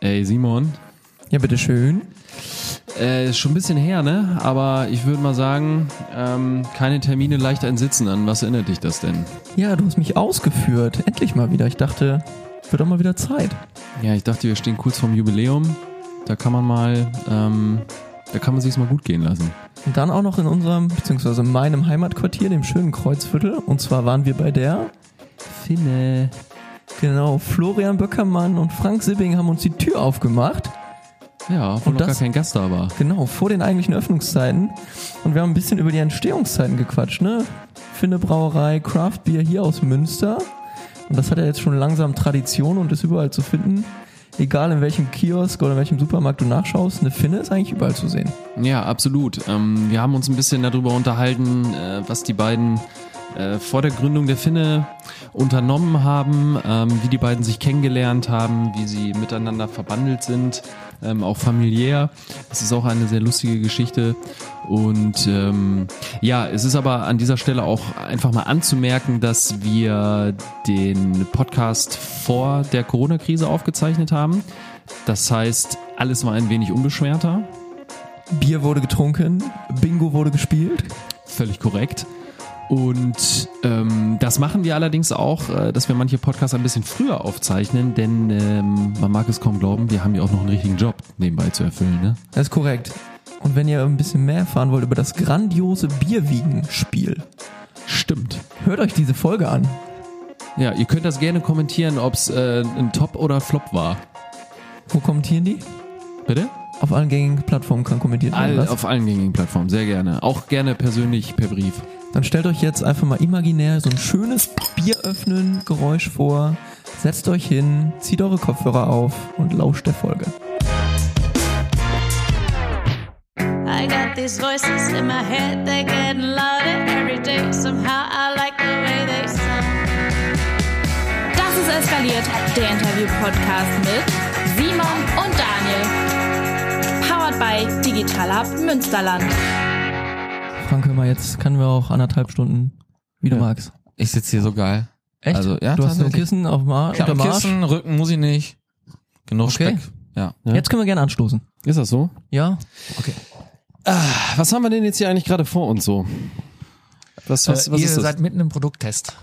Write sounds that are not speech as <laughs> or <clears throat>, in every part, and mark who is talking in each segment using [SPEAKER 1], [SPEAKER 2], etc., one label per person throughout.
[SPEAKER 1] Ey, Simon.
[SPEAKER 2] Ja, bitteschön.
[SPEAKER 1] Äh, ist schon ein bisschen her, ne? Aber ich würde mal sagen, ähm, keine Termine leicht ein Sitzen. An was erinnert dich das denn?
[SPEAKER 2] Ja, du hast mich ausgeführt. Endlich mal wieder. Ich dachte, wird doch mal wieder Zeit.
[SPEAKER 1] Ja, ich dachte, wir stehen kurz vorm Jubiläum. Da kann man mal, ähm, da kann man sich's mal gut gehen lassen.
[SPEAKER 2] Und dann auch noch in unserem, beziehungsweise meinem Heimatquartier, dem schönen Kreuzviertel. Und zwar waren wir bei der Finne. Genau, Florian Böckermann und Frank Sibbing haben uns die Tür aufgemacht.
[SPEAKER 1] Ja, obwohl
[SPEAKER 2] Und
[SPEAKER 1] noch gar
[SPEAKER 2] das-
[SPEAKER 1] kein Gast da war.
[SPEAKER 2] Genau, vor den eigentlichen Öffnungszeiten. Und wir haben ein bisschen über die Entstehungszeiten gequatscht, ne? Finne Brauerei, Craft Beer hier aus Münster. Und das hat ja jetzt schon langsam Tradition und ist überall zu finden. Egal in welchem Kiosk oder in welchem Supermarkt du nachschaust, eine Finne ist eigentlich überall zu sehen.
[SPEAKER 1] Ja, absolut. Ähm, wir haben uns ein bisschen darüber unterhalten, äh, was die beiden äh, vor der Gründung der Finne unternommen haben, ähm, wie die beiden sich kennengelernt haben, wie sie miteinander verbandelt sind, ähm, auch familiär. Es ist auch eine sehr lustige Geschichte. Und ähm, ja, es ist aber an dieser Stelle auch einfach mal anzumerken, dass wir den Podcast vor der Corona-Krise aufgezeichnet haben. Das heißt, alles war ein wenig unbeschwerter.
[SPEAKER 2] Bier wurde getrunken, Bingo wurde gespielt.
[SPEAKER 1] Völlig korrekt. Und ähm, das machen wir allerdings auch, äh, dass wir manche Podcasts ein bisschen früher aufzeichnen, denn ähm, man mag es kaum glauben, wir haben ja auch noch einen richtigen Job nebenbei zu erfüllen. Ne?
[SPEAKER 2] Das ist korrekt. Und wenn ihr ein bisschen mehr erfahren wollt über das grandiose Bierwiegen-Spiel,
[SPEAKER 1] Stimmt.
[SPEAKER 2] hört euch diese Folge an.
[SPEAKER 1] Ja, ihr könnt das gerne kommentieren, ob es äh, ein Top oder Flop war.
[SPEAKER 2] Wo kommentieren die?
[SPEAKER 1] Bitte?
[SPEAKER 2] Auf allen gängigen Plattformen kann kommentiert werden.
[SPEAKER 1] All,
[SPEAKER 2] was?
[SPEAKER 1] auf allen gängigen Plattformen, sehr gerne. Auch gerne persönlich per Brief.
[SPEAKER 2] Dann stellt euch jetzt einfach mal imaginär so ein schönes Bieröffnen-Geräusch vor. Setzt euch hin, zieht eure Kopfhörer auf und lauscht der Folge.
[SPEAKER 3] I got these voices in my head, they're getting louder every day. Somehow I like the way they sound.
[SPEAKER 4] Das ist eskaliert, der Interview-Podcast mit Simon und Daniel. Powered by Digital Hub Münsterland.
[SPEAKER 2] Frank, hör mal, jetzt können wir auch anderthalb Stunden, wie du
[SPEAKER 5] Ja.
[SPEAKER 2] magst.
[SPEAKER 5] Ich sitze hier so geil.
[SPEAKER 2] Echt?
[SPEAKER 5] Also, ja,
[SPEAKER 2] du hast nur
[SPEAKER 5] tatsächlich.
[SPEAKER 2] Kissen auf Mar
[SPEAKER 5] Ich hab
[SPEAKER 2] unterm Arsch.
[SPEAKER 5] Kissen, Rücken muss ich nicht. Genug
[SPEAKER 2] Okay.
[SPEAKER 5] Speck. Ja.
[SPEAKER 2] Jetzt können wir gerne anstoßen.
[SPEAKER 1] Ist das so?
[SPEAKER 2] Ja?
[SPEAKER 1] Was haben wir denn jetzt hier eigentlich gerade vor uns so? Was, was, was
[SPEAKER 6] Äh, ihr
[SPEAKER 1] ist das?
[SPEAKER 6] seid mitten im Produkttest.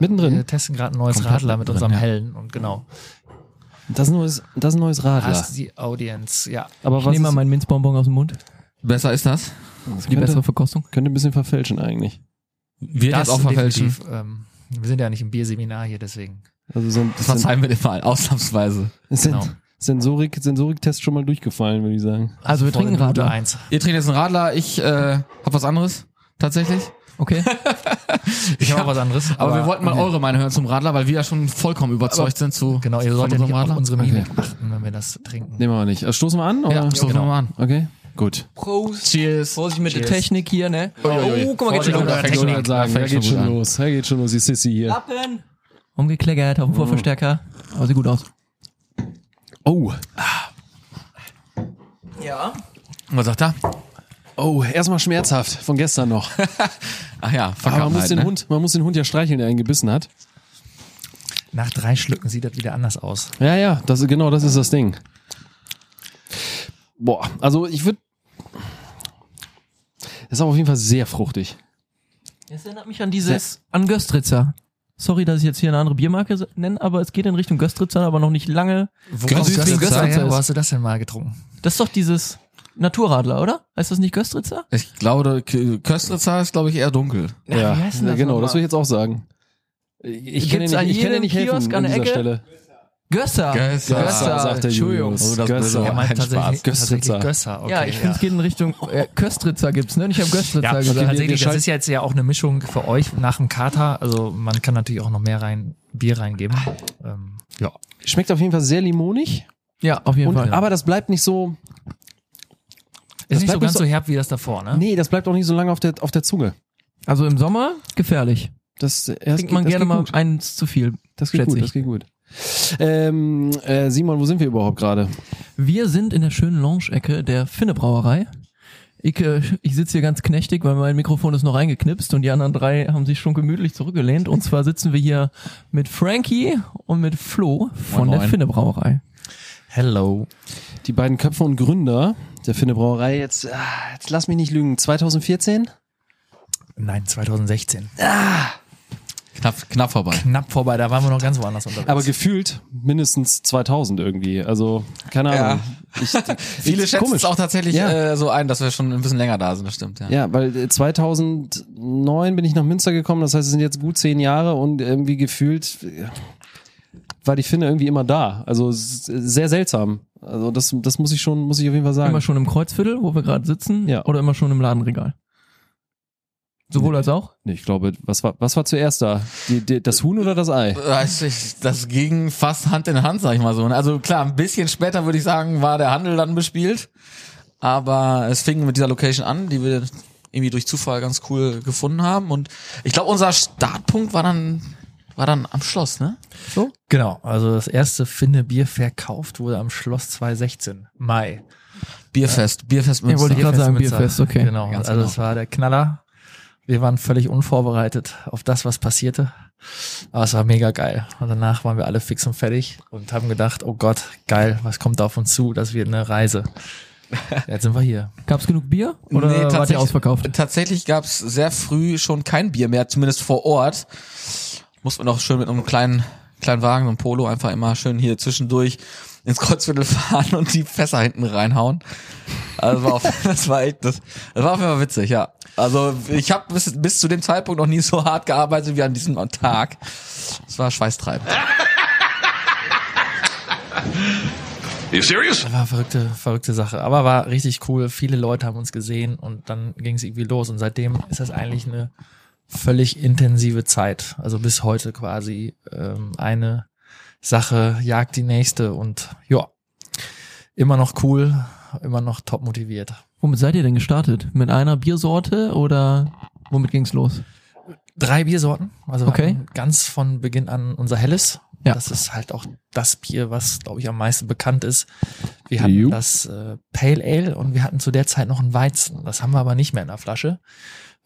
[SPEAKER 1] Mittendrin?
[SPEAKER 6] Wir testen gerade ein neues
[SPEAKER 5] Komplett
[SPEAKER 6] Radler mit
[SPEAKER 5] mittendrin,
[SPEAKER 6] unserem
[SPEAKER 5] ja.
[SPEAKER 6] hellen und genau.
[SPEAKER 1] Das ist ein neues, das ist ein neues Radler.
[SPEAKER 6] Hast die Audience, ja.
[SPEAKER 1] Aber
[SPEAKER 2] Ich nehme mal meinen Minzbonbon aus dem Mund.
[SPEAKER 5] Besser ist das.
[SPEAKER 1] ist,
[SPEAKER 2] Die bessere
[SPEAKER 1] könnte,
[SPEAKER 2] Verkostung.
[SPEAKER 1] könnte ein bisschen verfälschen eigentlich.
[SPEAKER 5] Wir das auch verfälschen.
[SPEAKER 6] definitiv, Ähm, wir sind ja nicht im Bierseminar hier, deswegen.
[SPEAKER 1] Also so ein
[SPEAKER 5] Das verzeihen wir dir mal, ausnahmsweise.
[SPEAKER 1] Sen
[SPEAKER 6] Genau.
[SPEAKER 1] Sensorik, Sensorik-Test schon mal durchgefallen, würde ich sagen.
[SPEAKER 2] Also wir
[SPEAKER 6] Vor der
[SPEAKER 2] trinken
[SPEAKER 6] Minute
[SPEAKER 2] Radler.
[SPEAKER 6] eins.
[SPEAKER 5] Ihr trinkt jetzt einen Radler, ich äh, hab was anderes, tatsächlich.
[SPEAKER 2] Okay?
[SPEAKER 6] Ich habe
[SPEAKER 5] Ja.
[SPEAKER 6] auch was anderes.
[SPEAKER 5] Aber, wir wollten mal eure Meinung hören zum Radler, weil wir ja schon vollkommen überzeugt sind zu
[SPEAKER 6] Genau, ihr
[SPEAKER 5] von
[SPEAKER 6] solltet
[SPEAKER 5] unserem
[SPEAKER 6] nicht auf
[SPEAKER 5] Radler.
[SPEAKER 6] unsere Mimik achten, wenn wir das trinken.
[SPEAKER 1] Nehmen wir mal nicht. Also stoßen wir an? Oder?
[SPEAKER 5] Ja, stoßen wir mal an.
[SPEAKER 1] Okay, gut.
[SPEAKER 2] Prost.
[SPEAKER 5] Cheers.
[SPEAKER 2] Vorsicht <laughs> mit
[SPEAKER 6] Cheers.
[SPEAKER 2] der Technik hier, ne? Oh, guck mal, geht schon
[SPEAKER 6] Vorsicht.
[SPEAKER 2] los.
[SPEAKER 6] Ja, Technik.
[SPEAKER 1] Technik, halt sagen. Da
[SPEAKER 5] Da
[SPEAKER 1] geht
[SPEAKER 5] fängt
[SPEAKER 1] schon
[SPEAKER 5] schon gut
[SPEAKER 1] los. Da geht schon los, die Sissy hier.
[SPEAKER 2] Klappen. Umgekleckert auf dem Vorverstärker. Aber sieht gut aus.
[SPEAKER 1] Oh,
[SPEAKER 2] Ja.
[SPEAKER 5] Was sagt er?
[SPEAKER 1] oh, erstmal schmerzhaft von gestern <laughs> noch.
[SPEAKER 5] Ach ja,
[SPEAKER 1] Aber man,
[SPEAKER 5] Vergangenheit,
[SPEAKER 1] muss den
[SPEAKER 5] ne?
[SPEAKER 1] Hund, man muss den Hund ja streicheln, der einen gebissen hat.
[SPEAKER 6] Nach drei Schlücken sieht das wieder anders aus.
[SPEAKER 1] Ja, ja, das, genau das ist das Ding. Boah, also ich würde. Ist aber auf jeden Fall sehr fruchtig.
[SPEAKER 2] Das erinnert mich an dieses, an Göstritzer. Sorry, dass ich jetzt hier eine andere Biermarke se- nenne, aber es geht in Richtung Göstritzer, aber noch nicht lange.
[SPEAKER 6] Wo
[SPEAKER 5] Götz-
[SPEAKER 6] hast, du das denn,
[SPEAKER 5] Götz-
[SPEAKER 6] daher?
[SPEAKER 2] Götz-
[SPEAKER 6] Wo hast du das denn mal getrunken?
[SPEAKER 2] Das ist doch dieses Naturradler, oder? Heißt das nicht Göstritzer?
[SPEAKER 5] Ich glaube, K- Köstritzer ist, glaube ich, eher dunkel.
[SPEAKER 2] Ja, wie heißt denn das
[SPEAKER 1] genau, das
[SPEAKER 2] nochmal?
[SPEAKER 1] will ich jetzt auch sagen. Ich kann dir
[SPEAKER 2] Gibt's an
[SPEAKER 1] nicht, ich kann dir
[SPEAKER 2] jedem
[SPEAKER 1] nicht helfen
[SPEAKER 2] Kiosk an
[SPEAKER 1] an
[SPEAKER 2] der
[SPEAKER 1] dieser
[SPEAKER 2] Ecke?
[SPEAKER 1] Stelle.
[SPEAKER 2] Gösser.
[SPEAKER 5] Gösser.
[SPEAKER 1] Gösser,
[SPEAKER 5] Gösser,
[SPEAKER 1] sagt der
[SPEAKER 2] Entschuldigung.
[SPEAKER 1] Julius.
[SPEAKER 5] Oh, das
[SPEAKER 1] Gösser.
[SPEAKER 5] böse Wort.
[SPEAKER 6] Er meint
[SPEAKER 5] Kein
[SPEAKER 6] tatsächlich,
[SPEAKER 5] Spaß.
[SPEAKER 6] tatsächlich
[SPEAKER 1] Göstritzer.
[SPEAKER 6] Gösser. Okay,
[SPEAKER 2] ja, ich finde, es geht in Richtung äh, Köstritzer gibt's, ne? Und ich habe Göstritzer
[SPEAKER 6] Ja, also
[SPEAKER 2] gesagt.
[SPEAKER 6] tatsächlich,
[SPEAKER 1] wir
[SPEAKER 6] das ist jetzt ja auch eine Mischung für euch nach dem Kater. Also man kann natürlich auch noch mehr rein Bier reingeben. Ähm, ja.
[SPEAKER 1] Schmeckt auf jeden Fall sehr limonig.
[SPEAKER 2] Ja, auf jeden
[SPEAKER 1] Und,
[SPEAKER 2] Fall.
[SPEAKER 1] Aber das bleibt nicht so.
[SPEAKER 6] Ist nicht so
[SPEAKER 1] bleibt
[SPEAKER 6] ganz
[SPEAKER 1] nicht
[SPEAKER 6] so herb wie das davor, ne?
[SPEAKER 1] Nee, das bleibt auch nicht so lange auf der, auf der Zunge.
[SPEAKER 2] Also im Sommer gefährlich.
[SPEAKER 1] Das, äh, das
[SPEAKER 2] Trinkt man
[SPEAKER 1] geht- das
[SPEAKER 2] gerne
[SPEAKER 1] geht
[SPEAKER 2] mal
[SPEAKER 1] Gut.
[SPEAKER 2] eins zu viel.
[SPEAKER 1] Das geht
[SPEAKER 2] schätze
[SPEAKER 1] gut,
[SPEAKER 2] ich.
[SPEAKER 1] das geht gut. Ähm, äh, Simon, wo sind wir überhaupt gerade?
[SPEAKER 2] Wir sind in der schönen Lounge-Ecke der Finne Brauerei. Ich, äh, ich sitze hier ganz knechtig, weil mein Mikrofon ist noch eingeknipst und die anderen drei haben sich schon gemütlich zurückgelehnt. Und zwar sitzen wir hier mit Frankie und mit Flo von
[SPEAKER 5] Moin,
[SPEAKER 2] der
[SPEAKER 5] moin.
[SPEAKER 2] Finne Brauerei.
[SPEAKER 1] Hello. Die beiden Köpfe und Gründer der Finne Brauerei, jetzt, ah, jetzt lass mich nicht lügen, 2014?
[SPEAKER 6] Nein, 2016.
[SPEAKER 5] Knapp, knapp vorbei.
[SPEAKER 6] Knapp vorbei, da waren wir noch ganz woanders unterwegs.
[SPEAKER 1] Aber gefühlt mindestens 2000 irgendwie. Also, keine
[SPEAKER 5] Ja.
[SPEAKER 1] Ahnung. Ich,
[SPEAKER 5] Viele
[SPEAKER 1] ist
[SPEAKER 5] schätzen
[SPEAKER 1] komisch.
[SPEAKER 5] es auch tatsächlich
[SPEAKER 1] Ja.
[SPEAKER 5] äh, so ein, dass wir schon ein bisschen länger da sind, das stimmt. Ja.
[SPEAKER 1] Ja, weil äh, 2009 bin ich nach Münster gekommen, das heißt, es sind jetzt gut zehn Jahre und irgendwie gefühlt äh, war die Finne irgendwie immer da. Also es ist sehr seltsam. Also das, das muss ich schon, muss ich auf jeden Fall sagen.
[SPEAKER 2] Immer schon im Kreuzviertel, wo wir gerade sitzen,
[SPEAKER 1] Ja.
[SPEAKER 2] oder immer schon im Ladenregal? Sowohl als auch?
[SPEAKER 1] Nee, ich glaube, was war, was war zuerst da? Die, die, das Huhn oder das Ei?
[SPEAKER 5] Weiß Äh, also ich, Das ging fast Hand in Hand, sag ich mal so. ne? Also klar, ein bisschen später würde ich sagen, war der Handel dann bespielt. Aber es fing mit dieser Location an, die wir irgendwie durch Zufall ganz cool gefunden haben. Und ich glaube, unser Startpunkt war dann, war dann am Schloss, ne?
[SPEAKER 6] Genau, also das erste Finne Bier verkauft wurde am Schloss 2016, Mai.
[SPEAKER 5] Bierfest, Bierfest Münster.
[SPEAKER 2] wollte ich gerade sagen,
[SPEAKER 6] Münster.
[SPEAKER 2] Bierfest, okay.
[SPEAKER 6] Genau,
[SPEAKER 5] Ganz
[SPEAKER 6] also das war der Knaller. Wir waren völlig unvorbereitet auf das, was passierte. Aber es war mega geil. Und danach waren wir alle fix und fertig und haben gedacht, oh Gott, geil, was kommt da auf uns zu? Das wird eine Reise. Jetzt sind wir hier.
[SPEAKER 2] Gab's genug Bier? Oder nee, wart ihr
[SPEAKER 5] tatsächlich-
[SPEAKER 2] ausverkauft?
[SPEAKER 5] Tatsächlich gab's sehr früh schon kein Bier mehr, zumindest vor Ort. Muss man auch schön mit einem kleinen, kleinen Wagen, so einem Polo, einfach immer schön hier zwischendurch ins Kreuzviertel <laughs> fahren und die Fässer hinten reinhauen. Also war auf, <laughs> das war echt, das, das war auf jeden Fall witzig, ja. Also ich habe bis, bis zu dem Zeitpunkt noch nie so hart gearbeitet wie an diesem Tag. Es war schweißtreibend.
[SPEAKER 7] You serious?
[SPEAKER 6] War verrückte, verrückte Sache. Aber war richtig cool. Viele Leute haben uns gesehen und dann ging es irgendwie los. Und seitdem ist das eigentlich eine völlig intensive Zeit. Also bis heute quasi ähm, eine Sache jagt die nächste und ja, immer noch cool, immer noch top motiviert.
[SPEAKER 2] Womit seid ihr denn gestartet? Mit einer Biersorte oder womit ging's los?
[SPEAKER 6] drei Biersorten. Also
[SPEAKER 2] Okay.
[SPEAKER 6] okay. ganz von Beginn an unser Helles.
[SPEAKER 2] Ja.
[SPEAKER 6] Das ist halt auch das Bier, was, glaube ich, am meisten bekannt ist. Wir hatten
[SPEAKER 1] Jo.
[SPEAKER 6] das äh, Pale Ale und wir hatten zu der Zeit noch einen Weizen. Das haben wir aber nicht mehr in der Flasche.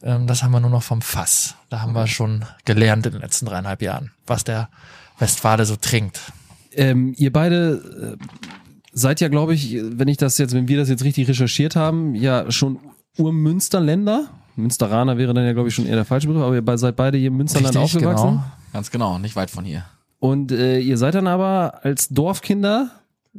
[SPEAKER 6] Ähm, das haben wir nur noch vom Fass. Da haben wir schon gelernt in den letzten dreieinhalb Jahren, was der Westfale so trinkt.
[SPEAKER 1] Ähm, ihr beide äh, seid ja, glaube ich, wenn ich das jetzt, wenn wir das jetzt richtig recherchiert haben, ja schon Urmünsterländer. Münsteraner wäre dann ja, glaube ich, schon eher der falsche Begriff, aber ihr be- seid beide hier im Münsterland
[SPEAKER 6] Richtig,
[SPEAKER 1] aufgewachsen.
[SPEAKER 6] genau.
[SPEAKER 5] Ganz genau, nicht weit von hier.
[SPEAKER 1] Und äh, ihr seid dann aber als Dorfkinder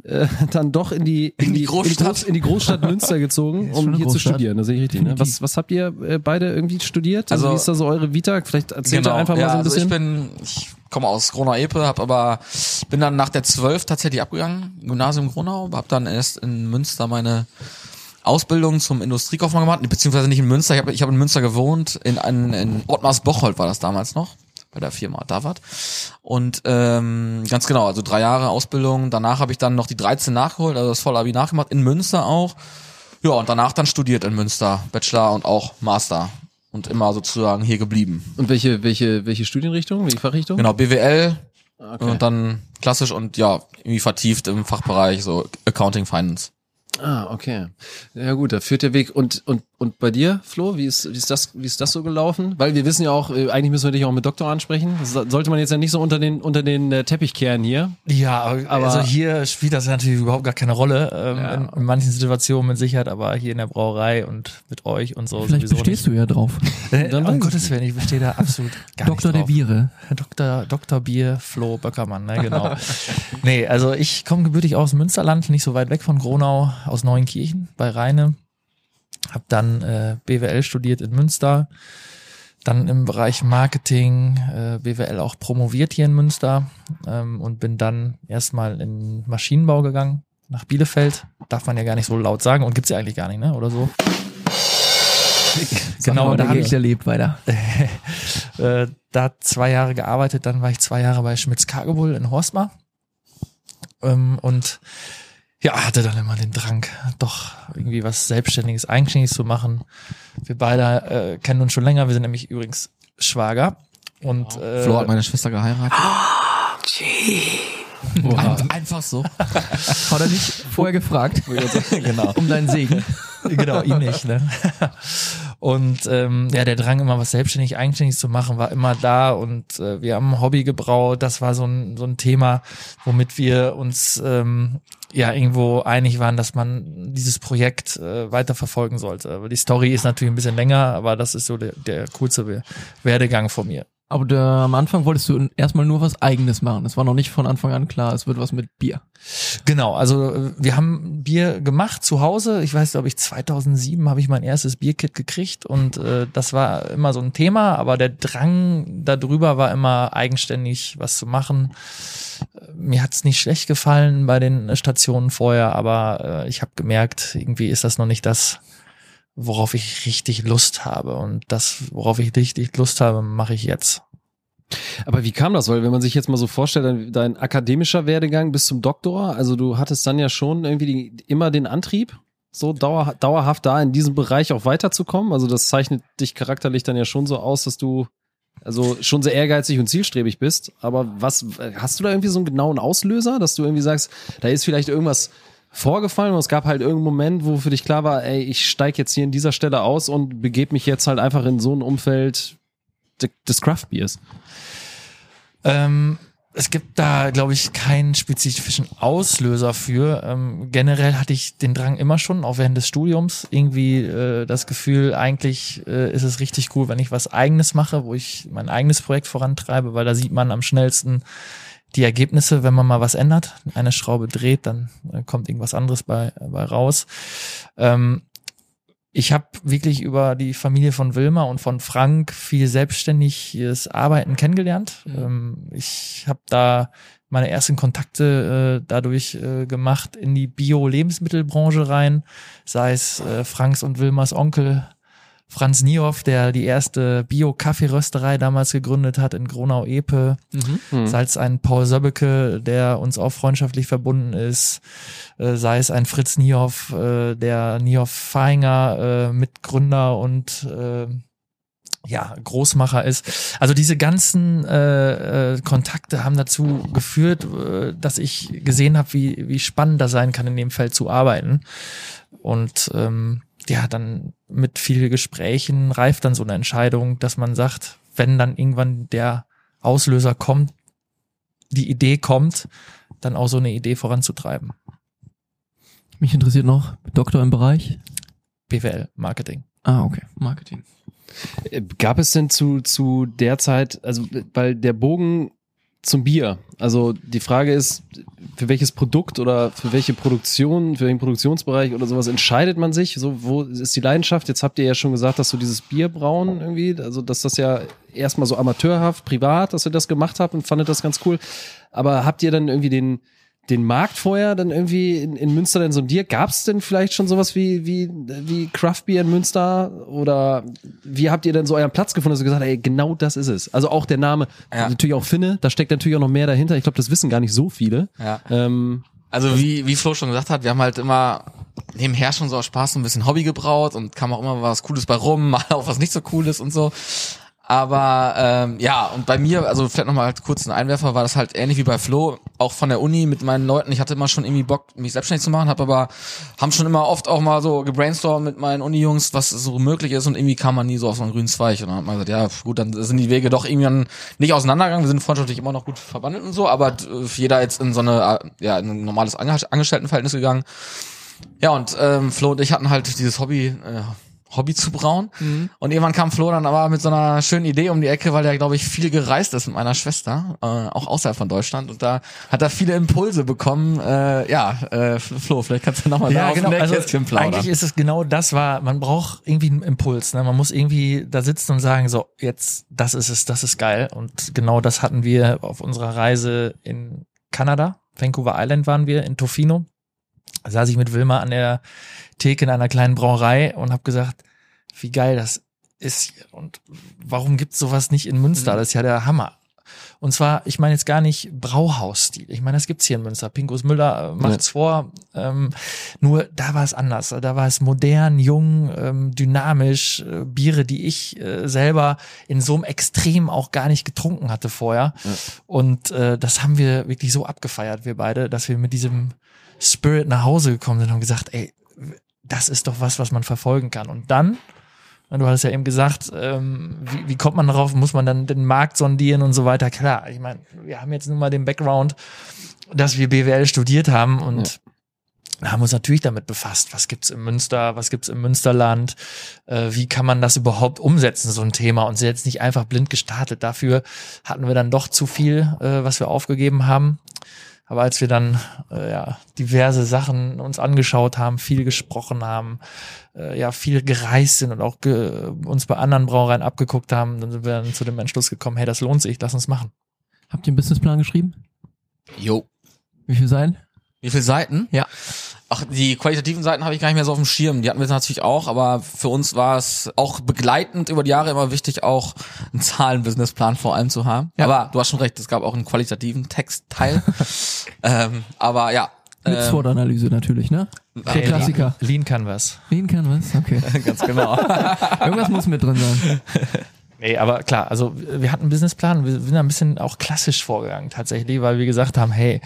[SPEAKER 1] äh, <laughs> dann doch in die,
[SPEAKER 5] In die Großstadt.
[SPEAKER 1] in die, Groß, in die Großstadt
[SPEAKER 5] <laughs>
[SPEAKER 1] Münster gezogen,
[SPEAKER 2] Ist schon
[SPEAKER 1] um
[SPEAKER 2] eine
[SPEAKER 1] hier zu
[SPEAKER 2] Großstadt.
[SPEAKER 1] studieren. Das sehe ich richtig. Ne? Was, was habt ihr äh, beide irgendwie studiert? Also,
[SPEAKER 5] Also- Genau.
[SPEAKER 1] wie ist da so eure Vita? Vielleicht erzählt ihr einfach mal
[SPEAKER 5] ja,
[SPEAKER 1] so ein bisschen.
[SPEAKER 5] Also ich bin, ich komme aus Gronau-Epe, hab aber bin dann nach der 12 tatsächlich abgegangen, Gymnasium Gronau, hab dann erst in Münster meine Ausbildung zum Industriekaufmann gemacht, beziehungsweise nicht in Münster, ich habe ich hab in Münster gewohnt, in, in, in Ottmars-Bocholt war das damals noch, bei der Firma Davart. Und ähm, ganz genau, also drei Jahre Ausbildung, danach habe ich dann noch die 13 nachgeholt, also das Vollabi nachgemacht, in Münster auch. Ja, und danach dann studiert in Münster, Bachelor und auch Master und immer sozusagen hier geblieben.
[SPEAKER 1] Und welche, welche, welche Studienrichtung, welche Fachrichtung? Ah,
[SPEAKER 5] Genau, BWL und dann klassisch und ja, irgendwie vertieft im Fachbereich, so Accounting Finance.
[SPEAKER 1] Ah, okay. Ja gut, da führt der Weg. Und, und, und bei dir, Flo, wie ist, wie, ist das, wie ist das so gelaufen? Weil wir wissen ja auch, äh, eigentlich müssen wir dich auch mit Doktor ansprechen. Das so- sollte man jetzt ja nicht so unter den, unter den äh, Teppich kehren hier.
[SPEAKER 6] Ja, aber
[SPEAKER 1] Aber-
[SPEAKER 6] also hier spielt das natürlich überhaupt gar keine Rolle. Ähm,
[SPEAKER 1] Ja.
[SPEAKER 6] in, in manchen Situationen mit Sicherheit, aber hier in der Brauerei und mit euch und so.
[SPEAKER 2] Vielleicht
[SPEAKER 6] sowieso
[SPEAKER 2] bestehst du ja drauf.
[SPEAKER 6] Äh,
[SPEAKER 1] Dann weiß
[SPEAKER 6] um
[SPEAKER 1] ich
[SPEAKER 6] Gottes Willen, ich verstehe da
[SPEAKER 1] <laughs>
[SPEAKER 6] absolut gar
[SPEAKER 2] Doktor der
[SPEAKER 6] nichts drauf.
[SPEAKER 2] Biere.
[SPEAKER 6] Dr. Dr. Bier, Flo Böckermann, ne,
[SPEAKER 1] <laughs>
[SPEAKER 6] genau. nee, also ich komme gebürtig aus Münsterland, nicht so weit weg von Gronau, aus Neuenkirchen bei Rheine. Hab dann äh, BWL studiert in Münster, dann im Bereich Marketing, äh, BWL auch promoviert hier in Münster ähm, und bin dann erstmal in Maschinenbau gegangen, nach Bielefeld. Darf man ja gar nicht so laut sagen und gibt's ja eigentlich gar nicht, ne? Oder so.
[SPEAKER 2] Genau, da
[SPEAKER 6] da hab
[SPEAKER 2] habe ich erlebt weiter.
[SPEAKER 6] äh, da zwei Jahre gearbeitet, dann war ich zwei Jahre bei Schmitz Kagebull in Horstmar. Ähm, und ja, hatte dann immer den Drang, doch irgendwie was Selbstständiges, Eigenständiges zu machen. Wir beide äh, kennen uns schon länger, wir sind nämlich übrigens Schwager. Und äh,
[SPEAKER 5] Flo hat meine Schwester geheiratet.
[SPEAKER 2] Oha.
[SPEAKER 5] Ein, einfach so.
[SPEAKER 2] Hat er nicht vorher gefragt
[SPEAKER 6] genau.
[SPEAKER 2] <laughs> um deinen Segen?
[SPEAKER 6] genau, ihn nicht. Ne? Und ähm, ja, der Drang, immer was selbstständig, eigenständig zu machen, war immer da. Und äh, wir haben ein Hobby gebraut. Das war so ein, so ein Thema, womit wir uns ähm, ja irgendwo einig waren, dass man dieses Projekt äh, weiterverfolgen sollte. Aber die Story ist natürlich ein bisschen länger, aber das ist so der, der kurze We- Werdegang von mir.
[SPEAKER 2] Aber da, am Anfang wolltest du erstmal nur was Eigenes machen. Es war noch nicht von Anfang an klar, es wird was mit Bier.
[SPEAKER 6] Genau, also äh, wir haben Bier gemacht zu Hause. Ich weiß, glaube ich, 2007 habe ich mein erstes Bierkit gekriegt und äh, das war immer so ein Thema, aber der Drang darüber war immer eigenständig was zu machen. Äh, Mir hat's nicht schlecht gefallen bei den äh, Stationen vorher, aber äh, ich habe gemerkt, irgendwie ist das noch nicht das, worauf ich richtig Lust habe und das, worauf ich richtig Lust habe, mache ich jetzt.
[SPEAKER 1] Aber wie kam das? Weil wenn man sich jetzt mal so vorstellt, dein, dein akademischer Werdegang bis zum Doktor, also du hattest dann ja schon irgendwie die, immer den Antrieb, so dauer, dauerhaft da in diesem Bereich auch weiterzukommen. Also das zeichnet dich charakterlich dann ja schon so aus, dass du also schon sehr ehrgeizig und zielstrebig bist. Aber was hast du da irgendwie so einen genauen Auslöser, dass du irgendwie sagst, da ist vielleicht irgendwas vorgefallen und es gab halt irgendeinen Moment, wo für dich klar war, ey, ich steige jetzt hier in dieser Stelle aus und begebe mich jetzt halt einfach in so ein Umfeld de- des Craft-Biers.
[SPEAKER 6] Ähm, es gibt da, glaube ich, keinen spezifischen Auslöser für. Ähm, generell hatte ich den Drang immer schon, auch während des Studiums, irgendwie äh, das Gefühl, eigentlich äh, ist es richtig cool, wenn ich was eigenes mache, wo ich mein eigenes Projekt vorantreibe, weil da sieht man am schnellsten die Ergebnisse, wenn man mal was ändert. Eine Schraube dreht, dann äh, kommt irgendwas anderes bei, bei raus. Ähm, ich habe wirklich über die Familie von Wilma und von Frank viel selbstständiges Arbeiten kennengelernt. Ähm, ich habe da meine ersten Kontakte äh, dadurch äh, gemacht in die Bio-Lebensmittelbranche rein, sei es äh, Franks und Wilmas Onkel Franz Niehoff, der die erste Bio-Kaffeerösterei damals gegründet hat in Gronau-Epe. Sei es ein Paul Söbbeke, der uns auch freundschaftlich verbunden ist, äh, sei es ein Fritz Niehoff, äh, der Niehoff Feinger äh, Mitgründer und äh, ja, Großmacher ist. Also diese ganzen äh, äh, Kontakte haben dazu geführt, äh, dass ich gesehen habe, wie, wie spannend das sein kann, in dem Feld zu arbeiten. Und ähm, ja, dann mit vielen Gesprächen reift dann so eine Entscheidung, dass man sagt, wenn dann irgendwann der Auslöser kommt, die Idee kommt, dann auch so eine Idee voranzutreiben.
[SPEAKER 2] Mich interessiert noch, Doktor im Bereich?
[SPEAKER 6] BWL, Marketing.
[SPEAKER 2] Ah, okay. Marketing.
[SPEAKER 1] Äh, Gab es denn zu, zu der Zeit, also weil der Bogen zum Bier, also die Frage ist, für welches Produkt oder für welche Produktion, für welchen Produktionsbereich oder sowas entscheidet man sich? So, wo ist die Leidenschaft? Jetzt habt ihr ja schon gesagt, dass so dieses Bierbrauen irgendwie, also dass das ja erstmal so amateurhaft, privat, dass ihr das gemacht habt und fandet das ganz cool. Aber habt ihr dann irgendwie den, den Markt vorher dann irgendwie in, in Münster dann sondiert? Gab es denn vielleicht schon sowas wie, wie, wie Craft Beer in Münster? Oder wie habt ihr denn so euren Platz gefunden, dass ihr gesagt habt, ey, genau das ist es? Also auch der Name,
[SPEAKER 5] Ja.
[SPEAKER 1] natürlich auch Finne, da steckt natürlich auch noch mehr dahinter. Ich glaube, das wissen gar nicht so viele.
[SPEAKER 5] Ja.
[SPEAKER 1] Ähm,
[SPEAKER 5] Also wie, wie Flo schon gesagt hat, wir haben halt immer nebenher schon so aus Spaß so ein bisschen Hobby gebraut und kam auch immer was Cooles bei rum, <laughs> mal auch was nicht so Cooles und so. Aber ähm, ja, und bei mir, also vielleicht nochmal halt kurz ein Einwerfer, war das halt ähnlich wie bei Flo, auch von der Uni mit meinen Leuten. Ich hatte immer schon irgendwie Bock, mich selbstständig zu machen, habe aber, haben schon immer oft auch mal so gebrainstormt mit meinen Uni-Jungs, was so möglich ist und irgendwie kam man nie so auf so einen grünen Zweig. Und dann hat man gesagt, ja pf, gut, dann sind die Wege doch irgendwann nicht auseinandergegangen. Wir sind freundschaftlich immer noch gut verbandelt und so, aber äh, jeder jetzt in so eine, äh, ja, in ein normales Ange- Angestelltenverhältnis gegangen. Ja, und ähm, Flo und ich hatten halt dieses Hobby, äh, Hobby zu brauen. Und irgendwann kam Flo dann aber mit so einer schönen Idee um die Ecke, weil er, glaube ich, viel gereist ist mit meiner Schwester, äh, auch außerhalb von Deutschland. Und da hat er viele Impulse bekommen. Äh, ja, äh, Flo, vielleicht kannst du nochmal da aus dem Nähkästchen plaudern.
[SPEAKER 6] genau, also eigentlich ist es genau das war, man braucht irgendwie einen Impuls, ne? Man muss irgendwie da sitzen und sagen, so, jetzt, das ist es, das ist geil. Und genau das hatten wir auf unserer Reise in Kanada. Vancouver Island waren wir, in Tofino. Da saß ich mit Wilma an der Theke in einer kleinen Brauerei und habe gesagt, wie geil das ist hier. Und warum gibt's sowas nicht in Münster? Das ist ja der Hammer. Und zwar, ich meine jetzt gar nicht Brauhausstil. Ich meine, das gibt's hier in Münster. Pinkus Müller äh, macht's vor. Ähm, nur da war es anders. Also Da war es modern, jung, ähm, dynamisch. Äh, Biere, die ich äh, selber in so einem Extrem auch gar nicht getrunken hatte vorher. Und äh, das haben wir wirklich so abgefeiert, wir beide, dass wir mit diesem Spirit nach Hause gekommen sind und haben gesagt, ey, das ist doch was, was man verfolgen kann. Und dann und Du hattest ja eben gesagt, ähm, wie, wie kommt man darauf? Muss man dann den Markt sondieren und so weiter? Klar, ich meine, wir haben jetzt nun mal den Background, dass wir BWL studiert haben und Da haben wir uns natürlich damit befasst. Was gibt's im Münster? Was gibt's im Münsterland? Äh, wie kann man das überhaupt umsetzen, so ein Thema? Und sind jetzt nicht einfach blind gestartet. Dafür hatten wir dann doch zu viel, äh, was wir aufgegeben haben. Aber als wir dann äh, ja, diverse Sachen uns angeschaut haben, viel gesprochen haben, äh, ja viel gereist sind und auch ge uns bei anderen Brauereien abgeguckt haben, dann sind wir dann zu dem Entschluss gekommen: Hey, das lohnt sich, lass uns machen.
[SPEAKER 2] Habt ihr einen Businessplan geschrieben?
[SPEAKER 5] Jo.
[SPEAKER 2] Wie viel sein?
[SPEAKER 5] Wie viele Seiten?
[SPEAKER 2] Ja.
[SPEAKER 5] Ach, die qualitativen Seiten habe ich gar nicht mehr so auf dem Schirm. Die hatten wir natürlich auch, aber für uns war es auch begleitend über die Jahre immer wichtig, auch einen Zahlenbusinessplan vor allem zu haben.
[SPEAKER 2] Ja.
[SPEAKER 5] Aber du hast schon recht, es gab auch einen
[SPEAKER 2] <laughs>
[SPEAKER 5] qualitativen Textteil. ähm, aber ja.
[SPEAKER 2] Mit
[SPEAKER 5] ähm,
[SPEAKER 2] SWOT-Analyse natürlich, ne? Der Klassiker.
[SPEAKER 6] Lean kann was.
[SPEAKER 2] Wen kann was? Okay.
[SPEAKER 5] <laughs> ganz genau.
[SPEAKER 2] <laughs> Irgendwas muss mit drin sein.
[SPEAKER 6] Nee, aber klar, also wir hatten einen Businessplan, wir sind da ein bisschen auch klassisch vorgegangen tatsächlich, weil wir gesagt haben, hey, äh,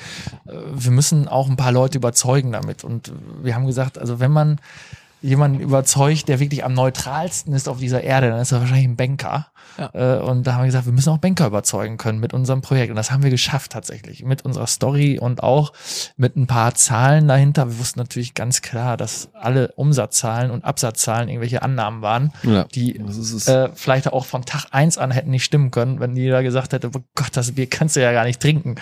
[SPEAKER 6] wir müssen auch ein paar Leute überzeugen damit. Und wir haben gesagt, also wenn man jemanden überzeugt, der wirklich am neutralsten ist auf dieser Erde, dann ist er wahrscheinlich ein Banker. Äh, Und da haben wir gesagt, wir müssen auch Banker überzeugen können mit unserem Projekt. Und das haben wir geschafft tatsächlich. Mit unserer Story und auch mit ein paar Zahlen dahinter. Wir wussten natürlich ganz klar, dass alle Umsatzzahlen und Absatzzahlen irgendwelche Annahmen waren,
[SPEAKER 1] Ja,
[SPEAKER 6] die
[SPEAKER 1] das ist es.
[SPEAKER 6] äh, vielleicht auch von Tag eins an hätten nicht stimmen können, wenn jeder gesagt hätte, oh Gott, das Bier kannst du ja gar nicht trinken.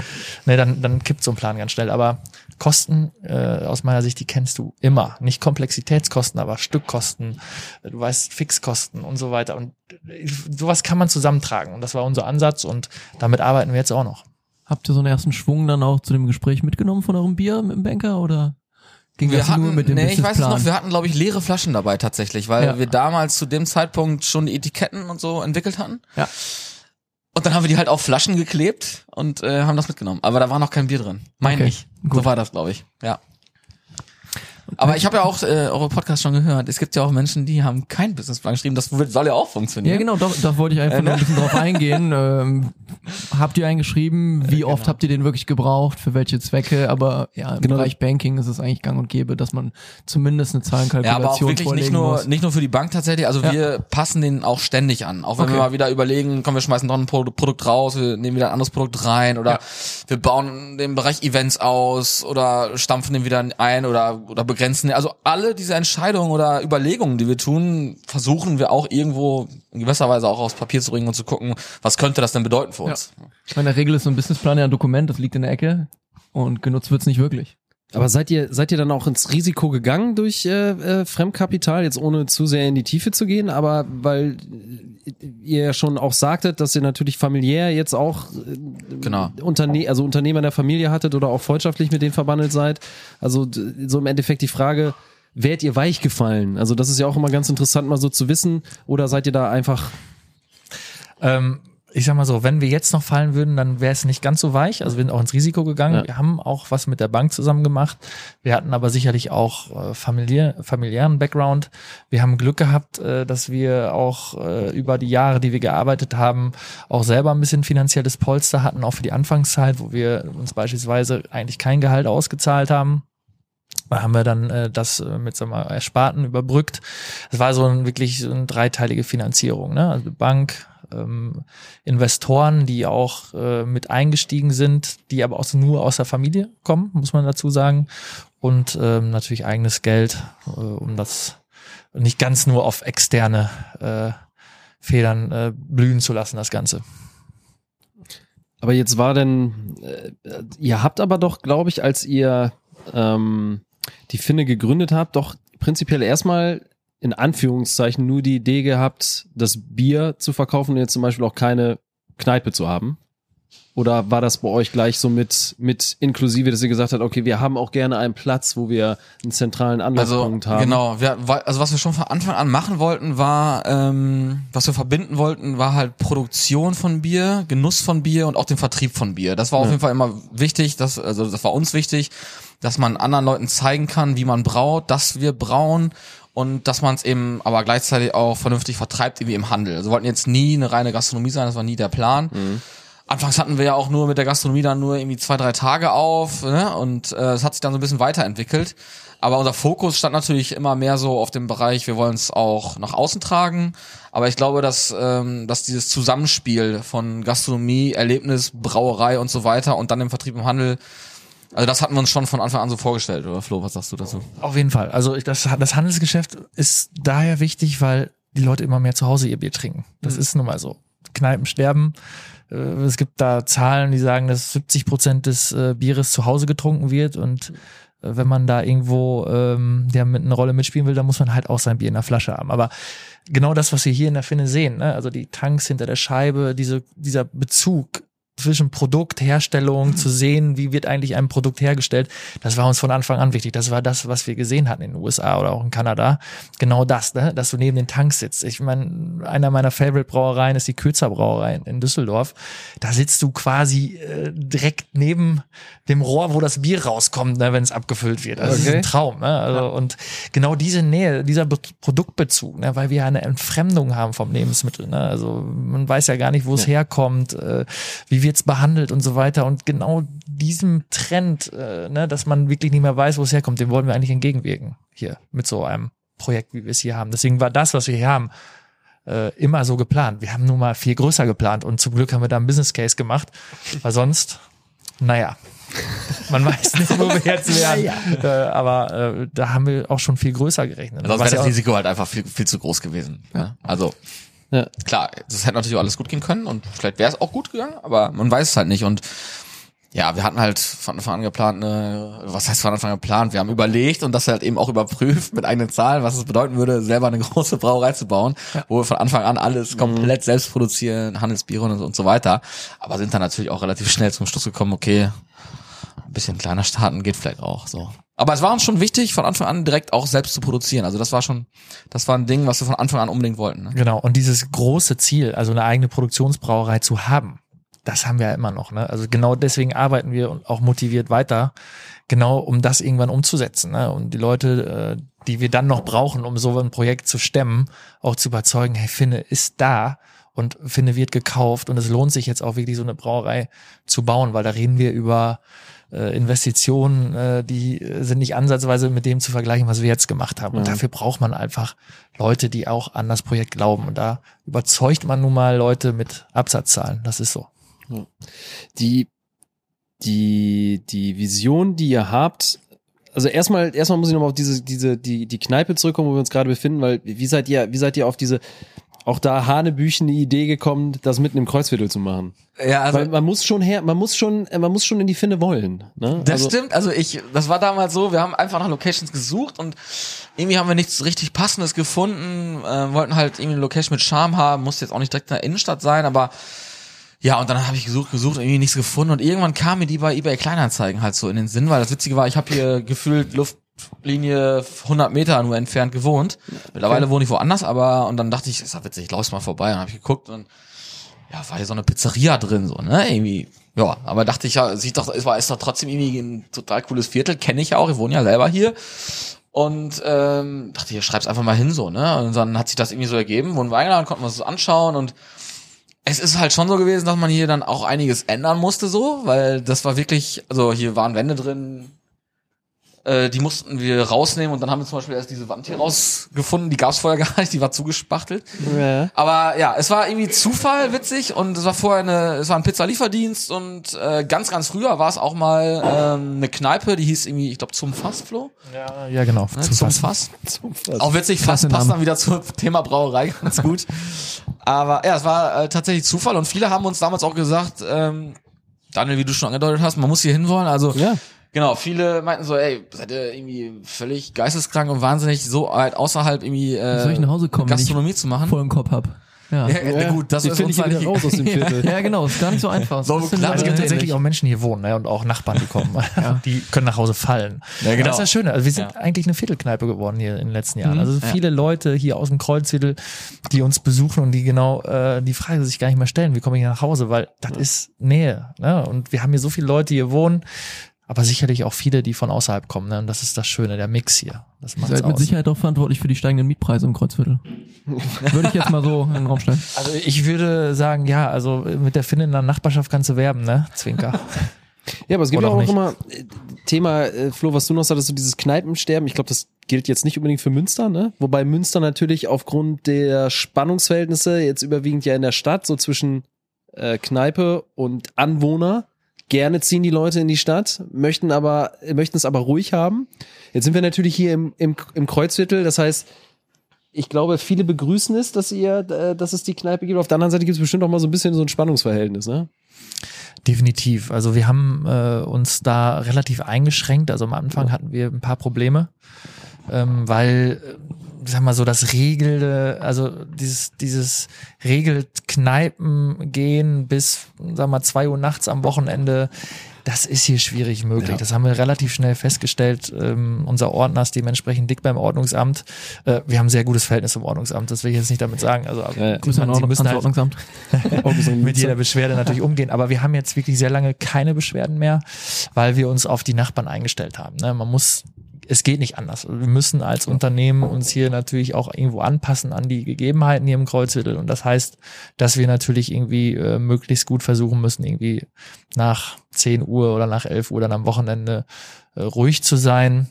[SPEAKER 6] Ne, dann, dann kippt so ein Plan ganz schnell. Aber Kosten, äh, aus meiner Sicht, die kennst du immer. Nicht Komplexitätskosten, aber Stückkosten, äh, du weißt, Fixkosten und so weiter. Und äh, sowas kann man zusammentragen. Und das war unser Ansatz und damit arbeiten wir jetzt auch noch.
[SPEAKER 2] Habt ihr so einen ersten Schwung dann auch zu dem Gespräch mitgenommen von eurem Bier mit dem Banker oder ging
[SPEAKER 5] Wir
[SPEAKER 2] das
[SPEAKER 5] hatten,
[SPEAKER 2] nur mit dem
[SPEAKER 5] nee, ich weiß es
[SPEAKER 2] Businessplan?
[SPEAKER 5] noch, wir hatten, glaube ich, leere Flaschen dabei tatsächlich, weil
[SPEAKER 2] Ja.
[SPEAKER 5] wir damals zu dem Zeitpunkt schon die Etiketten und so entwickelt hatten.
[SPEAKER 2] Ja.
[SPEAKER 5] Und dann haben wir die halt auf Flaschen geklebt und äh, haben das mitgenommen. Aber da war noch kein Bier drin. Meine
[SPEAKER 2] Okay,
[SPEAKER 5] ich.
[SPEAKER 2] gut.
[SPEAKER 5] So war das, glaube ich. Ja. Aber ich habe ja auch äh, eure Podcast schon gehört. Es gibt ja auch Menschen, die haben keinen Businessplan geschrieben. Das wird- soll ja auch funktionieren.
[SPEAKER 2] ja, genau, da, da wollte ich einfach noch ein bisschen drauf eingehen. Ähm, habt ihr einen geschrieben? Wie oft habt ihr den wirklich gebraucht? Für welche Zwecke? Aber ja, im Bereich Banking ist es eigentlich gang und gäbe, dass man zumindest eine
[SPEAKER 5] Ja, aber auch
[SPEAKER 2] Zahlenkalkulation
[SPEAKER 5] wirklich nicht
[SPEAKER 2] vorlegen
[SPEAKER 5] nur,
[SPEAKER 2] muss.
[SPEAKER 5] nicht nur für die Bank tatsächlich. Also
[SPEAKER 2] Ja.
[SPEAKER 5] wir passen den auch ständig an. Auch wenn wir
[SPEAKER 2] Okay.
[SPEAKER 5] mal wieder überlegen, komm, wir schmeißen noch ein Pro Produkt raus, wir nehmen wieder ein anderes Produkt rein oder wir bauen den Bereich Events aus oder stampfen den wieder ein oder, oder begrenzen den. Also alle diese Entscheidungen oder Überlegungen, die wir tun, versuchen wir auch irgendwo in gewisser Weise auch aufs Papier zu bringen und zu gucken, was könnte das denn bedeuten für uns.
[SPEAKER 2] Ich meine, in der Regel ist so ein Businessplan ja ein Dokument, das liegt in der Ecke und genutzt wird's nicht wirklich.
[SPEAKER 1] Aber seid ihr, seid ihr dann auch ins Risiko gegangen durch äh, äh, Fremdkapital, jetzt ohne zu sehr in die Tiefe zu gehen, aber weil äh, ihr ja schon auch sagtet, dass ihr natürlich familiär jetzt auch äh,
[SPEAKER 5] Genau.
[SPEAKER 1] Unterne also Unternehmer in der Familie hattet oder auch freundschaftlich mit denen verbandelt seid. Also d- so im Endeffekt die Frage, wärt ihr weich gefallen? Also das ist ja auch immer ganz interessant, mal so zu wissen. Oder seid ihr da einfach
[SPEAKER 6] Ähm, ich sag mal so, wenn wir jetzt noch fallen würden, dann wäre es nicht ganz so weich. Also wir sind auch ins Risiko gegangen.
[SPEAKER 1] Ja.
[SPEAKER 6] Wir haben auch was mit der Bank zusammen gemacht. Wir hatten aber sicherlich auch äh, familiär, familiären Background. Wir haben Glück gehabt, äh, dass wir auch äh, über die Jahre, die wir gearbeitet haben, auch selber ein bisschen finanzielles Polster hatten, auch für die Anfangszeit, wo wir uns beispielsweise eigentlich kein Gehalt ausgezahlt haben. Da haben wir dann äh, das äh, mit sagen wir, mal, Ersparten überbrückt. Es war so ein, wirklich so eine dreiteilige Finanzierung. Ne? Also Bank, ähm, Investoren, die auch äh, mit eingestiegen sind, die aber auch nur aus der Familie kommen, muss man dazu sagen. Und ähm, natürlich eigenes Geld, äh, um das nicht ganz nur auf externe äh, Federn äh, blühen zu lassen, das Ganze.
[SPEAKER 1] Aber jetzt war denn, äh, ihr habt aber doch, glaube ich, als ihr ähm, die Finne gegründet habt, doch prinzipiell erstmal in Anführungszeichen nur die Idee gehabt, das Bier zu verkaufen und jetzt zum Beispiel auch keine Kneipe zu haben. Oder war das bei euch gleich so mit, mit inklusive, dass ihr gesagt habt, okay, wir haben auch gerne einen Platz, wo wir einen zentralen Anlaufpunkt haben?
[SPEAKER 5] Genau, wir, wa- also was wir schon von Anfang an machen wollten, war, ähm, was wir verbinden wollten, war halt Produktion von Bier, Genuss von Bier und auch den Vertrieb von Bier. Das war auf jeden Fall immer wichtig, dass, also das war uns wichtig, dass man anderen Leuten zeigen kann, wie man braut, dass wir brauen und dass man es eben aber gleichzeitig auch vernünftig vertreibt, irgendwie im Handel. Also wir wollten jetzt nie eine reine Gastronomie sein, das war nie der Plan.
[SPEAKER 1] Mhm.
[SPEAKER 5] Anfangs hatten wir ja auch nur mit der Gastronomie dann nur irgendwie zwei, drei Tage auf ne? und äh, es hat sich dann so ein bisschen weiterentwickelt. Aber unser Fokus stand natürlich immer mehr so auf dem Bereich, wir wollen es auch nach außen tragen. Aber ich glaube, dass, ähm, dass dieses Zusammenspiel von Gastronomie, Erlebnis, Brauerei und so weiter und dann im Vertrieb im Handel Also das hatten wir uns schon von Anfang an so vorgestellt, oder Flo, was sagst du dazu?
[SPEAKER 6] Auf jeden Fall. Also ich- das, das Handelsgeschäft ist daher wichtig, weil die Leute immer mehr zu Hause ihr Bier trinken. Das ist nun mal so. Kneipen sterben. Äh, Es gibt da Zahlen, die sagen, dass 70 Prozent des äh, Bieres zu Hause getrunken wird und äh, wenn man da irgendwo ähm, der mit einer Rolle mitspielen will, dann muss man halt auch sein Bier in der Flasche haben. Aber genau das, was wir hier in der Finne sehen, ne? also die Tanks hinter der Scheibe, diese, dieser Bezug zwischen Produkt, Herstellung, zu sehen, wie wird eigentlich ein Produkt hergestellt, das war uns von Anfang an wichtig. Das war das, was wir gesehen hatten in den USA oder auch in Kanada. Genau das, ne? dass du neben den Tanks sitzt. Ich meine, einer meiner Favorite-Brauereien ist die Kürzer Brauerei in Düsseldorf. Da sitzt du quasi äh, direkt neben dem Rohr, wo das Bier rauskommt, ne, wenn es abgefüllt wird. Also Das ist ein Traum. Ne? Also, Und genau diese Nähe, dieser Be Produktbezug, ne? weil wir ja eine Entfremdung haben vom Lebensmittel. Ne? Also man weiß ja gar nicht, wo es herkommt, äh, wie wird's behandelt und so weiter. Und genau diesem Trend, äh, ne, dass man wirklich nicht mehr weiß, wo es herkommt, dem wollen wir eigentlich entgegenwirken hier mit so einem Projekt, wie wir es hier haben. Deswegen war das, was wir hier haben, äh, immer so geplant. Wir haben nun mal viel größer geplant und zum Glück haben wir da einen Business Case gemacht, weil sonst, naja, <laughs> man weiß nicht, wo wir
[SPEAKER 5] <laughs>
[SPEAKER 6] jetzt wären. Äh, aber äh, da haben wir auch schon viel größer gerechnet.
[SPEAKER 5] Sonst
[SPEAKER 6] Was
[SPEAKER 5] wäre
[SPEAKER 6] ja
[SPEAKER 5] das
[SPEAKER 6] auch-
[SPEAKER 5] Risiko halt einfach viel, viel zu groß gewesen. Ne? Also
[SPEAKER 2] Ja.
[SPEAKER 5] klar, das hätte natürlich alles gut gehen können und vielleicht wäre es auch gut gegangen, aber man weiß es halt nicht. Und ja, wir hatten halt von Anfang an geplant, eine, was heißt von Anfang an geplant? Wir haben überlegt und das halt eben auch überprüft mit eigenen Zahlen, was es bedeuten würde, selber eine <laughs> große Brauerei zu bauen, wo wir von Anfang an alles komplett selbst produzieren, Handelsbiere und, und so weiter. Aber sind dann natürlich auch relativ schnell zum Schluss gekommen, okay, ein bisschen kleiner starten geht vielleicht auch so. Aber es war uns schon wichtig, von Anfang an direkt auch selbst zu produzieren. Also das war schon, das war ein Ding, was wir von Anfang an unbedingt wollten. Ne?
[SPEAKER 6] Genau, und dieses große Ziel, also eine eigene Produktionsbrauerei zu haben, das haben wir ja immer noch. Ne? Also genau deswegen arbeiten wir und auch motiviert weiter, genau um das irgendwann umzusetzen. Ne? Und die Leute, äh, die wir dann noch brauchen, um so ein Projekt zu stemmen, auch zu überzeugen, hey, Finne ist da und Finne wird gekauft und es lohnt sich jetzt auch wirklich so eine Brauerei zu bauen, weil da reden wir über äh, Investitionen, äh, die äh, sind nicht ansatzweise mit dem zu vergleichen, was wir jetzt gemacht haben. Und dafür braucht man einfach Leute, die auch an das Projekt glauben. Und da überzeugt man nun mal Leute mit Absatzzahlen. Das ist so.
[SPEAKER 1] die, die, die Vision, die ihr habt, also erstmal, erstmal muss ich nochmal auf diese, diese, die, die Kneipe zurückkommen, wo wir uns gerade befinden, weil wie seid ihr, wie seid ihr auf diese, auch da hanebüchene Idee gekommen, das mitten im Kreuzviertel zu machen?
[SPEAKER 5] Ja,
[SPEAKER 1] weil man muss schon her, man muss schon, äh, man muss schon in die Finne wollen, ne?
[SPEAKER 5] Das
[SPEAKER 1] also,
[SPEAKER 5] stimmt, also ich, das war damals so, wir haben einfach nach Locations gesucht und irgendwie haben wir nichts richtig passendes gefunden, äh, wollten halt irgendwie eine Location mit Charme haben, musste jetzt auch nicht direkt in der Innenstadt sein, aber ja, und dann habe ich gesucht, gesucht, irgendwie nichts gefunden und irgendwann kam mir die bei eBay Kleinanzeigen halt so in den Sinn, weil das Witzige war, ich habe hier gefühlt Luftlinie 100 Meter nur entfernt gewohnt. Mittlerweile wohne ich woanders, aber und dann dachte ich, ist ja witzig, ich lauf's mal vorbei und habe ich geguckt und ja, war hier so eine Pizzeria drin, so, ne, irgendwie. Ja, aber dachte ich ja, sieht doch, ist, war- ist doch trotzdem irgendwie ein total cooles Viertel, kenne ich ja auch, ich wohne ja selber hier. Und ähm, dachte, hier schreib's einfach mal hin, so, ne? Und dann hat sich das irgendwie so ergeben, wurden wir eingeladen, konnten wir uns das anschauen und es ist halt schon so gewesen, dass man hier dann auch einiges ändern musste, so, weil das war wirklich, also hier waren Wände drin, äh, die mussten wir rausnehmen und dann haben wir zum Beispiel erst diese Wand hier rausgefunden, die gab's vorher <laughs> gar nicht, die war zugespachtelt.
[SPEAKER 2] Ja.
[SPEAKER 5] Aber ja, es war irgendwie Zufall witzig und es war vorher eine, es war ein Pizzalieferdienst und äh, ganz, ganz früher war es auch mal ähm, eine Kneipe, die hieß irgendwie, ich glaube, zum Fass, Flo.
[SPEAKER 6] Ja, ja genau.
[SPEAKER 5] Ne? Zum, Fass. Auch witzig, Fass passt dann wieder zum Thema Brauerei <laughs> ganz gut. Aber ja, es war äh, tatsächlich Zufall und viele haben uns damals auch gesagt, ähm, Daniel, wie du schon angedeutet hast, man muss hier hinwollen. Also
[SPEAKER 1] Ja.
[SPEAKER 5] Genau, viele meinten so, ey, seid ihr irgendwie völlig geisteskrank und wahnsinnig, so halt außerhalb irgendwie
[SPEAKER 2] Soll ich
[SPEAKER 5] äh,
[SPEAKER 2] nach Hause kommen, wenn ich
[SPEAKER 5] Gastronomie zu machen?
[SPEAKER 2] voll im Kopf hab? Ja.
[SPEAKER 5] Ja, ja, gut, das
[SPEAKER 1] die
[SPEAKER 5] ist
[SPEAKER 1] finde
[SPEAKER 5] uns
[SPEAKER 1] ich wieder
[SPEAKER 5] halt-
[SPEAKER 1] raus aus dem Viertel.
[SPEAKER 2] <laughs> Ja, genau, ist gar nicht so einfach.
[SPEAKER 5] So
[SPEAKER 2] Ist ein bisschen
[SPEAKER 5] klar,
[SPEAKER 6] Es gibt
[SPEAKER 2] leider
[SPEAKER 6] tatsächlich
[SPEAKER 2] Also ähnlich.
[SPEAKER 6] auch Menschen, die hier wohnen ne? und auch Nachbarn,
[SPEAKER 2] <laughs>
[SPEAKER 6] die kommen. <laughs> Die können nach Hause fallen. Ja,
[SPEAKER 5] genau.
[SPEAKER 6] Das ist das Schöne. Also wir sind
[SPEAKER 5] Ja.
[SPEAKER 6] eigentlich eine Viertelkneipe geworden hier in den letzten
[SPEAKER 2] Mhm.
[SPEAKER 6] Jahren. Also viele Leute hier aus dem Kreuzviertel, die uns besuchen und die genau äh, die Frage sich gar nicht mehr stellen, wie komme ich nach Hause, weil das ist Nähe. Ne? Und wir haben hier so viele Leute, die hier wohnen, aber sicherlich auch viele, die von außerhalb kommen. Ne? Und das ist das Schöne, der Mix hier. Das
[SPEAKER 2] Ihr
[SPEAKER 6] macht's
[SPEAKER 2] seid mit
[SPEAKER 6] aus.
[SPEAKER 2] Sicherheit auch verantwortlich für die steigenden Mietpreise im Kreuzviertel. Würde ich jetzt mal so in den Raum stellen.
[SPEAKER 6] Also ich würde sagen, ja, also mit der Finne in der Nachbarschaft kannst du werben, ne?
[SPEAKER 2] <laughs>
[SPEAKER 6] Zwinker.
[SPEAKER 1] Ja, aber es gibt
[SPEAKER 6] Oder
[SPEAKER 1] ja auch,
[SPEAKER 6] auch
[SPEAKER 1] immer äh, Thema, äh, Flo, was du noch sagtest, so dieses Kneipensterben. Ich glaube, das gilt jetzt nicht unbedingt für Münster, ne? Wobei Münster natürlich aufgrund der Spannungsverhältnisse jetzt überwiegend ja in der Stadt, so zwischen äh, Kneipe und Anwohner,
[SPEAKER 8] Gerne ziehen die Leute in die Stadt, möchten aber äh, möchten es aber ruhig haben. Jetzt sind wir natürlich hier im, im, im Kreuzviertel, das heißt, ich glaube, viele begrüßen es, dass ihr, äh, dass es die Kneipe gibt. Auf der anderen Seite gibt es bestimmt auch mal so ein bisschen so ein Spannungsverhältnis, ne?
[SPEAKER 6] Definitiv. Also wir haben äh, uns da relativ eingeschränkt. Also am Anfang hatten wir ein paar Probleme, ähm, weil, äh, sag mal so, das regelnde, also dieses, dieses regelt Kneipen gehen bis, sag mal, zwei Uhr nachts am Wochenende. Das ist hier schwierig möglich. Das haben wir relativ schnell festgestellt. Ähm, unser Ordner ist dementsprechend dick beim Ordnungsamt. Äh, wir haben ein sehr gutes Verhältnis zum Ordnungsamt. Das will ich jetzt nicht damit sagen. Also,
[SPEAKER 1] ja.
[SPEAKER 6] Grüße an Sie müssen halt
[SPEAKER 2] Ordnungsamt.
[SPEAKER 6] mit jeder Beschwerde natürlich umgehen. Aber wir haben jetzt wirklich sehr lange keine Beschwerden mehr, weil wir uns auf die Nachbarn eingestellt haben. Ne? Man muss, es geht nicht anders. Wir müssen als Unternehmen uns hier natürlich auch irgendwo anpassen an die Gegebenheiten hier im Kreuzviertel. Und das heißt, dass wir natürlich irgendwie äh, möglichst gut versuchen müssen, irgendwie nach 10 Uhr oder nach 11 Uhr dann am Wochenende äh, ruhig zu sein.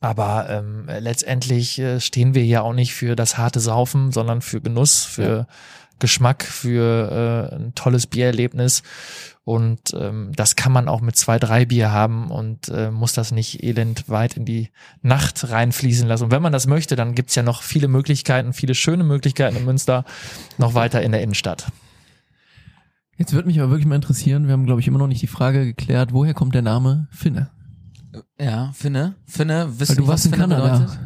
[SPEAKER 6] Aber ähm, letztendlich äh, stehen wir hier auch nicht für das harte Saufen, sondern für Genuss, für Geschmack, für äh, ein tolles Biererlebnis. Und ähm, das kann man auch mit zwei, drei Bier haben und äh, muss das nicht elend weit in die Nacht reinfließen lassen. Und wenn man das möchte, dann gibt's ja noch viele Möglichkeiten, viele schöne Möglichkeiten in Münster, noch weiter in der Innenstadt.
[SPEAKER 2] Jetzt würde mich aber wirklich mal interessieren, wir haben, glaube ich, immer noch nicht die Frage geklärt, woher kommt der Name Finne?
[SPEAKER 5] Ja, Finne. Finne, wisst
[SPEAKER 2] Weil
[SPEAKER 5] ihr,
[SPEAKER 2] du
[SPEAKER 5] was
[SPEAKER 2] warst in
[SPEAKER 5] Finne
[SPEAKER 2] Kanada.
[SPEAKER 5] bedeutet?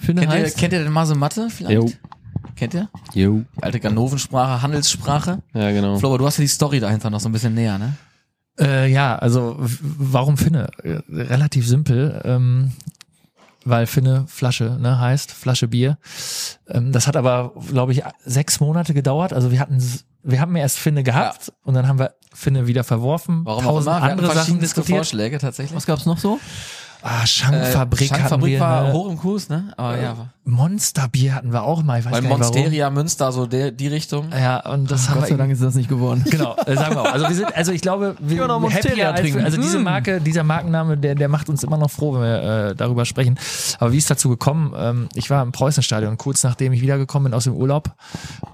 [SPEAKER 2] Finne
[SPEAKER 5] Kennt ihr,
[SPEAKER 2] heißt,
[SPEAKER 5] kennt ihr denn Masse Mathe vielleicht?
[SPEAKER 1] Jo.
[SPEAKER 5] Kennt ihr?
[SPEAKER 1] Jo.
[SPEAKER 5] Alte Ganovensprache, Handelssprache.
[SPEAKER 1] Ja, genau.
[SPEAKER 5] Flo, aber du hast ja die Story dahinter noch so ein bisschen näher, ne?
[SPEAKER 6] Äh, ja, also w- warum Finne? Äh, Relativ simpel, ähm, weil Finne Flasche ne, heißt, Flasche Bier. Ähm, das hat aber, glaube ich, sechs Monate gedauert. Also wir hatten, s- wir haben erst Finne gehabt und dann haben wir Finne wieder verworfen.
[SPEAKER 5] Warum auch
[SPEAKER 6] tausend
[SPEAKER 5] immer. Wir hatten
[SPEAKER 6] andere Sachen
[SPEAKER 5] verschiedenste
[SPEAKER 6] diskutiert.
[SPEAKER 5] Vorschläge tatsächlich.
[SPEAKER 2] was gab's noch so?
[SPEAKER 6] Ah, Schankfabrik
[SPEAKER 5] Äh,
[SPEAKER 6] hatten
[SPEAKER 5] Schankfabrik
[SPEAKER 6] wir.
[SPEAKER 5] war
[SPEAKER 6] ne?
[SPEAKER 5] hoch im Kurs, ne? Aber ja.
[SPEAKER 6] Monsterbier hatten wir auch mal. Ich weiß
[SPEAKER 5] Weil
[SPEAKER 6] gar nicht warum.
[SPEAKER 5] Monsteria, Ah, Münster, so der, die Richtung.
[SPEAKER 6] Ja, und das haben
[SPEAKER 2] Gott sei
[SPEAKER 6] wir
[SPEAKER 2] Dank ist das nicht geworden.
[SPEAKER 6] <laughs> Genau, äh, sagen wir auch. Also wir sind, also ich glaube, wir
[SPEAKER 2] Immer noch
[SPEAKER 6] sind
[SPEAKER 2] Monstera
[SPEAKER 6] happier als,
[SPEAKER 2] trinken.
[SPEAKER 6] also diese
[SPEAKER 2] Mm.
[SPEAKER 6] Marke, dieser Markenname, der, der macht uns immer noch froh, wenn wir äh, darüber sprechen. Aber wie ist dazu gekommen? Ähm, ich war im Preußenstadion kurz nachdem ich wiedergekommen bin aus dem Urlaub.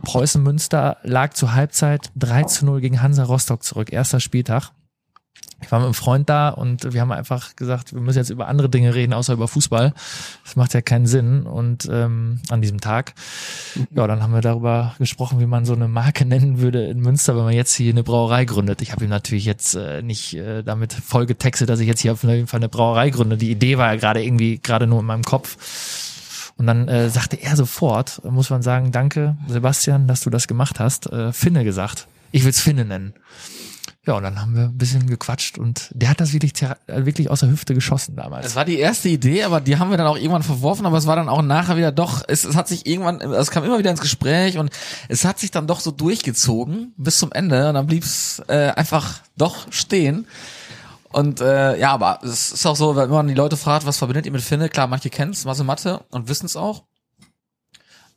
[SPEAKER 6] Preußen Münster lag zur Halbzeit 3 zu 0 gegen Hansa Rostock zurück, erster Spieltag. Ich war mit einem Freund da und wir haben einfach gesagt, wir müssen jetzt über andere Dinge reden, außer über Fußball. Das macht ja keinen Sinn. Und ähm, an diesem Tag ja, dann haben wir darüber gesprochen, wie man so eine Marke <laughs> nennen würde in Münster, wenn man jetzt hier eine Brauerei gründet. Ich habe ihm natürlich jetzt äh, nicht äh, damit voll getextet, dass ich jetzt hier auf jeden Fall eine Brauerei gründe. Die Idee war ja gerade irgendwie gerade nur in meinem Kopf. Und dann äh, sagte er sofort, muss man sagen, danke Sebastian, dass du das gemacht hast. Äh, Finne gesagt. Ich will's Finne nennen. Ja, und dann haben wir ein bisschen gequatscht und der hat das wirklich, thera- äh, wirklich aus der Hüfte geschossen damals.
[SPEAKER 5] Das war die erste Idee, aber die haben wir dann auch irgendwann verworfen, aber es war dann auch nachher wieder doch, es, es hat sich irgendwann, es kam immer wieder ins Gespräch und es hat sich dann doch so durchgezogen bis zum Ende und dann blieb's äh, einfach doch stehen. Und äh, ja, aber es ist auch so, wenn man die Leute fragt, was verbindet ihr mit Finne, klar, manche kennen's, Masse Mathe und wissen's auch.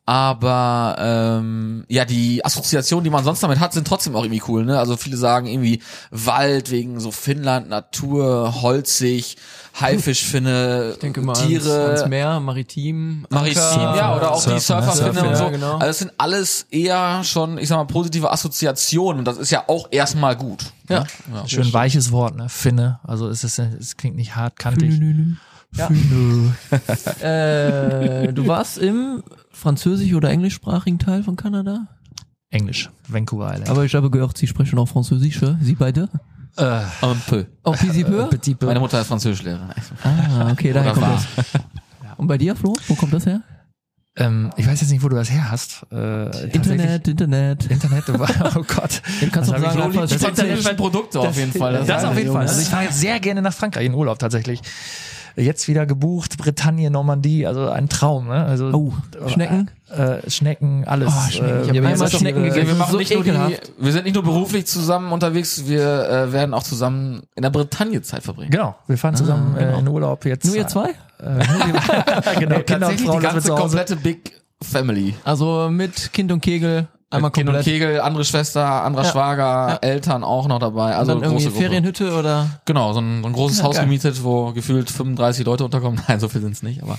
[SPEAKER 5] Aber ähm, ja, die Assoziationen, die man sonst damit hat, sind trotzdem auch irgendwie cool. Ne? Also viele sagen irgendwie Wald wegen so Finnland, Natur, holzig, Haifischfinne,
[SPEAKER 2] Ich denke mal
[SPEAKER 5] Tiere,
[SPEAKER 2] ans, ans Meer, maritim,
[SPEAKER 5] Maritim,
[SPEAKER 2] Anker,
[SPEAKER 5] ja, oder auch die
[SPEAKER 6] Surfen, ne?
[SPEAKER 5] Surferfinne
[SPEAKER 2] Surfen,
[SPEAKER 5] und so.
[SPEAKER 2] ja, genau.
[SPEAKER 5] Also es sind alles eher schon, ich sag mal, positive Assoziationen und das ist ja auch erstmal gut. Ja. ja.
[SPEAKER 6] Schön weiches Wort, ne? Finne. Also es ist, es klingt nicht hart, kantig.
[SPEAKER 2] Äh, du warst im französisch- oder englischsprachigen Teil von Kanada?
[SPEAKER 6] Englisch, Vancouver Island.
[SPEAKER 2] Aber ich habe gehört, Sie sprechen auch Französisch, äh? Sie beide?
[SPEAKER 5] Un peu.
[SPEAKER 2] Auch Sie peu?
[SPEAKER 6] Petit peu.
[SPEAKER 5] Meine Mutter ist Französischlehrerin.
[SPEAKER 2] Ah, okay, daher
[SPEAKER 5] Oder
[SPEAKER 2] kommt
[SPEAKER 5] war.
[SPEAKER 2] das. Und bei dir, Flo? Wo kommt das her?
[SPEAKER 6] Ähm, ich weiß jetzt nicht, wo du das her hast. Äh, tatsächlich-
[SPEAKER 2] Internet, Internet.
[SPEAKER 6] Internet, oh Gott.
[SPEAKER 2] <laughs> kannst du
[SPEAKER 6] Das hab
[SPEAKER 2] sagen,
[SPEAKER 6] ich
[SPEAKER 2] einfach
[SPEAKER 6] das
[SPEAKER 2] die
[SPEAKER 6] Internet-
[SPEAKER 5] französischen Produkte auf jeden Fall.
[SPEAKER 6] Das, auf jeden Fall. Also ich fahre jetzt sehr gerne nach Frankreich in Urlaub tatsächlich. Jetzt wieder gebucht, Bretagne, Normandie, also ein Traum. Ne? Also,
[SPEAKER 2] Oh, Schnecken?
[SPEAKER 6] Äh, Schnecken, alles.
[SPEAKER 2] Oh, Schnecken. Ich hab
[SPEAKER 6] Äh,
[SPEAKER 2] einmal
[SPEAKER 6] jetzt-
[SPEAKER 2] Schnecken
[SPEAKER 6] äh,
[SPEAKER 5] Wir,
[SPEAKER 2] gegessen. Das ist
[SPEAKER 5] machen
[SPEAKER 2] so
[SPEAKER 5] nicht nur die,
[SPEAKER 2] ekelhaft.
[SPEAKER 5] wir sind nicht nur beruflich zusammen unterwegs, wir äh, werden auch zusammen in der Bretagne Zeit verbringen.
[SPEAKER 6] Genau, wir fahren zusammen äh, in Urlaub jetzt.
[SPEAKER 2] Ah, Nur ihr zwei? <laughs>
[SPEAKER 6] Äh, <laughs> nur wir- genau, Kinder und
[SPEAKER 5] Tatsächlich
[SPEAKER 6] Frauen
[SPEAKER 5] die
[SPEAKER 6] lassen wir
[SPEAKER 5] ganze
[SPEAKER 6] zu Hause.
[SPEAKER 5] komplette Big Family.
[SPEAKER 2] Also mit Kind und Kegel
[SPEAKER 9] Einmal
[SPEAKER 5] Kind und
[SPEAKER 9] komplett.
[SPEAKER 5] Kegel, andere Schwester, anderer
[SPEAKER 9] Ja.
[SPEAKER 5] Schwager,
[SPEAKER 9] Ja.
[SPEAKER 5] Eltern auch noch dabei. Also
[SPEAKER 9] Also dann irgendwie
[SPEAKER 5] große Gruppe.
[SPEAKER 9] Ferienhütte oder
[SPEAKER 5] Genau, so ein, so ein großes
[SPEAKER 9] Ja,
[SPEAKER 5] Haus
[SPEAKER 9] geil.
[SPEAKER 5] gemietet, wo gefühlt 35 Leute unterkommen. <laughs> Nein, so viel sind's nicht, aber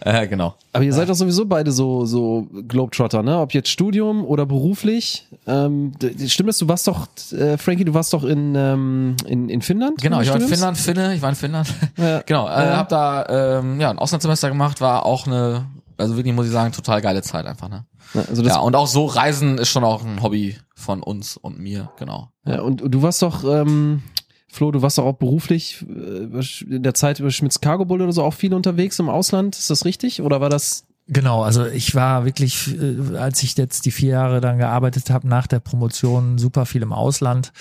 [SPEAKER 5] äh, genau.
[SPEAKER 1] Aber ihr seid doch sowieso beide so, so Globetrotter, ne? Ob jetzt Studium oder beruflich. Ähm, d- d- stimmt das, du warst doch, äh, Frankie, du warst doch in, ähm, in, in Finnland?
[SPEAKER 5] Genau, ich war in
[SPEAKER 1] Studiums?
[SPEAKER 5] Finnland, Finne, ich war in Finnland.
[SPEAKER 1] Ja.
[SPEAKER 5] <laughs> Genau, äh, hab da ähm, ja, ein Auslandssemester gemacht, war auch eine, also wirklich muss ich sagen, total geile Zeit einfach, ne?
[SPEAKER 1] Ja, Also das,
[SPEAKER 5] Ja, und auch so Reisen ist schon auch ein Hobby von uns und mir, genau.
[SPEAKER 1] ja, und, und du warst doch, ähm, Flo, du warst doch auch beruflich äh, über Sch- in der Zeit über Schmitz Cargo Bull oder so auch viel unterwegs im Ausland. Ist das richtig? Oder war das?
[SPEAKER 6] Genau, also ich war wirklich, äh, als ich jetzt die vier Jahre dann gearbeitet habe, nach der Promotion super viel im Ausland,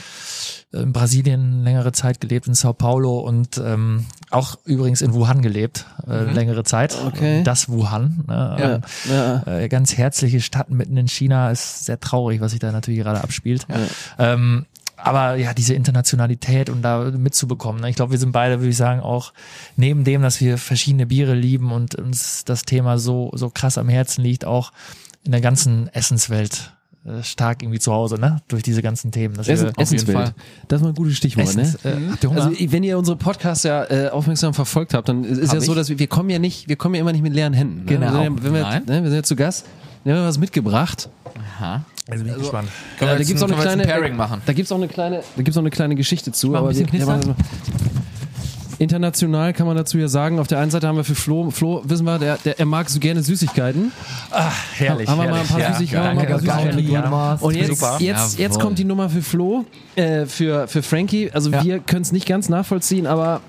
[SPEAKER 6] äh, in Brasilien längere Zeit gelebt, in Sao Paulo und ähm, auch übrigens in Wuhan gelebt, äh, längere Zeit. Ähm,
[SPEAKER 1] Okay.
[SPEAKER 6] Das Wuhan. Ne? Ähm,
[SPEAKER 1] ja.
[SPEAKER 6] äh, ganz herzliche Stadt mitten in China. Ist sehr traurig, was sich da natürlich gerade abspielt. Ähm, aber ja, diese Internationalität und da mitzubekommen. Ne? Ich glaube, wir sind beide, würde ich sagen, auch neben dem, dass wir verschiedene Biere lieben und uns das Thema so, so krass am Herzen liegt, auch in der ganzen Essenswelt äh, stark irgendwie zu Hause, ne? Durch diese ganzen Themen. Dass
[SPEAKER 1] Essen,
[SPEAKER 6] wir
[SPEAKER 1] Essenswelt.
[SPEAKER 5] Äh, Fall.
[SPEAKER 1] Das ist mal ein gutes Stichwort,
[SPEAKER 6] Essens,
[SPEAKER 1] ne?
[SPEAKER 6] äh, habt ihr Hunger?
[SPEAKER 1] Also wenn ihr unsere Podcasts ja äh, aufmerksam verfolgt habt, dann ist
[SPEAKER 5] Hab
[SPEAKER 1] ja so,
[SPEAKER 5] ich.
[SPEAKER 1] dass wir, wir kommen ja nicht, wir kommen ja immer nicht mit leeren Händen. Ne? Wir
[SPEAKER 6] Genau.
[SPEAKER 1] sind ja, wenn wir,
[SPEAKER 5] Nein.
[SPEAKER 1] ne, wir sind ja zu Gast. Wir haben ja was mitgebracht.
[SPEAKER 6] also bin ich gespannt.
[SPEAKER 5] Können
[SPEAKER 1] Ja, da
[SPEAKER 5] jetzt
[SPEAKER 1] gibt's auch
[SPEAKER 5] ein-
[SPEAKER 1] eine
[SPEAKER 5] können wir jetzt
[SPEAKER 1] kleine
[SPEAKER 5] ein Pairing machen.
[SPEAKER 1] Da gibt's auch eine kleine, da gibt's auch eine kleine Geschichte zu.
[SPEAKER 6] mach ein bisschen
[SPEAKER 1] wir-
[SPEAKER 6] knistern.
[SPEAKER 1] wir machen- international kann man dazu ja sagen. Auf der einen Seite haben wir für Flo, Flo wissen wir, der, der er mag so gerne Süßigkeiten.
[SPEAKER 6] Herrlich.
[SPEAKER 1] Haben wir mal ein
[SPEAKER 6] herrlich.
[SPEAKER 1] paar
[SPEAKER 6] ja,
[SPEAKER 1] Süßig- haben wir mal ein
[SPEAKER 6] danke,
[SPEAKER 1] paar Süßigkeiten
[SPEAKER 6] danke,
[SPEAKER 1] mitgebracht.
[SPEAKER 6] ja.
[SPEAKER 1] Und jetzt,
[SPEAKER 6] Super.
[SPEAKER 1] jetzt, jetzt
[SPEAKER 5] Jawohl.
[SPEAKER 1] kommt die Nummer für Flo, äh, für für Frankie. Also
[SPEAKER 6] Ja.
[SPEAKER 1] wir können es nicht ganz nachvollziehen, aber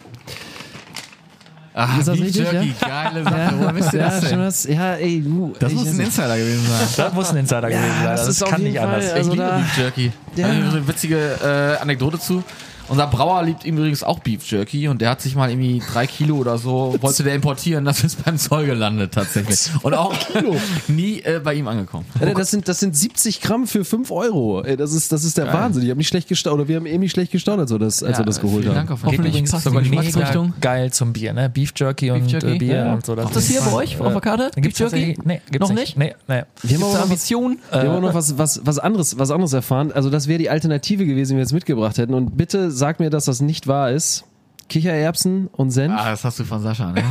[SPEAKER 5] Ah,
[SPEAKER 1] Ist das richtig,
[SPEAKER 5] geile Sache. Woher wisst ihr
[SPEAKER 1] ja,
[SPEAKER 5] das denn?
[SPEAKER 1] schon was, ja, ey, du,
[SPEAKER 5] Das
[SPEAKER 1] ich-
[SPEAKER 5] muss ein Insider gewesen sein.
[SPEAKER 6] Das muss ein Insider gewesen sein.
[SPEAKER 1] das
[SPEAKER 6] Das,
[SPEAKER 1] ist auf
[SPEAKER 6] kann
[SPEAKER 1] jeden
[SPEAKER 6] nicht
[SPEAKER 1] Fall,
[SPEAKER 6] anders.
[SPEAKER 1] Also
[SPEAKER 5] ich liebe
[SPEAKER 1] da-
[SPEAKER 5] Beef Jerky.
[SPEAKER 1] Ja.
[SPEAKER 5] Da habe ich eine witzige äh, Anekdote zu. Unser Brauer liebt übrigens auch Beef Jerky und der hat sich mal irgendwie drei Kilo oder so, wollte der importieren, das ist beim Zoll gelandet tatsächlich. Und auch ein Kilo nie äh, bei ihm angekommen.
[SPEAKER 1] Alter, das sind, das sind 70 Gramm für 5 Euro. Ey, das ist, das ist der Wahnsinn. Ich habe nicht schlecht gestaut, oder wir haben eben nicht schlecht gestaut, als wir das, als wir das geholt
[SPEAKER 5] vielen
[SPEAKER 1] haben.
[SPEAKER 5] Dank auf
[SPEAKER 6] Geht
[SPEAKER 5] jeden Fall.
[SPEAKER 6] übrigens
[SPEAKER 5] Passt sogar die
[SPEAKER 6] mega
[SPEAKER 5] Geschmacksrichtung.
[SPEAKER 6] geil zum Bier, ne? Beef Jerky und
[SPEAKER 5] Jerky?
[SPEAKER 6] Äh, Bier
[SPEAKER 5] Ja.
[SPEAKER 6] und so.
[SPEAKER 2] Gibt's das hier bei euch auf der Karte? Beef
[SPEAKER 6] Beef
[SPEAKER 2] Jerky?
[SPEAKER 6] Jerky? Nee, gibt's
[SPEAKER 2] Noch
[SPEAKER 6] nicht. Nee, nee.
[SPEAKER 1] Wir haben
[SPEAKER 2] Gibt's
[SPEAKER 1] aber
[SPEAKER 2] da
[SPEAKER 1] noch was,
[SPEAKER 2] Ambitionen?
[SPEAKER 1] wir haben auch
[SPEAKER 5] Äh.
[SPEAKER 1] noch was, was, was anderes, was anderes erfahren. Also das wäre die Alternative gewesen, die wir jetzt mitgebracht hätten. Und bitte sag mir, dass das nicht wahr ist. Kichererbsen und Senf.
[SPEAKER 5] Ah, das hast du von
[SPEAKER 1] <laughs>
[SPEAKER 5] Sascha, ne?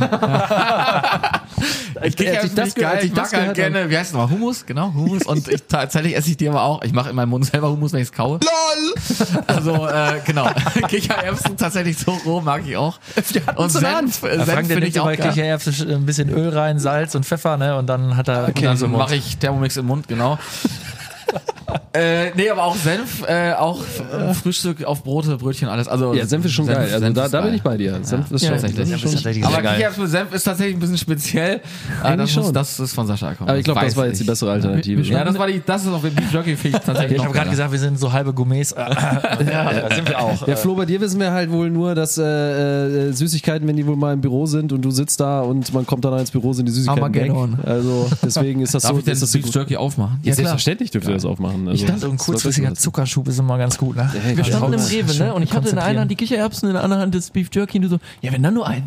[SPEAKER 5] ich
[SPEAKER 1] Als
[SPEAKER 5] kriege
[SPEAKER 1] ich das
[SPEAKER 5] das geil,
[SPEAKER 1] gehört- als
[SPEAKER 5] ich,
[SPEAKER 1] ich das
[SPEAKER 5] mag halt
[SPEAKER 1] gehört habe-
[SPEAKER 5] gerne, wie heißt es nochmal, Hummus, genau, Hummus und ich, tatsächlich esse ich die immer auch, ich mache in meinem Mund selber Hummus, wenn ich es kaue. LOL! Also, äh, genau, <laughs> Kichererbsen tatsächlich so roh mag ich auch. Und Senf, äh, Senf
[SPEAKER 6] Frank, der
[SPEAKER 5] finde
[SPEAKER 6] nimmt
[SPEAKER 5] ich auch
[SPEAKER 6] bei
[SPEAKER 5] geil.
[SPEAKER 6] Kichererbsen äh, ein bisschen Öl rein, Salz und Pfeffer, ne? Und dann hat er...
[SPEAKER 5] Okay, dann mache ich Thermomix im
[SPEAKER 1] <laughs>
[SPEAKER 5] Mund, genau. äh, nee, aber auch Senf, äh, auch äh, Frühstück auf Brote, Brötchen, alles. Also
[SPEAKER 1] ja, Senf ist schon geil. Also da,
[SPEAKER 5] ist
[SPEAKER 1] da bin
[SPEAKER 5] geil.
[SPEAKER 1] ich bei dir. Senf ist schon
[SPEAKER 5] tatsächlich.
[SPEAKER 1] Das ist schon
[SPEAKER 6] tatsächlich
[SPEAKER 5] Aber
[SPEAKER 6] sehr geil.
[SPEAKER 5] Kichererbsen mit Senf ist tatsächlich ein bisschen speziell. Äh, das,
[SPEAKER 1] Eigentlich
[SPEAKER 5] muss,
[SPEAKER 1] schon.
[SPEAKER 5] das ist von Sascha gekommen.
[SPEAKER 1] Aber ich glaube, das
[SPEAKER 5] weiß
[SPEAKER 1] war jetzt
[SPEAKER 5] ich.
[SPEAKER 1] die bessere Alternative.
[SPEAKER 5] Ja, das war die, das ist auf jeden Fall
[SPEAKER 1] <laughs>
[SPEAKER 5] Jockey Fisch tatsächlich.
[SPEAKER 6] Ich habe gerade gesagt, wir sind so halbe Gourmets. ja, da sind wir auch.
[SPEAKER 1] Ja,
[SPEAKER 5] Äh,
[SPEAKER 1] Flo, bei dir wissen wir halt wohl nur, dass äh, äh, Süßigkeiten, wenn die wohl mal im Büro sind und du sitzt da und man kommt dann ins Büro, sind die Süßigkeiten weg.
[SPEAKER 2] Armageddon.
[SPEAKER 1] Also deswegen ist das
[SPEAKER 5] Darf
[SPEAKER 1] so.
[SPEAKER 5] ich denn
[SPEAKER 1] ist das
[SPEAKER 5] das
[SPEAKER 1] so
[SPEAKER 5] Beef
[SPEAKER 1] gut.
[SPEAKER 5] Jerky aufmachen?
[SPEAKER 1] Ja, selbstverständlich dürft ihr das aufmachen. Also,
[SPEAKER 6] Ich dachte, so ein kurzfristiger Zuckerschub ist immer ganz gut, ne?
[SPEAKER 2] Wir standen im
[SPEAKER 6] das
[SPEAKER 2] Rewe,
[SPEAKER 6] schön
[SPEAKER 2] ne? Und ich hatte in einer
[SPEAKER 6] konzentrieren.
[SPEAKER 2] Hand die Kichererbsen, in der anderen Hand das Beef Jerky und du so, ja, wenn dann nur eins.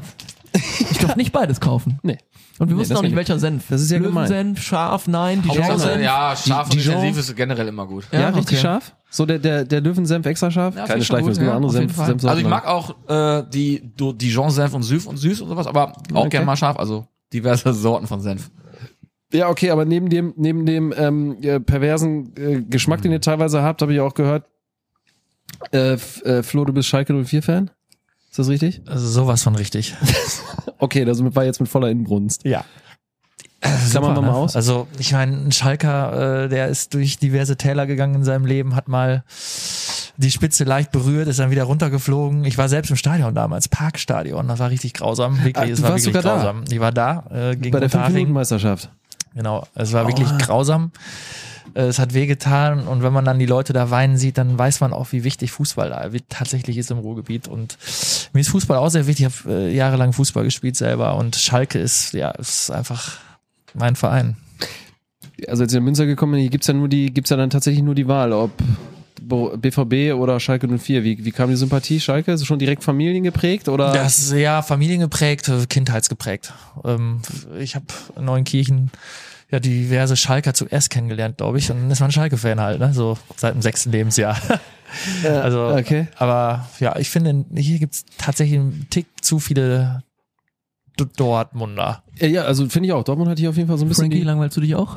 [SPEAKER 2] Ich darf nicht beides kaufen.
[SPEAKER 1] Nee.
[SPEAKER 2] Und wir wussten
[SPEAKER 1] das
[SPEAKER 2] auch nicht,
[SPEAKER 1] geht
[SPEAKER 2] welcher Senf.
[SPEAKER 1] Das ist ja gemein.
[SPEAKER 2] Löwensenf, scharf, nein, Dijon-Senf.
[SPEAKER 5] Hauptsache, ja, scharf und
[SPEAKER 1] Dijon.
[SPEAKER 5] intensiv ist generell immer gut.
[SPEAKER 1] Ja,
[SPEAKER 2] Ja,
[SPEAKER 1] richtig
[SPEAKER 2] okay.
[SPEAKER 1] scharf. So der, der, der Löwensenf extra scharf.
[SPEAKER 5] Ja,
[SPEAKER 1] Keine
[SPEAKER 5] finde ich schon
[SPEAKER 1] Schleife,
[SPEAKER 5] gut,
[SPEAKER 1] es gibt
[SPEAKER 5] ja,
[SPEAKER 1] andere
[SPEAKER 5] auf jeden
[SPEAKER 1] Senf,
[SPEAKER 5] Fall.
[SPEAKER 1] Senfsorten.
[SPEAKER 5] Also ich mag auch äh, die Do- Dijon-Senf und Süß und Süß und sowas, aber auch
[SPEAKER 1] Okay.
[SPEAKER 5] gerne mal scharf, also diverse Sorten von Senf.
[SPEAKER 1] Ja, okay, aber neben dem, neben dem ähm, äh, perversen äh, Geschmack,
[SPEAKER 5] Mhm.
[SPEAKER 1] den ihr teilweise habt, habe ich auch gehört, äh, F- äh, Flo, du bist Schalke 04-Fan? Ist das richtig?
[SPEAKER 6] Also sowas von richtig.
[SPEAKER 1] Okay, das war jetzt mit voller Inbrunst.
[SPEAKER 6] Ja.
[SPEAKER 1] Klammern wir Äh, mal aus.
[SPEAKER 6] Also ich meine, ein Schalker, äh, der ist durch diverse Täler gegangen in seinem Leben, hat mal die Spitze leicht berührt, ist dann wieder runtergeflogen. Ich war selbst im Stadion damals, Parkstadion, das war richtig grausam. Wirklich,
[SPEAKER 1] Ah, du
[SPEAKER 6] es war
[SPEAKER 1] warst
[SPEAKER 6] wirklich
[SPEAKER 1] sogar da.
[SPEAKER 6] grausam. Ich war da äh, gegen
[SPEAKER 1] Bei der
[SPEAKER 6] Unterhaching.
[SPEAKER 1] 5-Minuten-Meisterschaft.
[SPEAKER 6] Genau, es war wirklich grausam. Äh, Es hat wehgetan und wenn man dann die Leute da weinen sieht, dann weiß man auch, wie wichtig Fußball da wie- tatsächlich ist im Ruhrgebiet. Und mir ist Fußball auch sehr wichtig. Ich habe äh, jahrelang Fußball gespielt selber und Schalke ist ja ist einfach mein Verein.
[SPEAKER 1] Also als ich in Münster gekommen bin, hier gibt's ja nur die, gibt's ja dann tatsächlich nur die Wahl, ob Bo- BVB oder Schalke 04. Wie, wie kam die Sympathie? Schalke? Ist es schon direkt familiengeprägt oder?
[SPEAKER 6] Das ist ja familiengeprägt, äh, kindheitsgeprägt. Ähm, ich habe Neunkirchen ja diverse Schalker zuerst kennengelernt, glaube ich. Und dann ist man Schalke-Fan halt, ne? So seit dem sechsten Lebensjahr. <laughs> also,
[SPEAKER 8] okay.
[SPEAKER 6] aber ja, ich finde, hier gibt's tatsächlich einen Tick zu viele D Dortmunder.
[SPEAKER 8] Ja, Ja, also finde ich auch. Dortmund hat hier auf jeden Fall so ein bisschen.
[SPEAKER 2] Frankie,
[SPEAKER 8] Die,
[SPEAKER 2] langweilst du dich auch?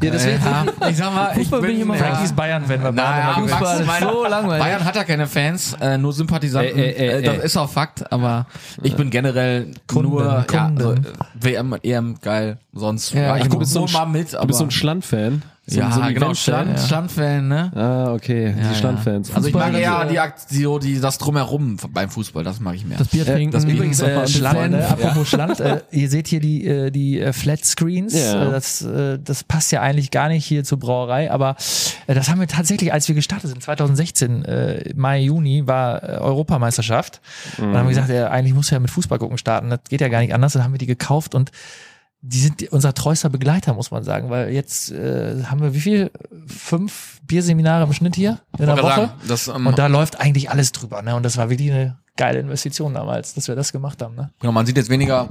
[SPEAKER 5] Äh,
[SPEAKER 8] ja, deswegen.
[SPEAKER 1] <laughs>
[SPEAKER 5] ich sag mal, ich
[SPEAKER 2] Fußball bin ich immer
[SPEAKER 5] ja.
[SPEAKER 6] Frankie's Bayern, wenn wir
[SPEAKER 5] Naja,
[SPEAKER 6] Bayern
[SPEAKER 5] Max,
[SPEAKER 2] Fußball ist
[SPEAKER 5] meine-
[SPEAKER 2] so langweilig.
[SPEAKER 5] Bayern hat ja keine Fans, äh, nur Sympathisanten.
[SPEAKER 8] Ey, ey, ey,
[SPEAKER 5] Äh, das
[SPEAKER 8] ey.
[SPEAKER 5] ist auch Fakt, aber ich bin generell
[SPEAKER 6] Kunden,
[SPEAKER 5] nur ja,
[SPEAKER 6] Kunden.
[SPEAKER 5] also, äh, WM und EM geil, sonst ja, ich
[SPEAKER 8] genau.
[SPEAKER 5] gucke nur mal mit, aber
[SPEAKER 8] Du bist so ein Schlandfan. So,
[SPEAKER 5] ja,
[SPEAKER 8] so ein
[SPEAKER 5] genau,
[SPEAKER 8] Event-Fan.
[SPEAKER 5] Stand, Standfan, ne?
[SPEAKER 8] Ah, okay. die Standfans.
[SPEAKER 5] Also ich mag
[SPEAKER 8] Fußball-
[SPEAKER 5] eher die Aktion, die das drumherum beim Fußball, das mag ich mehr.
[SPEAKER 2] Das Bier trinken.
[SPEAKER 5] das Bier
[SPEAKER 6] Übrigens,
[SPEAKER 5] Übrigens,
[SPEAKER 6] äh,
[SPEAKER 5] äh,
[SPEAKER 6] Schland, apropos Schland, äh, ihr seht hier die, äh, die äh, Flat Screens.
[SPEAKER 8] Ja.
[SPEAKER 6] Äh, das, äh, das passt ja eigentlich gar nicht hier zur Brauerei, aber äh, das haben wir tatsächlich, als wir gestartet sind, 2016, äh, Mai, Juni, war äh, Europameisterschaft. Und
[SPEAKER 5] Mhm.
[SPEAKER 6] dann haben wir gesagt, äh, eigentlich muss ja mit Fußball gucken starten. Das geht ja gar nicht anders. Dann haben wir die gekauft und die sind die- unser treuster Begleiter, muss man sagen, weil jetzt äh, haben wir wie viel? Fünf Bierseminare im Schnitt hier in der
[SPEAKER 5] Wollte
[SPEAKER 6] Woche.
[SPEAKER 5] gerade sagen, das, ähm,
[SPEAKER 6] und da läuft eigentlich alles drüber, ne? Und das war wirklich eine geile Investition damals, dass wir das gemacht haben, ne?
[SPEAKER 5] Genau, man sieht jetzt weniger,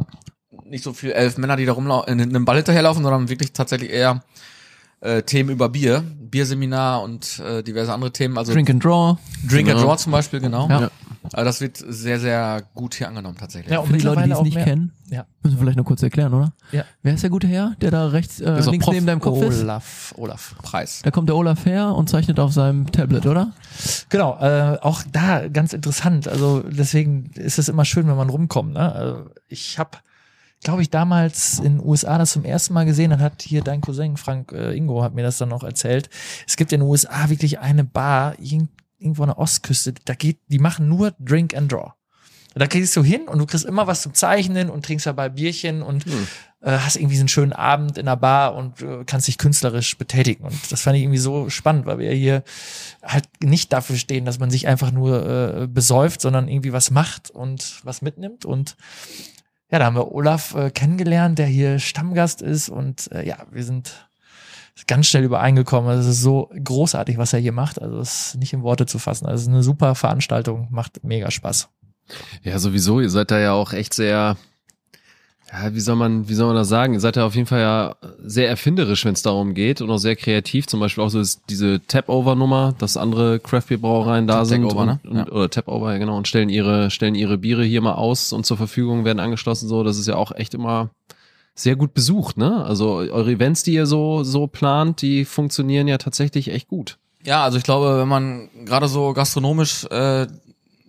[SPEAKER 5] nicht so viel elf Männer, die da rumlaufen, einem Ball hinterherlaufen, sondern wirklich tatsächlich eher äh, Themen über Bier, Bierseminar und äh, diverse andere Themen, also Drink,
[SPEAKER 2] Drink and Draw.
[SPEAKER 5] and Draw zum Beispiel, genau.
[SPEAKER 2] Ja.
[SPEAKER 5] Also das wird sehr, sehr gut hier angenommen tatsächlich.
[SPEAKER 6] Ja,
[SPEAKER 2] Für die Leute, die es nicht kennen,
[SPEAKER 6] Ja.
[SPEAKER 2] müssen wir vielleicht noch kurz erklären, oder?
[SPEAKER 6] Ja.
[SPEAKER 2] Wer ist der gute Herr, der da rechts äh, links neben deinem Kopf ist?
[SPEAKER 6] Olaf, Olaf.
[SPEAKER 5] Preis.
[SPEAKER 2] Da kommt der Olaf her und zeichnet auf seinem Tablet, oder?
[SPEAKER 6] Genau, äh, auch da ganz interessant. Also deswegen ist es immer schön, wenn man rumkommt. Ne? Also ich habe, glaube ich, damals in den USA das zum ersten Mal gesehen. Dann hat hier dein Cousin Frank äh, Ingo hat mir das dann noch erzählt. Es gibt in den USA wirklich eine Bar irgend- irgendwo an der Ostküste. Da geht, die machen nur Drink and Draw. Da gehst du hin und du kriegst immer was zum Zeichnen und trinkst dabei Bierchen und äh, hast irgendwie so einen schönen Abend in der Bar und äh, kannst dich künstlerisch betätigen. Und das fand ich irgendwie so spannend, weil wir hier halt nicht dafür stehen, dass man sich einfach nur äh, besäuft, sondern irgendwie was macht und was mitnimmt. Und ja, da haben wir Olaf äh, kennengelernt, der hier Stammgast ist. Und äh, ja, wir sind ganz schnell übereingekommen. Also Es ist so großartig, was er hier macht. Also es ist nicht in Worte zu fassen. Also es ist eine super Veranstaltung, macht mega Spaß.
[SPEAKER 1] Ja, sowieso, ihr seid da ja auch echt sehr, ja, wie soll man, wie soll man das sagen? Ihr seid da auf jeden Fall ja sehr erfinderisch, wenn es darum geht und auch sehr kreativ. Zum Beispiel auch so ist diese Tap-Over-Nummer, dass andere Craft-Beer-Brauereien da sind
[SPEAKER 5] Tap-Over,
[SPEAKER 1] und,
[SPEAKER 5] ne?
[SPEAKER 1] und,
[SPEAKER 5] Ja.
[SPEAKER 1] oder Tap-Over, ja genau, und stellen ihre, stellen ihre Biere hier mal aus und zur Verfügung werden angeschlossen. So, das ist ja auch echt immer sehr gut besucht, ne? Also eure Events, die ihr so, so plant, die funktionieren ja tatsächlich echt gut.
[SPEAKER 5] Ja, also ich glaube, wenn man gerade so gastronomisch äh,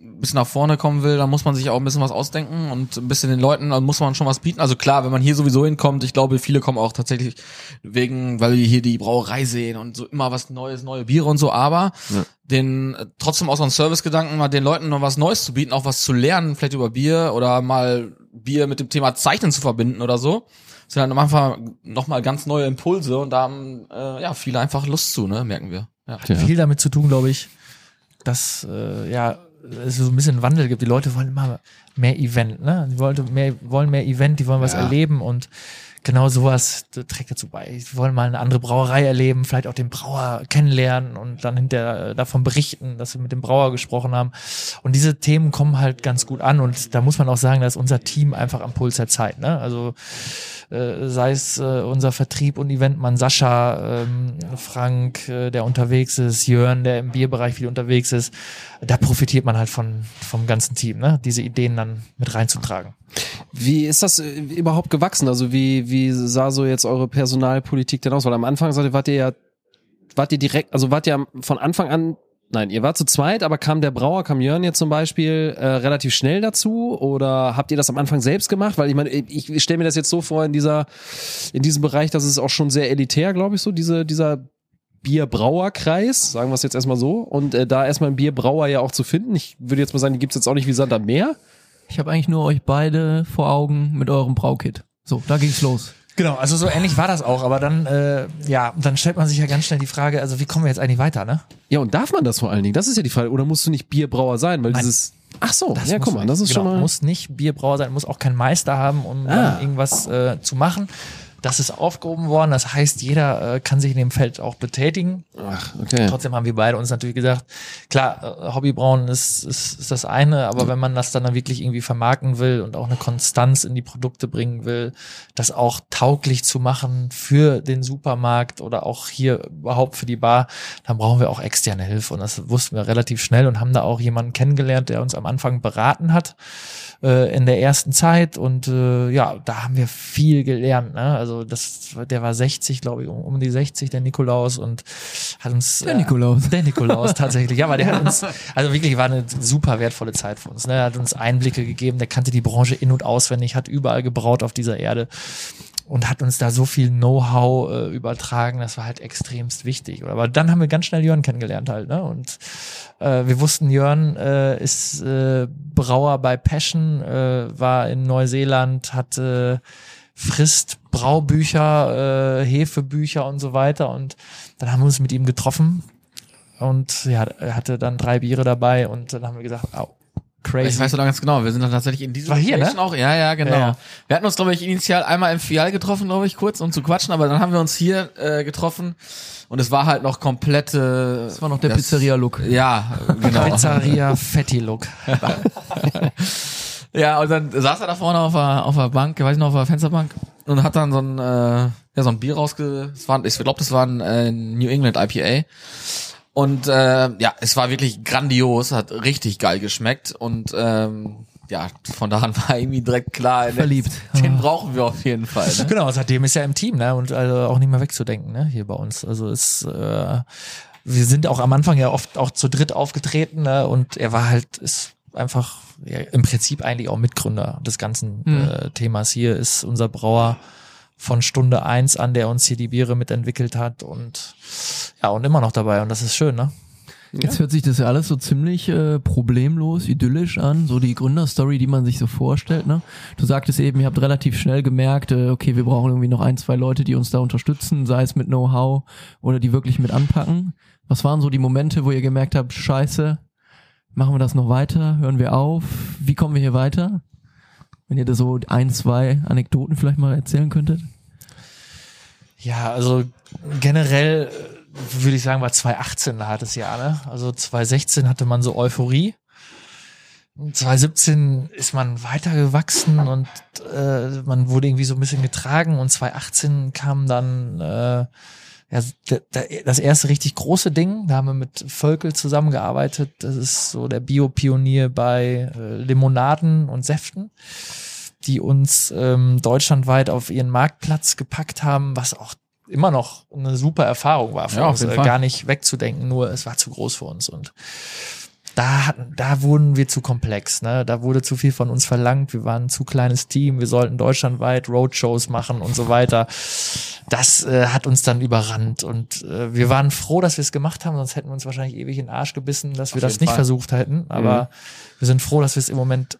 [SPEAKER 5] ein bisschen nach vorne kommen will, dann muss man sich auch ein bisschen was ausdenken und ein bisschen den Leuten, dann muss man schon was bieten. Also klar, wenn man hier sowieso hinkommt, ich glaube, viele kommen auch tatsächlich wegen, weil wir hier die Brauerei sehen und so immer was Neues, neue Biere und so, aber den äh, trotzdem auch so einen Servicegedanken, mal den Leuten noch was Neues zu bieten, auch was zu lernen, vielleicht über Bier oder mal Bier mit dem Thema Zeichnen zu verbinden oder so. Das sind dann einfach nochmal ganz neue Impulse und da haben äh, ja viele einfach Lust zu, ne, merken wir. Ja.
[SPEAKER 6] viel damit zu tun, glaube ich, dass äh, ja es so ein bisschen Wandel gibt. Die Leute wollen immer mehr Event, ne? Die wollte mehr, wollen mehr Event, die wollen was erleben und genau sowas äh, trägt dazu bei. Die wollen mal eine andere Brauerei erleben, vielleicht auch den Brauer kennenlernen und dann hinterher äh, davon berichten, dass wir mit dem Brauer gesprochen haben. Und diese Themen kommen halt ganz gut an und da muss man auch sagen, dass unser Team einfach am Puls der Zeit, ne? Also äh, sei es äh, unser Vertrieb und Eventmann Sascha, ähm, Frank, äh, der unterwegs ist, Jörn, der im Bierbereich viel unterwegs ist, da profitiert man halt von vom ganzen Team, ne? diese Ideen dann mit reinzutragen.
[SPEAKER 8] Wie ist das äh, überhaupt gewachsen? Also wie, wie sah so jetzt eure Personalpolitik denn aus? Weil am Anfang seid ihr- wart ihr ja, wart ihr direkt, also wart ihr am- von Anfang an, nein, ihr wart zu zweit, aber kam der Brauer, kam Jörn jetzt zum Beispiel äh, relativ schnell dazu? Oder habt ihr das am Anfang selbst gemacht? Weil ich meine, äh, ich, ich stelle mir das jetzt so vor in dieser, in diesem Bereich, das ist auch schon sehr elitär, glaube ich, so, diese, dieser Bierbrauerkreis, sagen wir es jetzt erstmal so. Und äh, da erstmal ein Bierbrauer ja auch zu finden. Ich würde jetzt mal sagen, die gibt's jetzt auch nicht wie Sand am Meer.
[SPEAKER 2] Ich habe eigentlich nur euch beide vor Augen mit eurem Braukit. So, da ging's los.
[SPEAKER 6] Genau, also so ähnlich war das auch, aber dann äh, ja, dann stellt man sich ja ganz schnell die Frage, also wie kommen wir jetzt eigentlich weiter, ne?
[SPEAKER 8] Ja, und darf man das vor allen Dingen? Das ist ja die Frage. Oder musst du nicht Bierbrauer sein? Weil dieses. Ach so, ja,
[SPEAKER 6] muss
[SPEAKER 8] guck mal, das ist
[SPEAKER 6] genau,
[SPEAKER 8] schon mal.
[SPEAKER 6] Muss nicht Bierbrauer sein, muss auch kein Meister haben, um
[SPEAKER 8] Ah.
[SPEAKER 6] dann irgendwas äh, zu machen. Das ist aufgehoben worden. Das heißt, jeder äh, kann sich in dem Feld auch betätigen.
[SPEAKER 1] Ach, okay.
[SPEAKER 6] Trotzdem haben wir beide uns natürlich gesagt, klar, äh, Hobbybrauen ist, ist, ist das eine, aber wenn man das dann, dann wirklich irgendwie vermarkten will und auch eine Konstanz in die Produkte bringen will, das auch tauglich zu machen für den Supermarkt oder auch hier überhaupt für die Bar, dann brauchen wir auch externe Hilfe. Und das wussten wir relativ schnell und haben da auch jemanden kennengelernt, der uns am Anfang beraten hat äh, in der ersten Zeit. Und äh, ja, da haben wir viel gelernt. Ne? Also das, der war 60, glaube ich, um, um die 60, der Nikolaus, und hat uns äh,
[SPEAKER 2] Der Nikolaus. <laughs>
[SPEAKER 6] der Nikolaus tatsächlich. Ja, aber der hat uns, also wirklich war eine super wertvolle Zeit für uns. Ne? Er hat uns Einblicke gegeben, der kannte die Branche in- und auswendig, hat überall gebraut auf dieser Erde und hat uns da so viel Know-how äh, übertragen. Das war halt extremst wichtig. Aber dann haben wir ganz schnell Jörn kennengelernt halt. Ne? Und äh, wir wussten, Jörn äh, ist äh, Brauer bei Passion, äh, war in Neuseeland, hatte frisst Braubücher, äh, Hefebücher und so weiter. Und dann haben wir uns mit ihm getroffen und ja, er hatte dann drei Biere dabei und dann haben wir gesagt, au, crazy.
[SPEAKER 5] Ich weiß sogar ganz genau. Wir sind dann tatsächlich in diesem
[SPEAKER 6] War hier, ne?
[SPEAKER 5] auch. Ja, ja, genau.
[SPEAKER 6] Ja, ja.
[SPEAKER 5] Wir hatten uns, glaube ich, initial einmal im Fial getroffen, glaube ich, kurz, um zu quatschen, aber dann haben wir uns hier äh, getroffen und es war halt noch komplette. Es
[SPEAKER 2] war noch der Pizzeria-Look.
[SPEAKER 5] Ja, genau.
[SPEAKER 6] Pizzeria Fetti Look.
[SPEAKER 5] Ja, und dann saß er da vorne auf der, auf der Bank, weiß ich noch, auf der Fensterbank und hat dann so ein, äh, ja, so ein Bier rausge... Es war, ich glaube, das war ein äh, New England IPA. Und äh, ja, es war wirklich grandios, hat richtig geil geschmeckt und ähm, ja, von da an war irgendwie direkt klar,
[SPEAKER 2] Verliebt.
[SPEAKER 5] Den, den brauchen wir auf jeden Fall. Ne?
[SPEAKER 6] <laughs> genau, seitdem ist er im Team, ne? Und also auch nicht mehr wegzudenken, ne? Hier bei uns. Also es äh, wir sind auch am Anfang ja oft auch zu dritt aufgetreten, ne? Und er war halt, ist einfach ja, im Prinzip eigentlich auch Mitgründer des ganzen äh, Themas. Hier ist unser Brauer von Stunde eins an, der uns hier die Biere mitentwickelt hat und ja, und immer noch dabei. Und das ist schön, ne?
[SPEAKER 2] Jetzt hört sich das ja alles so ziemlich äh, problemlos, idyllisch an, so die Gründerstory, die man sich so vorstellt. Ne? Du sagtest eben, ihr habt relativ schnell gemerkt, äh, okay, wir brauchen irgendwie noch ein, zwei Leute, die uns da unterstützen, sei es mit Know-how oder die wirklich mit anpacken. Was waren so die Momente, wo ihr gemerkt habt, scheiße, machen wir das noch weiter, hören wir auf, wie kommen wir hier weiter? Wenn ihr da so ein, zwei Anekdoten vielleicht mal erzählen könntet.
[SPEAKER 6] Ja, also generell äh, würde ich sagen, war 2018 ein hartes Jahr, ne? Also 2016 hatte man so Euphorie. 2017 ist man weitergewachsen und äh, man wurde irgendwie so ein bisschen getragen und 2018 kam dann äh, ja, d- d- das erste richtig große Ding. Da haben wir mit Völkel zusammengearbeitet. Das ist so der Bio-Pionier bei äh, Limonaden und Säften die uns ähm, deutschlandweit auf ihren Marktplatz gepackt haben, was auch immer noch eine super Erfahrung war für
[SPEAKER 5] Ja, auf
[SPEAKER 6] uns,
[SPEAKER 5] jeden
[SPEAKER 6] äh,
[SPEAKER 5] Fall.
[SPEAKER 6] gar nicht wegzudenken, nur es war zu groß für uns und da, hatten- da wurden wir zu komplex, ne? da wurde zu viel von uns verlangt, wir waren ein zu kleines Team, wir sollten deutschlandweit Roadshows machen und so weiter. Das äh, hat uns dann überrannt und äh, wir waren froh, dass wir es gemacht haben, sonst hätten wir uns wahrscheinlich ewig in den Arsch gebissen, dass wir
[SPEAKER 5] Auf
[SPEAKER 6] das
[SPEAKER 5] jeden
[SPEAKER 6] nicht
[SPEAKER 5] Fall. Mhm.
[SPEAKER 6] versucht hätten, aber wir sind froh, dass wir es im Moment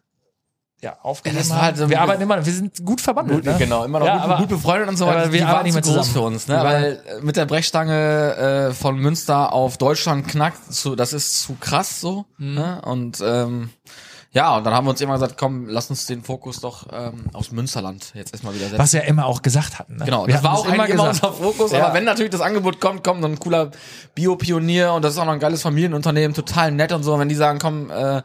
[SPEAKER 6] ja,
[SPEAKER 5] Ja, das
[SPEAKER 6] aufgegeben
[SPEAKER 5] war
[SPEAKER 6] haben.
[SPEAKER 5] halt so ein
[SPEAKER 6] wir
[SPEAKER 5] bisschen-
[SPEAKER 6] arbeiten immer, wir sind gut verbandelt. ne?
[SPEAKER 5] Genau, immer noch
[SPEAKER 6] Ja,
[SPEAKER 5] gut,
[SPEAKER 6] aber-
[SPEAKER 5] gut befreundet und so
[SPEAKER 6] aber
[SPEAKER 5] weiter.
[SPEAKER 6] wir
[SPEAKER 5] Die
[SPEAKER 6] waren
[SPEAKER 5] waren
[SPEAKER 6] nicht
[SPEAKER 5] zu
[SPEAKER 6] mehr
[SPEAKER 5] groß
[SPEAKER 6] zusammen.
[SPEAKER 5] für uns,
[SPEAKER 6] Wir
[SPEAKER 5] ne?
[SPEAKER 6] waren-
[SPEAKER 5] Weil äh, mit der Brechstange äh, von Münster auf Deutschland knackt, zu, das ist zu krass so.
[SPEAKER 6] Mhm.
[SPEAKER 5] Ne? Und ähm, ja, und dann haben wir uns immer gesagt, komm, lass uns den Fokus doch ähm, aufs Münsterland jetzt erstmal wieder setzen.
[SPEAKER 6] Was wir ja immer auch gesagt hatten. Ne?
[SPEAKER 5] Genau,
[SPEAKER 6] wir
[SPEAKER 5] das war
[SPEAKER 6] hatten
[SPEAKER 5] auch immer, immer unser Fokus,
[SPEAKER 6] Ja.
[SPEAKER 5] aber wenn natürlich das Angebot kommt, kommt so ein cooler Bio-Pionier und das ist auch noch ein geiles Familienunternehmen, total nett und so, wenn die sagen, komm, äh,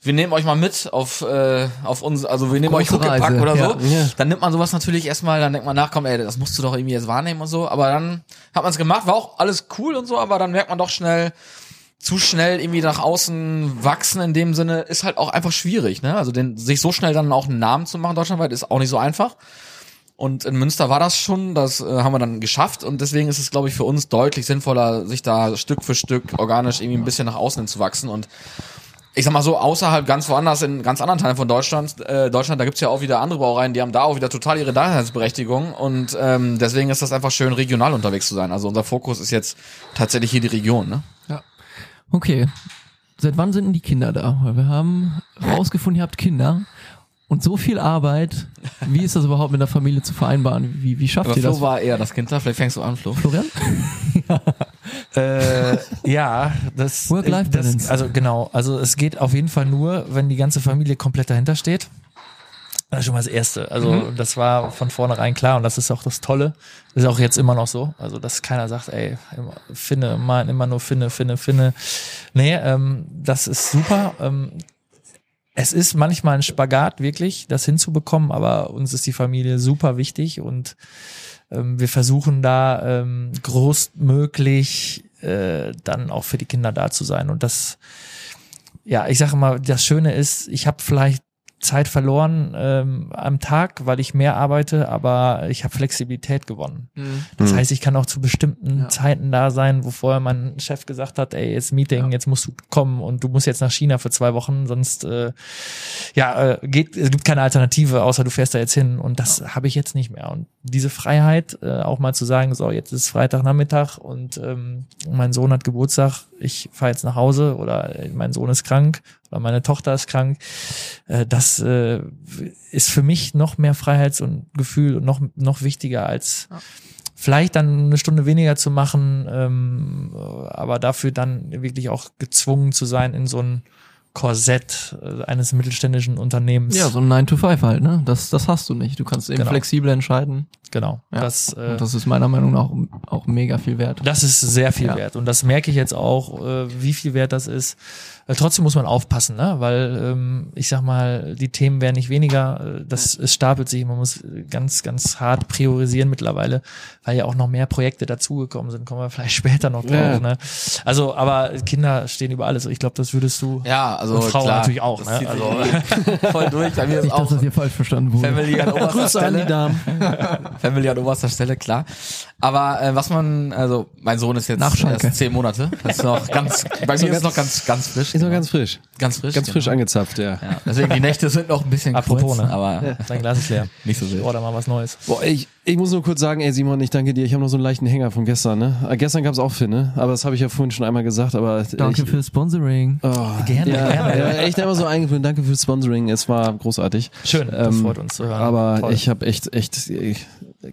[SPEAKER 5] wir nehmen euch mal mit auf, äh, auf uns, also wir nehmen euch
[SPEAKER 2] große
[SPEAKER 5] Huckepack
[SPEAKER 2] Reise,
[SPEAKER 5] oder
[SPEAKER 2] ja.
[SPEAKER 5] so, dann nimmt man sowas natürlich erstmal, dann denkt man nach, komm, ey, das musst du doch irgendwie jetzt wahrnehmen und so, aber dann hat man es gemacht, war auch alles cool und so, aber dann merkt man doch schnell, zu schnell irgendwie nach außen wachsen in dem Sinne ist halt auch einfach schwierig, ne? Also den, sich so schnell dann auch einen Namen zu machen deutschlandweit ist auch nicht so einfach. Und in Münster war das schon, das äh, haben wir dann geschafft und deswegen ist es, glaube ich, für uns deutlich sinnvoller, sich da Stück für Stück organisch irgendwie ein bisschen nach außen hin zu wachsen und ich sag mal so, außerhalb ganz woanders, in ganz anderen Teilen von Deutschland, äh, Deutschland, da gibt's ja auch wieder andere Brauereien, die haben da auch wieder total ihre Daseinsberechtigung und ähm, deswegen ist das einfach schön, regional unterwegs zu sein. Also unser Fokus ist jetzt tatsächlich hier die Region, ne?
[SPEAKER 2] Okay. Seit wann sind denn die Kinder da? Weil wir haben rausgefunden, ihr habt Kinder. Und so viel Arbeit, wie ist das überhaupt mit der Familie zu vereinbaren? Wie, wie schafft
[SPEAKER 5] Aber
[SPEAKER 2] ihr
[SPEAKER 5] Flo
[SPEAKER 2] das?
[SPEAKER 5] war eher das Kind da, vielleicht fängst du an, Flo.
[SPEAKER 2] Florian?
[SPEAKER 6] äh, ja, das,
[SPEAKER 2] Work-Life-Balance.
[SPEAKER 6] das- Also genau, also es geht auf jeden Fall nur, wenn die ganze Familie komplett dahinter steht. Das ist schon mal das Erste. Also das war von vornherein klar und das ist auch das Tolle. Das ist auch jetzt immer noch so. Also dass keiner sagt, ey, immer, Finne, immer, immer nur Finne, Finne, Finne. Nee, ähm, das ist super. Ähm, es ist manchmal ein Spagat, wirklich, das hinzubekommen, aber uns ist die Familie super wichtig und ähm, wir versuchen da ähm, großmöglich äh, dann auch für die Kinder da zu sein. Und das, ja, ich sage mal, das Schöne ist, ich habe vielleicht Zeit verloren ähm, am Tag, weil ich mehr arbeite, aber ich habe Flexibilität gewonnen. Das heißt, ich kann auch zu bestimmten Zeiten da sein, wo vorher mein Chef gesagt hat, ey, jetzt Meeting, jetzt musst du kommen und du musst jetzt nach China für zwei Wochen, sonst äh, ja, äh, geht, es gibt keine Alternative, außer du fährst da jetzt hin und das habe ich jetzt nicht mehr. Und diese Freiheit, äh, auch mal zu sagen, so, jetzt ist Freitagnachmittag und ähm, mein Sohn hat Geburtstag, ich fahre jetzt nach Hause oder äh, mein Sohn ist krank oder meine Tochter ist krank, äh, das äh, ist für mich noch mehr Freiheits- und Gefühl und noch, noch wichtiger als vielleicht dann eine Stunde weniger zu machen, ähm, aber dafür dann wirklich auch gezwungen zu sein in so ein Korsett äh, eines mittelständischen Unternehmens.
[SPEAKER 2] Ja, so ein 9 to 5 halt, ne? Das, das hast du nicht. Du kannst eben
[SPEAKER 6] Genau.
[SPEAKER 2] flexibel entscheiden.
[SPEAKER 6] genau.
[SPEAKER 2] Ja.
[SPEAKER 6] Das, äh,
[SPEAKER 2] Und das ist meiner Meinung nach auch, auch mega viel wert.
[SPEAKER 6] Das ist sehr viel
[SPEAKER 2] Ja.
[SPEAKER 6] wert und das merke ich jetzt auch, äh, wie viel wert das ist. Äh, trotzdem muss man aufpassen, ne? weil ähm, ich sag mal, die Themen werden nicht weniger, äh, das es stapelt sich, man muss äh, ganz, ganz hart priorisieren mittlerweile, weil ja auch noch mehr Projekte dazugekommen sind, kommen wir vielleicht <laughs> später noch drauf.
[SPEAKER 8] Ja.
[SPEAKER 6] Ne? Also, aber Kinder stehen über alles, ich glaube, das würdest du
[SPEAKER 5] Ja, also
[SPEAKER 6] und Frauen
[SPEAKER 5] klar,
[SPEAKER 6] natürlich auch.
[SPEAKER 5] das
[SPEAKER 6] Ne?
[SPEAKER 5] zieht sich
[SPEAKER 6] Also,
[SPEAKER 5] <laughs> voll durch. Bei mir ist
[SPEAKER 2] Nicht, dass
[SPEAKER 5] auch
[SPEAKER 2] das hier falsch verstanden wurde.
[SPEAKER 5] Family an oberster
[SPEAKER 8] Grüße an die
[SPEAKER 5] Stelle.
[SPEAKER 6] <laughs>
[SPEAKER 8] Damen.
[SPEAKER 5] Family an oberster Stelle, klar. Aber äh, was man, also mein Sohn ist jetzt
[SPEAKER 2] Nachschanke.
[SPEAKER 5] erst zehn Monate. Das ist noch ganz, bei mir ist noch ganz, ganz frisch.
[SPEAKER 6] Genau.
[SPEAKER 8] Ist noch ganz frisch.
[SPEAKER 5] ganz frisch.
[SPEAKER 8] Ganz
[SPEAKER 5] genau.
[SPEAKER 8] frisch angezapft, ja.
[SPEAKER 5] Ja, deswegen die Nächte sind noch ein bisschen
[SPEAKER 6] Apropos,
[SPEAKER 5] kurz,
[SPEAKER 6] ne?
[SPEAKER 5] aber
[SPEAKER 6] dein Glas ist leer.
[SPEAKER 5] nicht so
[SPEAKER 6] Ich
[SPEAKER 5] wild.
[SPEAKER 6] order mal was Neues.
[SPEAKER 8] Boah, ich, ich muss nur kurz sagen, ey Simon, ich danke dir. Ich habe noch so einen leichten Hänger von gestern, ne? Äh, gestern gab's auch Finne, aber das habe ich ja vorhin schon einmal gesagt, aber
[SPEAKER 2] Danke
[SPEAKER 8] ich,
[SPEAKER 2] fürs Sponsoring.
[SPEAKER 8] Oh,
[SPEAKER 6] Gerne,
[SPEAKER 8] ja,
[SPEAKER 6] gerne.
[SPEAKER 8] Ja, echt immer so eingefallen. Danke fürs Sponsoring. Es war großartig.
[SPEAKER 6] Schön, das
[SPEAKER 8] Ähm,
[SPEAKER 6] freut uns zu hören.
[SPEAKER 8] aber
[SPEAKER 6] Toll.
[SPEAKER 8] ich habe echt, echt ich,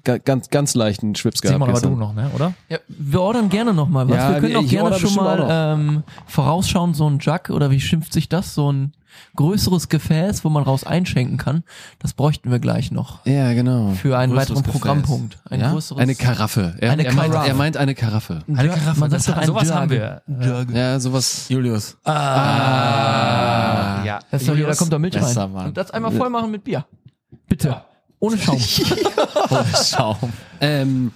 [SPEAKER 8] ga- ganz, ganz leichten Schwips gehabt.
[SPEAKER 6] Simon, aber du
[SPEAKER 8] gestern.
[SPEAKER 6] noch, ne? oder?
[SPEAKER 2] Ja, wir ordern gerne nochmal was.
[SPEAKER 8] Ja,
[SPEAKER 2] wir können
[SPEAKER 8] wir-
[SPEAKER 2] auch
[SPEAKER 8] ich
[SPEAKER 2] gerne
[SPEAKER 8] order
[SPEAKER 2] schon
[SPEAKER 8] bestimmt
[SPEAKER 2] mal
[SPEAKER 8] auch
[SPEAKER 2] ähm, vorausschauen, so ein Jug oder wie schimpft sich das, so ein größeres Gefäß, wo man raus einschenken kann. Das bräuchten wir gleich noch
[SPEAKER 8] Ja, genau.
[SPEAKER 2] für einen
[SPEAKER 5] Größeres
[SPEAKER 2] weiteren
[SPEAKER 5] Gefäß.
[SPEAKER 2] Programmpunkt. Ein
[SPEAKER 5] Ja?
[SPEAKER 2] größeres
[SPEAKER 8] Eine Karaffe. Er,
[SPEAKER 2] Eine
[SPEAKER 8] er, meint,
[SPEAKER 2] Karaffe.
[SPEAKER 8] er meint eine Karaffe.
[SPEAKER 2] Eine Karaffe. Man
[SPEAKER 6] das-
[SPEAKER 2] sagt doch ein
[SPEAKER 6] sowas
[SPEAKER 2] Jug.
[SPEAKER 6] haben wir.
[SPEAKER 2] Jug.
[SPEAKER 8] Ja, sowas. Ah.
[SPEAKER 5] Julius.
[SPEAKER 6] ja.
[SPEAKER 2] Das ist doch, hier, da kommt doch Milch
[SPEAKER 5] Besser,
[SPEAKER 2] rein.
[SPEAKER 5] Mann.
[SPEAKER 2] Und das einmal voll machen mit Bier. Bitte. Ohne Schaum.
[SPEAKER 5] Schaum.
[SPEAKER 8] Ähm,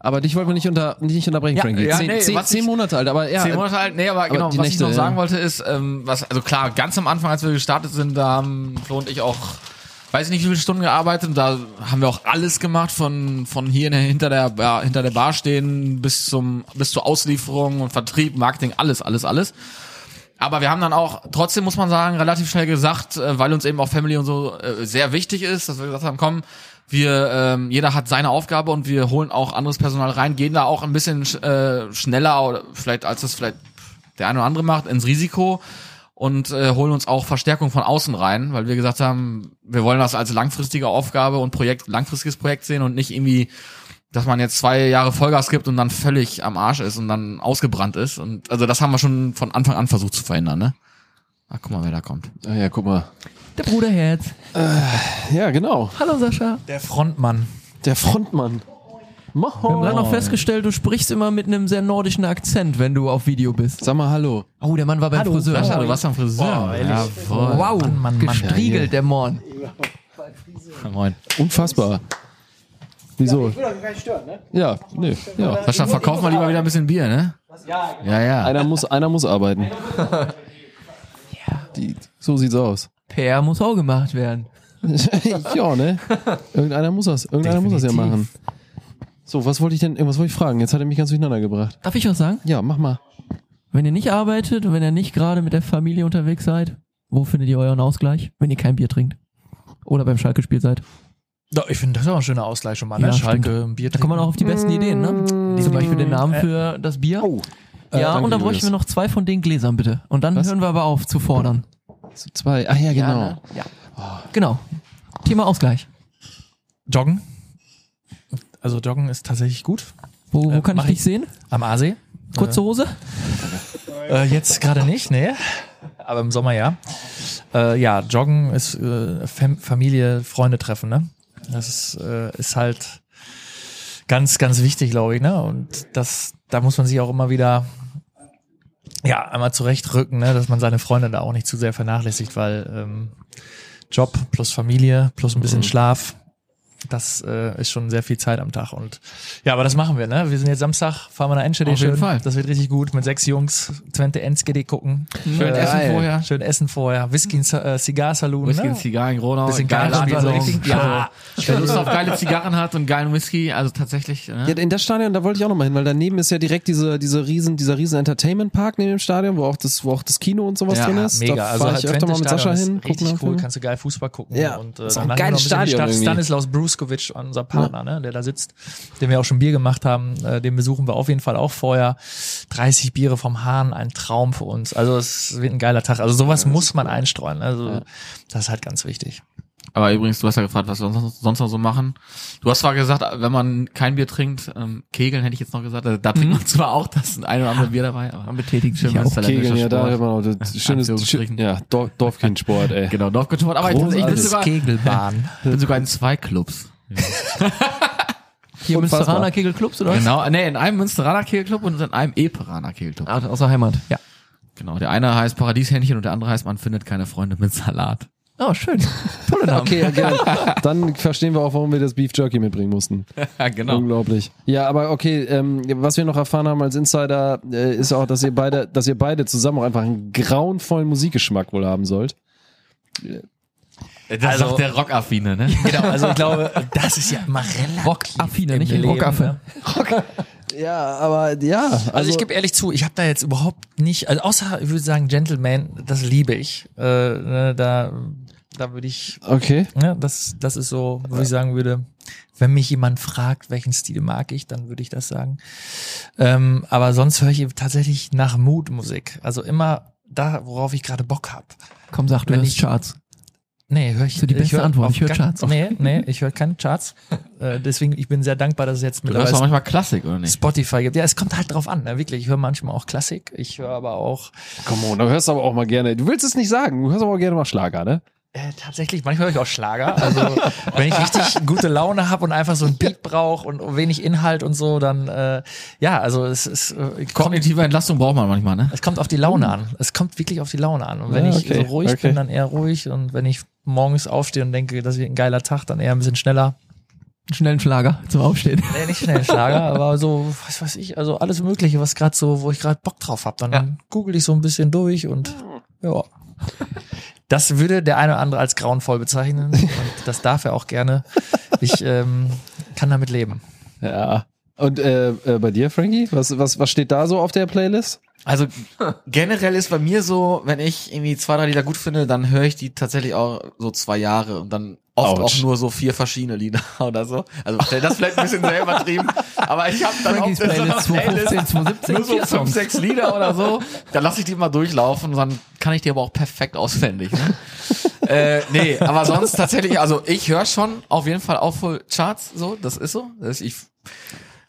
[SPEAKER 8] aber dich wollten wir nicht, unter, nicht unterbrechen,
[SPEAKER 5] Ja,
[SPEAKER 8] Frankie.
[SPEAKER 5] ja,
[SPEAKER 8] zehn,
[SPEAKER 5] nee,
[SPEAKER 8] zehn,
[SPEAKER 5] was
[SPEAKER 8] zehn
[SPEAKER 5] ich-
[SPEAKER 8] Monate alt, aber ja.
[SPEAKER 5] Zehn Monate alt, nee, aber, genau, was
[SPEAKER 8] die
[SPEAKER 5] ich
[SPEAKER 8] Nächte,
[SPEAKER 5] noch sagen
[SPEAKER 8] ja.
[SPEAKER 5] wollte ist, ähm, was, also klar, ganz am Anfang, als wir gestartet sind, da haben Flo und ich auch, weiß ich nicht, wie viele Stunden gearbeitet und da haben wir auch alles gemacht, von, von hier in der, hinter der, Bar- hinter der Bar stehen bis zum, bis zur Auslieferung und Vertrieb, Marketing, alles, alles, alles. Aber wir haben dann auch, trotzdem muss man sagen, relativ schnell gesagt, äh, weil uns eben auch Family und so äh, sehr wichtig ist, dass wir gesagt haben, komm, wir, ähm, jeder hat seine Aufgabe und wir holen auch anderes Personal rein, gehen da auch ein bisschen sch- äh, schneller oder vielleicht als das vielleicht der eine oder andere macht, ins Risiko und äh, holen uns auch Verstärkung von außen rein, weil wir gesagt haben, wir wollen das als langfristige Aufgabe und Projekt, langfristiges Projekt sehen und nicht irgendwie, dass man jetzt zwei Jahre Vollgas gibt und dann völlig am Arsch ist und dann ausgebrannt ist. Und also das haben wir schon von Anfang an versucht zu verhindern, ne? Ach, guck mal, wer da kommt.
[SPEAKER 8] Ah, ja, guck mal.
[SPEAKER 2] Der Bruderherz.
[SPEAKER 8] Ja, genau.
[SPEAKER 2] Hallo Sascha.
[SPEAKER 6] Der Frontmann.
[SPEAKER 8] Der Frontmann.
[SPEAKER 2] Wir haben gerade
[SPEAKER 8] Moho.
[SPEAKER 2] noch festgestellt, du sprichst immer mit einem sehr nordischen Akzent, wenn du auf Video bist.
[SPEAKER 8] Sag mal Hallo.
[SPEAKER 2] Oh, der Mann war beim Friseur.
[SPEAKER 5] Sascha, du warst am Friseur. Jawohl.
[SPEAKER 2] Wow,
[SPEAKER 6] Mann, Mann, Mann.
[SPEAKER 2] gestriegelt, der Morn.
[SPEAKER 5] Moin.
[SPEAKER 8] Unfassbar. Wieso? Ja, nee. Ja.
[SPEAKER 5] Sascha, verkauf mal lieber wieder ein bisschen Bier, ne? Ja,
[SPEAKER 1] genau.
[SPEAKER 5] ja.
[SPEAKER 8] Einer muss, einer muss arbeiten. Die, so sieht's aus. <laughs>
[SPEAKER 2] PR muss auch gemacht werden.
[SPEAKER 8] ja, ne? Irgendeiner muss das. Irgendeiner muss das ja machen. So, was wollte ich denn, was wollte ich fragen? Jetzt hat er mich ganz durcheinander gebracht.
[SPEAKER 2] Darf ich was sagen?
[SPEAKER 8] Ja, mach mal.
[SPEAKER 2] Wenn ihr nicht arbeitet und wenn ihr nicht gerade mit der Familie unterwegs seid, wo findet ihr euren Ausgleich, wenn ihr kein Bier trinkt? Oder beim Schalke-Spiel seid.
[SPEAKER 6] Doch, ich finde, das ist auch ein schöner Ausgleich schon mal.
[SPEAKER 2] Ja,
[SPEAKER 6] ne? Schalke,
[SPEAKER 2] stimmt.
[SPEAKER 6] Bier
[SPEAKER 2] Da kommt man auch auf die besten Ideen, ne? Zum Beispiel den Namen
[SPEAKER 6] äh,
[SPEAKER 2] für das Bier.
[SPEAKER 8] Oh. Äh,
[SPEAKER 2] Ja,
[SPEAKER 8] danke,
[SPEAKER 2] und dann bräuchten
[SPEAKER 8] Julius.
[SPEAKER 2] wir noch zwei von den Gläsern, bitte. Und dann
[SPEAKER 8] Was?
[SPEAKER 2] hören wir aber auf zu fordern.
[SPEAKER 8] So zwei. Ach ja,
[SPEAKER 6] ne?
[SPEAKER 8] genau.
[SPEAKER 2] Genau. Thema Ausgleich.
[SPEAKER 6] Joggen. Also Joggen ist tatsächlich gut.
[SPEAKER 2] Wo, wo
[SPEAKER 6] Äh,
[SPEAKER 2] kann ich
[SPEAKER 6] mach
[SPEAKER 2] dich
[SPEAKER 6] ich-
[SPEAKER 2] sehen?
[SPEAKER 6] Am Aasee.
[SPEAKER 2] Kurze Hose?
[SPEAKER 6] Äh, jetzt gerade nicht, ne? Aber im Sommer ja. Äh, ja, Joggen ist äh, Fam Familie, Freunde treffen, ne? Das ist, äh, ist halt ganz, ganz wichtig, glaube ich, ne? Und das, da muss man sich auch immer wieder ja, einmal zurechtrücken, ne? dass man seine Freunde da auch nicht zu sehr vernachlässigt, weil ähm, Job plus Familie plus ein
[SPEAKER 5] Mhm.
[SPEAKER 6] bisschen Schlaf, das äh, ist schon sehr viel Zeit am Tag. Und ja, aber das machen wir, ne? Wir sind jetzt Samstag, fahren wir nach Enschede
[SPEAKER 5] Auf jeden
[SPEAKER 6] schön.
[SPEAKER 5] Fall.
[SPEAKER 6] Das wird richtig gut mit sechs Jungs, Twente Enschede gucken. Schön
[SPEAKER 5] Essen vorher. Genau.
[SPEAKER 6] Schön essen vorher. Whisky in Sa- äh, Cigar Saloon.
[SPEAKER 5] Whisky
[SPEAKER 6] ne?
[SPEAKER 5] und Zigarren, Gronau.
[SPEAKER 6] Bisschen
[SPEAKER 5] geile
[SPEAKER 6] Gartenspiel,
[SPEAKER 5] Anwendung.
[SPEAKER 6] so richtig-
[SPEAKER 5] Ja. Wer Lust auf geile Zigarren hat und geilen Whisky, also tatsächlich.
[SPEAKER 1] Ja,
[SPEAKER 5] Ne?
[SPEAKER 1] in das Stadion, da wollte ich auch nochmal hin, weil daneben ist ja direkt diese, diese riesen, dieser riesen Entertainment Park neben dem Stadion, wo auch das, wo auch das Kino und sowas
[SPEAKER 5] Ja,
[SPEAKER 1] drin ist.
[SPEAKER 6] Mega,
[SPEAKER 1] da
[SPEAKER 6] also
[SPEAKER 1] fahr
[SPEAKER 6] halt
[SPEAKER 1] ich öfter mal mit
[SPEAKER 6] Twente-Stadion
[SPEAKER 1] Sascha
[SPEAKER 6] ist
[SPEAKER 1] hin. gucken wir
[SPEAKER 6] Richtig cool,
[SPEAKER 1] einen Film.
[SPEAKER 6] kannst du geil Fußball gucken.
[SPEAKER 1] Ja,
[SPEAKER 6] und äh,
[SPEAKER 1] ist auch
[SPEAKER 6] danach
[SPEAKER 1] ein geiles
[SPEAKER 6] noch bisschen
[SPEAKER 1] Stadion
[SPEAKER 6] die
[SPEAKER 1] irgendwie.
[SPEAKER 6] Stadt Stanislaus Bruskovic, unser Partner, ne, der da sitzt, den wir auch schon Bier gemacht haben, äh, den besuchen wir auf jeden Fall auch vorher. 30 Biere vom Hahn, ein Traum für uns. Also es wird ein geiler Tag. Also sowas muss man einstreuen. Also das ist halt ganz wichtig.
[SPEAKER 5] Aber übrigens, du hast ja gefragt, was wir sonst, sonst noch so machen. Du hast zwar gesagt, wenn man kein Bier trinkt, ähm, Kegeln hätte ich jetzt noch gesagt, also, da
[SPEAKER 1] Mhm.
[SPEAKER 5] trinkt man zwar auch das ein oder andere Bier dabei, aber man betätigt sich auch
[SPEAKER 1] Kegeln, ja, da immer noch
[SPEAKER 6] <laughs>
[SPEAKER 1] das schönes,
[SPEAKER 5] Anführungsstrichen.
[SPEAKER 1] ja, Dorf, Dorfkindsport, ey.
[SPEAKER 5] Genau, Dorfkultur. Aber ich,
[SPEAKER 2] Also
[SPEAKER 5] ich bin,
[SPEAKER 1] Großartig.
[SPEAKER 5] sogar,
[SPEAKER 6] Kegelbahn.
[SPEAKER 5] bin sogar in zwei Clubs.
[SPEAKER 2] Hier
[SPEAKER 1] Unfassbar.
[SPEAKER 2] Münsteraner Kegelclubs oder was?
[SPEAKER 5] Genau, nee, in einem Münsteraner Kegelclub und in einem Eperaner
[SPEAKER 1] Ah.
[SPEAKER 5] Kegelclub.
[SPEAKER 2] Aus aus der Heimat. Ja.
[SPEAKER 5] Genau, der eine heißt Paradieshähnchen und der andere heißt, man findet keine Freunde mit Salat. <laughs>
[SPEAKER 2] Oh, schön. Tolle <laughs> Namen.
[SPEAKER 1] Okay, ja, gerne. Dann verstehen wir auch, warum wir das Beef Jerky mitbringen mussten.
[SPEAKER 5] Ja, genau.
[SPEAKER 1] Unglaublich. Ja, aber okay, ähm, was wir noch erfahren haben als Insider, äh, ist auch, dass ihr beide, dass ihr beide zusammen auch einfach einen grauenvollen Musikgeschmack wohl haben sollt.
[SPEAKER 5] Das also, sagt der
[SPEAKER 1] <laughs>
[SPEAKER 5] Rockaffine, ne?
[SPEAKER 6] genau, also ich glaube, das ist ja immer relativ
[SPEAKER 2] Rockaffine,
[SPEAKER 6] im
[SPEAKER 2] nicht ein
[SPEAKER 6] Leben,
[SPEAKER 2] Rockaffe.
[SPEAKER 6] ne?
[SPEAKER 1] Ja, aber ja. Also,
[SPEAKER 6] Also, ich gebe ehrlich zu, ich habe da jetzt überhaupt nicht, also außer ich würde sagen, Gentleman, das liebe ich. Äh, ne, da da würde ich,
[SPEAKER 1] Okay.
[SPEAKER 6] ne, das, das ist so, wo ich sagen würde, wenn mich jemand fragt, welchen Stil mag ich, dann würde ich das sagen. Ähm, aber sonst höre ich tatsächlich nach Mut Musik. Also immer da, worauf ich gerade Bock habe.
[SPEAKER 2] Komm, sag du
[SPEAKER 6] Wenn
[SPEAKER 2] hörst
[SPEAKER 6] ich-
[SPEAKER 2] Charts.
[SPEAKER 6] Nee, höre ich.
[SPEAKER 2] So die
[SPEAKER 6] ich
[SPEAKER 2] beste
[SPEAKER 6] höre
[SPEAKER 2] Antwort,
[SPEAKER 6] auf
[SPEAKER 2] ich höre
[SPEAKER 6] gar-
[SPEAKER 2] Charts.
[SPEAKER 6] Nee, nee, ich höre keine Charts. Äh, deswegen, ich bin sehr dankbar, dass es jetzt
[SPEAKER 5] Du hörst auch
[SPEAKER 6] mittlerweile
[SPEAKER 5] manchmal Klassik, oder nicht?
[SPEAKER 6] Spotify gibt. Ja, es kommt halt drauf an, ne? wirklich. Ich höre manchmal auch Klassik, ich höre aber auch
[SPEAKER 1] Come on, du hörst aber auch mal gerne. Du willst es nicht sagen, du hörst aber auch gerne mal Schlager, ne?
[SPEAKER 6] Äh, tatsächlich, manchmal höre ich auch
[SPEAKER 1] <laughs>
[SPEAKER 6] Schlager. Also wenn ich richtig gute Laune habe und einfach so ein Beat brauche und wenig Inhalt und so, dann äh, ja, also es ist äh, kommt,
[SPEAKER 5] Kognitive Entlastung braucht man manchmal, ne?
[SPEAKER 6] es kommt auf die Laune an. Es kommt wirklich auf die Laune an. Und wenn
[SPEAKER 1] Ja,
[SPEAKER 6] ich
[SPEAKER 1] okay,
[SPEAKER 6] so ruhig
[SPEAKER 1] okay.
[SPEAKER 6] bin, dann eher ruhig. Und wenn ich morgens aufstehe und denke, das wird ein geiler Tag, dann eher ein bisschen schneller.
[SPEAKER 2] Einen schnellen Schlager zum
[SPEAKER 6] <laughs>
[SPEAKER 2] Aufstehen.
[SPEAKER 6] Nee, nicht schnell Schlager, aber so, was weiß ich, also alles Mögliche, was gerade so, wo ich gerade Bock drauf habe. Dann google ich so ein bisschen durch und ja. Das würde der eine oder andere als grauenvoll bezeichnen. Und das darf er auch gerne. Ich ähm, kann damit leben.
[SPEAKER 1] Ja. Und äh, äh, bei dir, Frankie? Was, was, was steht da so auf der Playlist?
[SPEAKER 5] Also
[SPEAKER 2] <laughs>
[SPEAKER 5] generell ist bei mir so, wenn ich irgendwie zwei, drei Lieder gut finde, dann höre ich die tatsächlich auch so zwei Jahre und dann oft
[SPEAKER 1] Autsch.
[SPEAKER 5] auch nur so vier verschiedene Lieder <laughs> oder so. Also das ist vielleicht ein bisschen sehr übertrieben,
[SPEAKER 2] <laughs>
[SPEAKER 5] aber ich habe dann
[SPEAKER 2] Frankies
[SPEAKER 5] auf der
[SPEAKER 2] <laughs> Playlist 2015, 2017,
[SPEAKER 5] nur so
[SPEAKER 2] vier
[SPEAKER 5] fünf,
[SPEAKER 2] Songs.
[SPEAKER 5] sechs Lieder oder so. Dann lasse ich die mal durchlaufen und dann kann ich die aber auch perfekt auswendig. Ne? <laughs> äh, nee, aber sonst tatsächlich, also ich höre schon auf jeden Fall auch voll Charts so, das ist so. Das, ich,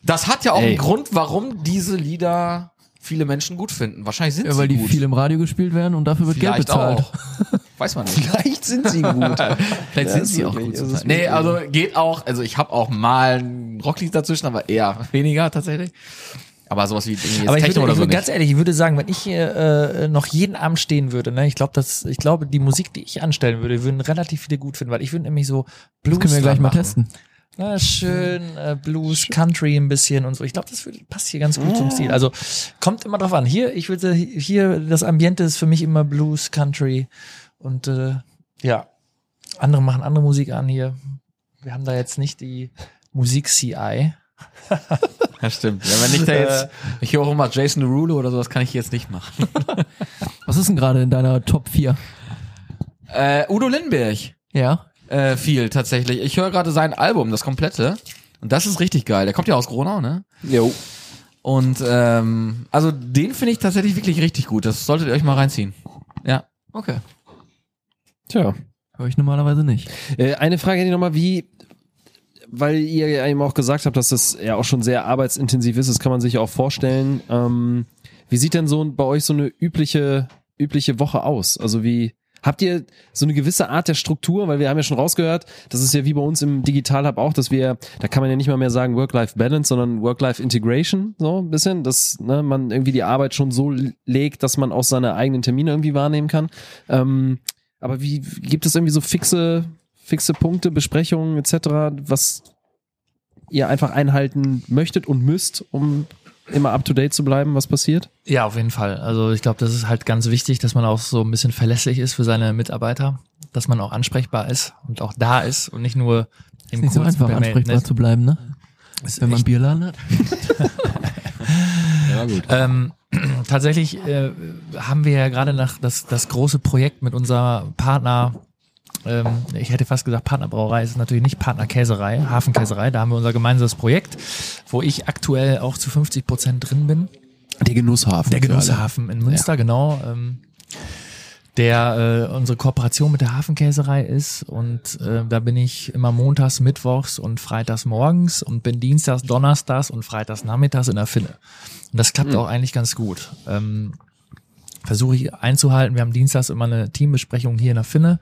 [SPEAKER 5] das hat ja auch
[SPEAKER 1] Ey.
[SPEAKER 5] einen Grund, warum diese Lieder viele Menschen gut finden. Wahrscheinlich sind
[SPEAKER 2] Ja,
[SPEAKER 5] sie
[SPEAKER 2] weil die
[SPEAKER 5] gut.
[SPEAKER 2] viel im Radio gespielt werden und dafür wird Geld bezahlt.
[SPEAKER 5] Auch. Weiß man nicht.
[SPEAKER 1] Vielleicht sind sie gut.
[SPEAKER 5] Vielleicht sind sie auch
[SPEAKER 1] wirklich,
[SPEAKER 5] gut.
[SPEAKER 1] das
[SPEAKER 5] zum
[SPEAKER 1] ist
[SPEAKER 5] Teil. Nee, also geht auch, also ich habe auch mal ein Rocklied dazwischen, aber eher weniger tatsächlich. Aber sowas wie irgendwie jetzt
[SPEAKER 6] Aber ich
[SPEAKER 5] Techno
[SPEAKER 6] würde,
[SPEAKER 5] oder
[SPEAKER 6] ich
[SPEAKER 5] so
[SPEAKER 6] würde,
[SPEAKER 5] nicht.
[SPEAKER 6] ganz ehrlich, ich würde sagen, wenn ich hier äh, noch jeden Abend stehen würde, ne, ich glaube, dass ich glaube, die Musik, die ich anstellen würde, würden relativ viele gut finden, weil ich würde nämlich so
[SPEAKER 2] Das
[SPEAKER 6] Blues
[SPEAKER 2] können wir gleich
[SPEAKER 6] dran
[SPEAKER 2] mal
[SPEAKER 6] machen.
[SPEAKER 2] testen.
[SPEAKER 6] Na, schön äh, Blues, Country ein bisschen und so. Ich glaube, das würde- passt hier ganz gut zum Stil. Also kommt immer drauf an. Hier, ich würde hier das Ambiente ist für mich immer Blues, Country und äh, ja, andere machen andere Musik an hier. Wir haben da jetzt nicht die Musik CI.
[SPEAKER 5] Ja, stimmt. Ja, wenn ich da <laughs> jetzt, Äh. ich höre auch immer Jason Derulo oder sowas, kann ich jetzt nicht machen.
[SPEAKER 2] Was ist denn gerade in deiner Top 4?
[SPEAKER 5] Äh, Udo Lindenberg.
[SPEAKER 2] Ja.
[SPEAKER 5] Äh, viel tatsächlich. Ich höre gerade sein Album, das komplette. Und das ist richtig geil. Der kommt ja aus Gronau, ne?
[SPEAKER 1] <laughs> Jo.
[SPEAKER 5] Und ähm, also den finde ich tatsächlich wirklich richtig gut. Das solltet ihr euch mal reinziehen. Ja.
[SPEAKER 2] Okay.
[SPEAKER 1] Tja.
[SPEAKER 2] Höre ich normalerweise nicht.
[SPEAKER 1] Äh, eine Frage hätte ich nochmal, wie, weil ihr ja eben auch gesagt habt, dass das ja auch schon sehr arbeitsintensiv ist, das kann man sich ja auch vorstellen. Ähm, wie sieht denn so ein- bei euch so eine übliche, übliche Woche aus? Also wie, Habt ihr so eine gewisse Art der Struktur, weil wir haben ja schon rausgehört, das ist ja wie bei uns im Digital Hub auch, dass wir, da kann man ja nicht mal mehr sagen Work-Life-Balance, sondern Work-Life-Integration, so ein bisschen, dass ne, man irgendwie die Arbeit schon so legt, dass man auch seine eigenen Termine irgendwie wahrnehmen kann. Ähm, aber wie gibt es irgendwie so fixe, fixe Punkte, Besprechungen etc., was ihr einfach einhalten möchtet und müsst, um immer up to date zu bleiben, was passiert?
[SPEAKER 6] Ja, auf jeden Fall. Also ich glaube, das ist halt ganz wichtig, dass man auch so ein bisschen verlässlich ist für seine Mitarbeiter, dass man auch ansprechbar ist und auch da ist und nicht nur im
[SPEAKER 2] Nicht so
[SPEAKER 6] kurzen
[SPEAKER 2] einfach
[SPEAKER 6] per Mail,
[SPEAKER 2] ansprechbar
[SPEAKER 6] ne?
[SPEAKER 2] zu bleiben, ne?
[SPEAKER 6] Ist
[SPEAKER 2] Wenn man
[SPEAKER 6] echt-
[SPEAKER 2] Bierladen hat.
[SPEAKER 10] Ja, gut.
[SPEAKER 6] Ähm, <clears throat> tatsächlich äh, haben wir ja gerade nach das, das große Projekt mit unserer Partner, ähm, ich hätte fast gesagt Partnerbrauerei, es ist natürlich nicht Partnerkäserei, Hafenkäserei, da haben wir unser gemeinsames Projekt, wo ich aktuell auch zu 50 Prozent drin bin.
[SPEAKER 10] Der Genusshafen.
[SPEAKER 6] Der
[SPEAKER 10] für alle.
[SPEAKER 6] Genusshafen in Münster, genau. Ähm, der äh, unsere Kooperation mit der Hafenkäserei ist und äh, da bin ich immer montags, mittwochs und freitags morgens und bin dienstags, donnerstags und freitags nachmittags in der Finne. Und das
[SPEAKER 10] Hm.
[SPEAKER 6] klappt auch eigentlich ganz gut. Ähm, Versuche ich einzuhalten. Wir haben dienstags immer eine Teambesprechung hier in der Finne,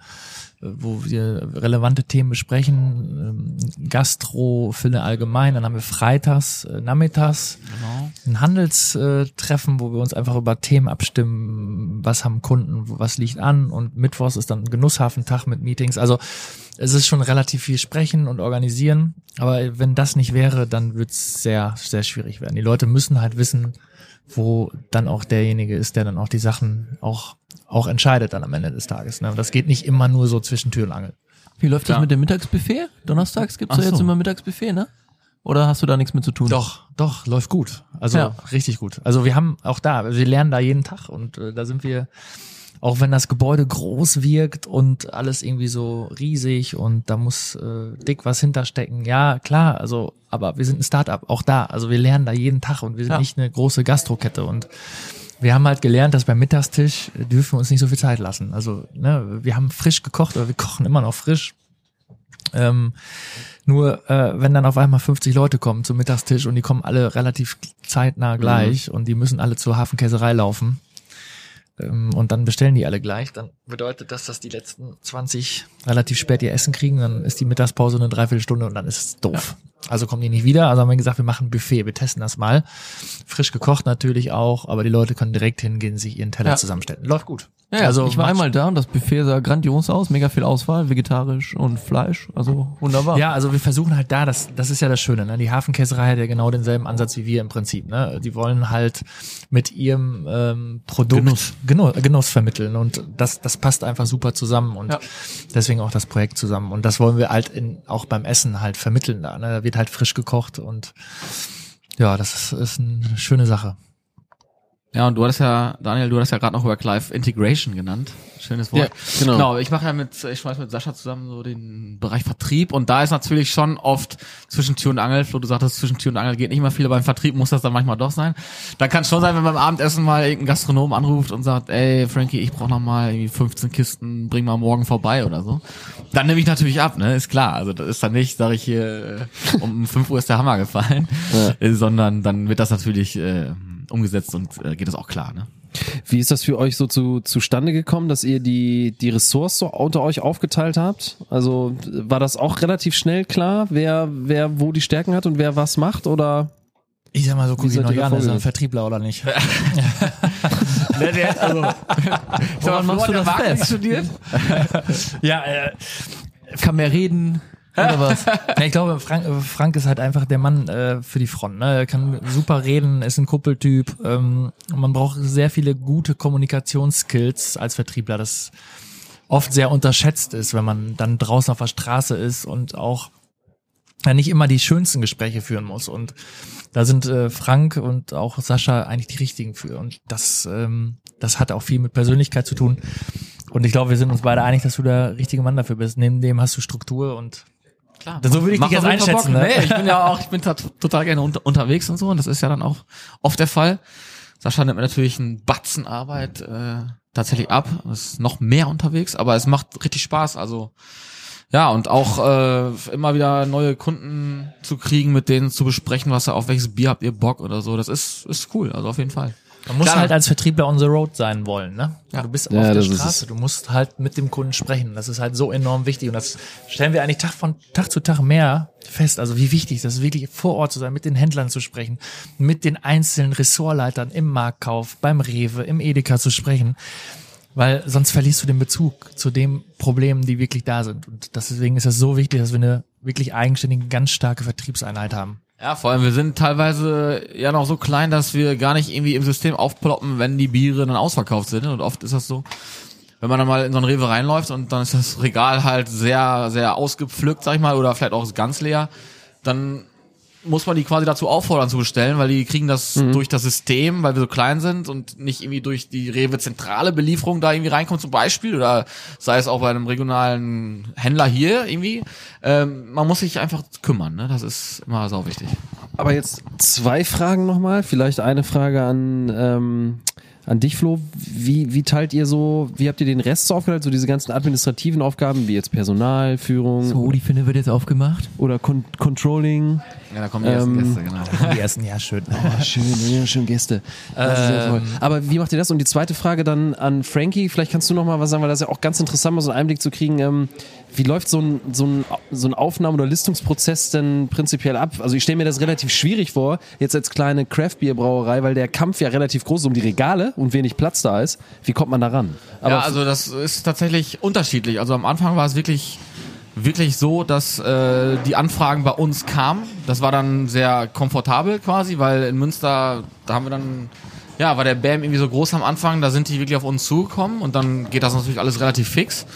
[SPEAKER 6] äh, wo wir relevante Themen besprechen. Ähm, Gastro, Finne allgemein. Dann haben wir freitags, äh, nachmittags
[SPEAKER 10] Genau.
[SPEAKER 6] ein Handelstreffen, wo wir uns einfach über Themen abstimmen, was haben Kunden, wo- was liegt an und Mittwochs ist dann ein Genusshafentag mit Meetings. Also es ist schon relativ viel sprechen und organisieren, aber wenn das nicht wäre, dann wird es sehr, sehr schwierig werden. Die Leute müssen halt wissen, wo dann auch derjenige ist, der dann auch die Sachen auch, auch entscheidet dann am Ende des Tages. Ne? Und das geht nicht immer nur so zwischen Tür und Angel.
[SPEAKER 2] Wie läuft das mit dem Mittagsbuffet? Donnerstags gibt's
[SPEAKER 6] Ach
[SPEAKER 2] ja jetzt
[SPEAKER 6] so.
[SPEAKER 2] immer Mittagsbuffet, ne? Oder hast du da nichts mit zu tun?
[SPEAKER 6] Doch, doch, läuft gut. Also
[SPEAKER 2] Ja.
[SPEAKER 6] richtig gut. Also wir haben auch da, wir lernen da jeden Tag und äh, da sind wir, auch wenn das Gebäude groß wirkt und alles irgendwie so riesig und da muss äh, dick was hinterstecken. Ja, klar, also, aber wir sind ein Startup, auch da. Also wir lernen da jeden Tag und wir sind
[SPEAKER 2] Ja.
[SPEAKER 6] nicht eine große Gastrokette und wir haben halt gelernt, dass beim Mittagstisch äh, dürfen wir uns nicht so viel Zeit lassen. Also, ne, wir haben frisch gekocht oder wir kochen immer noch frisch. Ähm, nur äh, wenn dann auf einmal 50 Leute kommen zum Mittagstisch und die kommen alle relativ zeitnah gleich und die müssen alle zur Hafenkäserei laufen ähm, und dann bestellen die alle gleich, dann bedeutet das, dass die letzten 20 relativ spät ihr Essen kriegen, dann ist die Mittagspause eine Dreiviertelstunde und dann ist es doof. Also kommen die nicht wieder, also haben wir gesagt, wir machen ein Buffet, wir testen das mal. Frisch gekocht natürlich auch, aber die Leute können direkt hingehen, sich ihren Teller
[SPEAKER 2] Ja.
[SPEAKER 6] zusammenstellen. Läuft gut.
[SPEAKER 2] Ja, also ich war
[SPEAKER 6] macht
[SPEAKER 2] einmal da und das Buffet sah grandios aus, mega viel Auswahl, vegetarisch und Fleisch, also wunderbar.
[SPEAKER 6] Ja, also wir versuchen halt da, das, das ist ja das Schöne, ne? Die Hafenkäserei hat ja genau denselben Ansatz wie wir im Prinzip. Ne? Die wollen halt mit ihrem ähm, Produkt Genuss. Genuss, vermitteln und das, das passt einfach super zusammen und
[SPEAKER 2] Ja.
[SPEAKER 6] deswegen auch das Projekt zusammen. Und das wollen wir halt in, auch beim Essen halt vermitteln. Da, ne? da wird halt frisch gekocht und ja, das ist, ist eine schöne Sache.
[SPEAKER 5] Ja, und du hattest ja, Daniel, du hattest ja gerade noch Work Life Integration genannt. Schönes Wort.
[SPEAKER 1] Ja, genau.
[SPEAKER 5] genau ich mache ja mit, ich schmeiß mit Sascha zusammen so den Bereich Vertrieb und da ist natürlich schon oft zwischen Tür und Angel, Flo, du sagtest, zwischen Tür und Angel geht nicht immer viel, aber im Vertrieb muss das dann manchmal doch sein. Da kann es schon sein, wenn beim Abendessen mal irgendein Gastronom anruft und sagt, ey, Frankie, ich brauche mal irgendwie 15 Kisten, bring mal morgen vorbei oder so. Dann nehme ich natürlich ab, ne, ist klar. Also das ist dann nicht, sage ich hier, äh, um 5 Uhr ist der Hammer gefallen, äh, <laughs> sondern dann wird das natürlich äh, umgesetzt und äh, geht das auch klar, ne.
[SPEAKER 1] Wie ist das für euch so zu, zustande gekommen, dass ihr die, die Ressorts so unter euch aufgeteilt habt? Also war das auch relativ schnell klar, wer, wer wo die Stärken hat und wer was macht? Oder
[SPEAKER 6] Ich sag mal so, guck
[SPEAKER 1] seid ihr
[SPEAKER 6] an, ist er ein
[SPEAKER 1] vorgegangen?
[SPEAKER 6] Vertriebler oder <laughs> nicht?
[SPEAKER 5] <laughs> Ne, der, also, Woran
[SPEAKER 2] machst du das fest?
[SPEAKER 5] studiert?
[SPEAKER 6] ja, äh,
[SPEAKER 2] Kann mehr reden oder was?
[SPEAKER 6] Ja, ich glaube, Frank, äh, Frank ist halt einfach der Mann äh, für die Front. Ne? Er kann super reden, ist ein Kuppeltyp. Ähm, und man braucht sehr viele gute Kommunikationsskills als Vertriebler, das oft sehr unterschätzt ist, wenn man dann draußen auf der Straße ist und auch ja, nicht immer die schönsten Gespräche führen muss. Und da sind äh, Frank und auch Sascha eigentlich die richtigen für. Und das, ähm, das hat auch viel mit Persönlichkeit zu tun. Und ich glaube, wir sind uns beide einig, dass du der richtige Mann dafür bist. Neben dem hast du Struktur und
[SPEAKER 5] Klar.
[SPEAKER 6] So würde ich
[SPEAKER 5] Macht
[SPEAKER 6] dich jetzt
[SPEAKER 5] auf jeden Fall
[SPEAKER 6] einschätzen,
[SPEAKER 5] Bock.
[SPEAKER 6] ne?
[SPEAKER 5] Nee, ich bin ja auch, ich bin da t- total gerne unter, unterwegs und so und das ist ja dann auch oft der Fall. Sascha nimmt mir natürlich einen Batzen Arbeit äh, tatsächlich ab, ist noch mehr unterwegs, aber es macht richtig Spaß, also ja, und auch äh, immer wieder neue Kunden zu kriegen, mit denen zu besprechen, was auf welches Bier habt ihr Bock oder so. Das ist, ist cool, also auf jeden Fall.
[SPEAKER 6] Man muss
[SPEAKER 5] Klar.
[SPEAKER 6] halt als Vertriebler on the road sein wollen, ne? Du bist
[SPEAKER 11] Ja,
[SPEAKER 6] auf der
[SPEAKER 11] das ist
[SPEAKER 6] Straße, du musst halt mit dem Kunden sprechen. Das ist halt so enorm wichtig und das stellen wir eigentlich Tag von Tag zu Tag mehr fest. Also wie wichtig das ist, wirklich vor Ort zu sein, mit den Händlern zu sprechen, mit den einzelnen Ressortleitern im Marktkauf, beim Rewe, im Edeka zu sprechen. Weil sonst verlierst du den Bezug zu den Problemen, die wirklich da sind. Und das- deswegen ist es so wichtig, dass wir eine wirklich eigenständige, ganz starke Vertriebseinheit haben.
[SPEAKER 5] Ja, vor allem, wir sind teilweise ja noch so klein, dass wir gar nicht irgendwie im System aufploppen, wenn die Biere dann ausverkauft sind. Und oft ist das so, wenn man dann mal in so ein Rewe reinläuft und dann ist das Regal halt sehr, sehr ausgepflückt, sag ich mal, oder vielleicht auch ganz leer, dann muss man die quasi dazu auffordern zu bestellen, weil die kriegen das durch das System, weil wir so klein sind und nicht irgendwie durch die Rewe zentrale Belieferung da irgendwie reinkommt zum Beispiel oder sei es auch bei einem regionalen Händler hier irgendwie. Ähm, man muss sich einfach kümmern, ne? Das ist immer sau wichtig.
[SPEAKER 1] Aber jetzt zwei Fragen nochmal. Vielleicht eine Frage an, ähm, an dich, Flo. Wie, wie teilt ihr so, wie habt ihr den Rest so aufgeteilt? So diese ganzen administrativen Aufgaben, wie jetzt Personal, Führung
[SPEAKER 6] Oh,
[SPEAKER 2] So, die Finne wird jetzt aufgemacht.
[SPEAKER 1] oder Con Controlling?
[SPEAKER 5] Ja, da kommen die ersten
[SPEAKER 1] Ähm,
[SPEAKER 5] Gäste, genau.
[SPEAKER 6] Die ersten, ja, <laughs> schön.
[SPEAKER 1] Ah, <laughs> schön, ja, schön Gäste. Das ist ja toll.
[SPEAKER 5] Ähm.
[SPEAKER 1] Aber wie macht ihr das? Und die zweite Frage dann an Frankie. Vielleicht kannst du noch mal was sagen, weil das ist ja auch ganz interessant, mal so einen Einblick zu kriegen. Ähm, wie läuft so ein, so ein, so ein Aufnahme- oder Listungsprozess denn prinzipiell ab? Also ich stelle mir das relativ schwierig vor, jetzt als kleine Craft-Bier-Brauerei, weil der Kampf ja relativ groß ist um die Regale und wenig Platz da ist. Wie kommt man da ran? Aber
[SPEAKER 5] ja, also das ist tatsächlich unterschiedlich. Also am Anfang war es wirklich wirklich so, dass äh, die Anfragen bei uns kamen. Das war dann sehr komfortabel quasi, weil in Münster, da haben wir dann, ja, war der BAM irgendwie so groß am Anfang, da sind die wirklich auf uns zugekommen und dann geht das natürlich alles relativ fix.